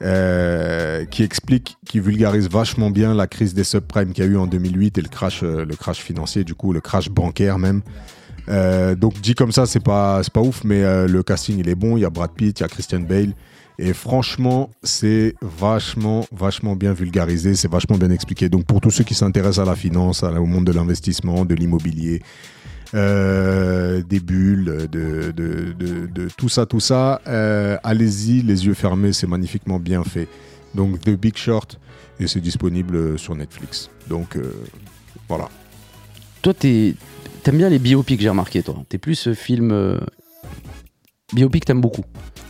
Speaker 2: euh, qui explique, qui vulgarise vachement bien la crise des subprimes qu'il y a eu en 2008 et le crash, euh, le crash financier, du coup, le crash bancaire même. Euh, donc dit comme ça, c'est pas, c'est pas ouf, mais euh, le casting il est bon. Il y a Brad Pitt, il y a Christian Bale. Et franchement, c'est vachement, vachement bien vulgarisé, c'est vachement bien expliqué. Donc pour tous ceux qui s'intéressent à la finance, à la- au monde de l'investissement, de l'immobilier, euh, des bulles, de, de- de- de tout ça, tout ça, euh, allez-y, les yeux fermés, c'est magnifiquement bien fait. Donc The Big Short, et c'est disponible sur Netflix. Donc euh, voilà.
Speaker 3: Toi, t'es- t'aimes bien les biopics, j'ai remarqué, toi. T'es plus ce film. euh, Biopic, t'aimes beaucoup.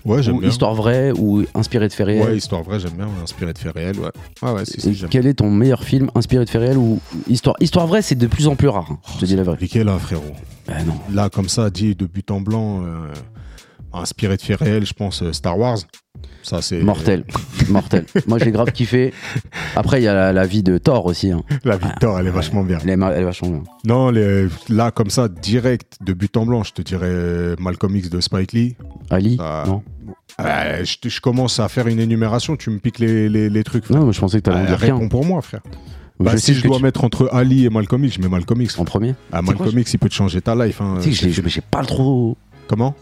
Speaker 2: Ouais, Ah, j'aime
Speaker 3: Ou
Speaker 2: bien.
Speaker 3: histoire vraie ou inspiré de faits réels.
Speaker 2: Ouais, histoire vraie, j'aime bien, ouais, inspiré de faits réels, ouais. Ouais, ouais, si,
Speaker 3: Et
Speaker 2: si, j'aime
Speaker 3: quel est ton meilleur film inspiré de faits réels ou histoire Histoire vraie, c'est de plus en plus rare. hein, je te dis la vérité.
Speaker 2: Compliqué là, frérot.
Speaker 3: Ah non.
Speaker 2: Là, comme ça, dit de but en blanc, euh, inspiré de faits réels, je pense euh, Star Wars. Ça, c'est.
Speaker 3: Mortel, [laughs] mortel. Moi, j'ai grave kiffé. Après, il y a la, la vie de Thor aussi. hein.
Speaker 2: [laughs] La victoire, elle est vachement bien.
Speaker 3: Elle est, ma- elle est vachement bien.
Speaker 2: Non, les- là, comme ça, direct, de but en blanc, je te dirais euh, Malcolm X de Spike Lee.
Speaker 3: Ali
Speaker 2: Ah.
Speaker 3: Non.
Speaker 2: Euh, je, te- je commence à faire une énumération, tu me piques les, les- les trucs. frère.
Speaker 3: Non, mais je pensais que t'allais en
Speaker 2: Euh,
Speaker 3: dire
Speaker 2: réponds
Speaker 3: qu'un.
Speaker 2: pour moi, frère.
Speaker 3: Je
Speaker 2: Bah,
Speaker 3: sais
Speaker 2: si je
Speaker 3: que
Speaker 2: dois
Speaker 3: tu-
Speaker 2: mettre entre Ali et Malcolm X, je mets Malcolm X.
Speaker 3: En premier
Speaker 2: Ah,
Speaker 3: quoi,
Speaker 2: Malcolm X, il peut te changer ta life. hein.
Speaker 3: Tu sais que je l'ai- je mais j'ai pas le trop.
Speaker 2: Comment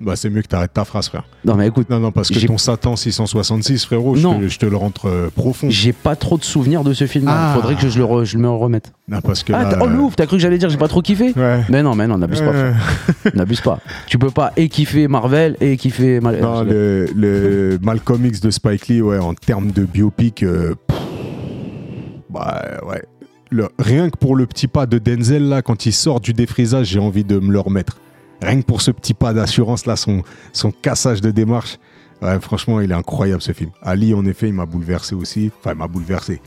Speaker 2: Bah, c'est mieux que t'arrêtes ta phrase, frère.
Speaker 3: Non, mais écoute,
Speaker 2: Non, non, parce que
Speaker 3: J'ai-
Speaker 2: ton Satan 666, frérot, je
Speaker 3: Non.
Speaker 2: te, je te le rentre euh, profond.
Speaker 3: j'ai pas trop de souvenirs de ce film. Il
Speaker 2: Ah.
Speaker 3: Faudrait que je le re- je me le remette.
Speaker 2: Non, parce que
Speaker 3: Ah,
Speaker 2: là, euh,
Speaker 3: t'as- oh le ouf, t'as cru que j'allais dire j'ai pas trop
Speaker 2: [laughs]
Speaker 3: kiffé
Speaker 2: Ouais.
Speaker 3: Mais non, mais non, n'abuse pas,
Speaker 2: Euh,
Speaker 3: [laughs] n'abuse pas. Tu peux pas et kiffer Marvel et kiffer Mal-
Speaker 2: non,
Speaker 3: euh,
Speaker 2: le, le Malcolm X de Spike Lee, ouais, en termes de biopic, euh, pff, bah ouais. Le- rien que pour le petit pas de Denzel, là, quand il sort du défrisage, j'ai envie de me le remettre. Rien que pour ce petit pas d'assurance, là, son, son cassage de démarche. Ouais, franchement, il est incroyable ce film. Ali, en effet, il m'a bouleversé aussi. Enfin, il m'a bouleversé.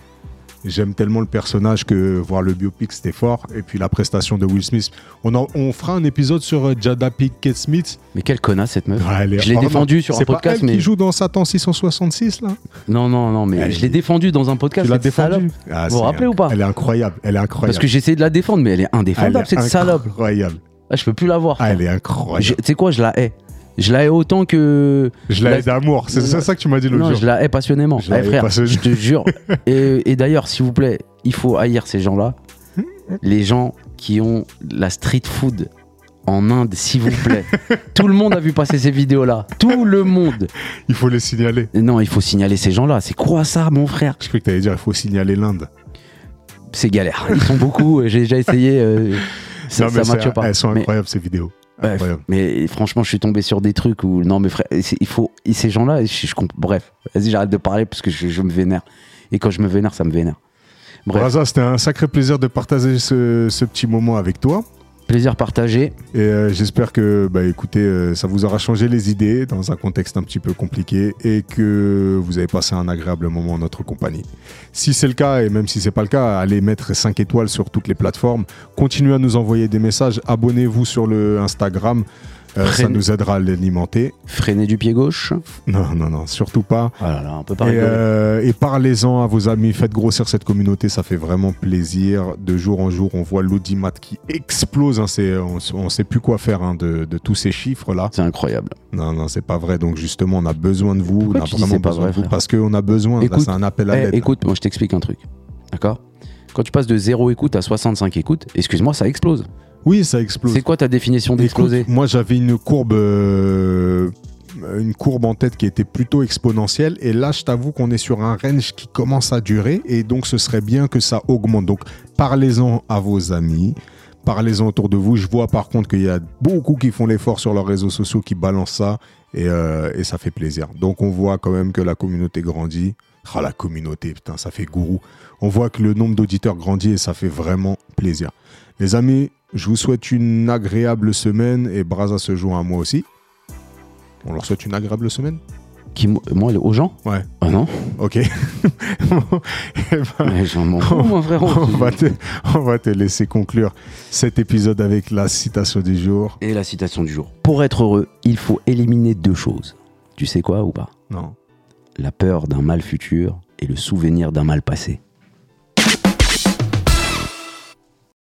Speaker 2: J'aime tellement le personnage que voir le biopic, c'était fort. Et puis la prestation de Will Smith. On, en- on fera un épisode sur euh, Jada Pinkett Smith.
Speaker 3: Mais quelle connasse cette meuf.
Speaker 2: [laughs] Ouais, elle est-
Speaker 3: Je l'ai
Speaker 2: Oh, non,
Speaker 3: défendue sur un
Speaker 2: c'est pas
Speaker 3: podcast,
Speaker 2: elle
Speaker 3: mais
Speaker 2: qui joue dans Satan 666 là.
Speaker 3: non, non, non, mais
Speaker 2: Elle-
Speaker 3: je l'ai défendue dans un podcast.
Speaker 2: Tu l'as
Speaker 3: cette salope.
Speaker 2: défendue. Ah,
Speaker 3: Vous vous
Speaker 2: c'est-
Speaker 3: rappelez ou pas
Speaker 2: Elle est incroyable. Elle est incroyable.
Speaker 3: Parce que j'ai essayé de la défendre, mais elle est indéfendable
Speaker 2: Elle
Speaker 3: cette
Speaker 2: est
Speaker 3: salope.
Speaker 2: Incroyable.
Speaker 3: Ah, je peux plus la voir.
Speaker 2: Ah, elle est
Speaker 3: Je-
Speaker 2: incroyable.
Speaker 3: Tu sais quoi, je la hais. Je la hais autant que
Speaker 2: Je la
Speaker 3: la-
Speaker 2: hais d'amour. C'est
Speaker 3: Non,
Speaker 2: c'est ça que tu m'as dit l'autre
Speaker 3: non,
Speaker 2: jour.
Speaker 3: je la hais passionnément.
Speaker 2: Je la
Speaker 3: Eh,
Speaker 2: hais
Speaker 3: frère,
Speaker 2: passionnément.
Speaker 3: je
Speaker 2: [laughs]
Speaker 3: te jure. Et, et d'ailleurs, s'il vous plaît, il faut haïr ces gens-là. Les gens qui ont la street food en Inde, s'il vous
Speaker 2: [laughs]
Speaker 3: plaît. Tout le monde a vu passer ces vidéos-là. Tout le monde.
Speaker 2: Il faut les signaler.
Speaker 3: Et Non, il faut signaler ces gens-là. C'est quoi ça, mon frère
Speaker 2: Je crois que t'allais dire il faut signaler l'Inde.
Speaker 3: C'est galère. Ils sont beaucoup. euh, J'ai déjà essayé. euh, ça
Speaker 2: Non, mais c'est-
Speaker 3: ça marche pas.
Speaker 2: Elles sont
Speaker 3: Mais-
Speaker 2: incroyables ces vidéos.
Speaker 3: Ouais,
Speaker 2: Incroyable.
Speaker 3: Mais franchement, je suis tombé sur des trucs où non, mais frère, c'est- il faut et ces gens-là. Je, je comp- bref, vas-y, j'arrête de parler parce que je, je me vénère. Et quand je me vénère, ça me vénère. Bref,
Speaker 2: Raza, c'était un sacré plaisir de partager ce, ce petit moment avec toi.
Speaker 3: plaisir partagé.
Speaker 2: Et euh, j'espère que, bah, écoutez, euh, ça vous aura changé les idées dans un contexte un petit peu compliqué et que vous avez passé un agréable moment en notre compagnie. Si c'est le cas, et même si c'est pas le cas, allez mettre 5 étoiles sur toutes les plateformes. Continuez à nous envoyer des messages. Abonnez-vous sur le Instagram. Euh, ça
Speaker 3: Freine-
Speaker 2: nous aidera à l'alimenter.
Speaker 3: Freiner du pied gauche.
Speaker 2: Non, non, non, surtout pas.
Speaker 3: Ah là là, on peut
Speaker 2: Et,
Speaker 3: pas rigoler.
Speaker 2: euh, et parlez-en à vos amis, faites grossir cette communauté, ça fait vraiment plaisir. De jour en jour, on voit l'audimat qui explose, hein, c'est- on ne sait plus quoi faire hein, de, de tous ces chiffres-là.
Speaker 3: C'est incroyable.
Speaker 2: Non, non, c'est pas vrai, donc justement, on a besoin de vous,
Speaker 3: Pourquoi
Speaker 2: on a
Speaker 3: tu dis c'est pas
Speaker 2: besoin
Speaker 3: vrai,
Speaker 2: de vous,
Speaker 3: frère
Speaker 2: parce qu'on a besoin, là,
Speaker 3: Écoute,
Speaker 2: c'est un appel à
Speaker 3: Eh,
Speaker 2: l'aide.
Speaker 3: écoute, moi je t'explique un truc. D'accord Quand tu passes de 0 écoute à 65 écoutes, excuse-moi, ça explose.
Speaker 2: Oui, ça explose.
Speaker 3: C'est quoi ta définition
Speaker 2: Écoute,
Speaker 3: d'exploser
Speaker 2: moi, j'avais une courbe... euh, une courbe en tête qui était plutôt exponentielle et là je t'avoue qu'on est sur un range qui commence à durer et donc ce serait bien que ça augmente donc parlez-en à vos amis parlez-en autour de vous. Je vois par contre qu'il y a beaucoup qui font l'effort sur leurs réseaux sociaux, qui balancent ça, et, euh, et ça fait plaisir. Donc on voit quand même que la communauté grandit. Ah, la communauté, putain, ça fait gourou. On voit que le nombre d'auditeurs grandit et ça fait vraiment plaisir. Les amis, je vous souhaite une agréable semaine et Braza se joint à moi aussi. On leur souhaite une agréable semaine
Speaker 3: Qui, moi, moi, aux gens
Speaker 2: Ouais. [laughs]
Speaker 3: Ah non
Speaker 2: Ok. Bon, eh ben,
Speaker 3: Mais j'en m'en fous, moi, frérot.
Speaker 2: [laughs] on, va te, on va te laisser conclure cet épisode avec la citation du jour.
Speaker 3: Et la citation du jour. Pour être heureux, il faut éliminer deux choses. Tu sais quoi ou pas
Speaker 2: Non.
Speaker 3: La peur d'un mal futur et le souvenir d'un mal passé.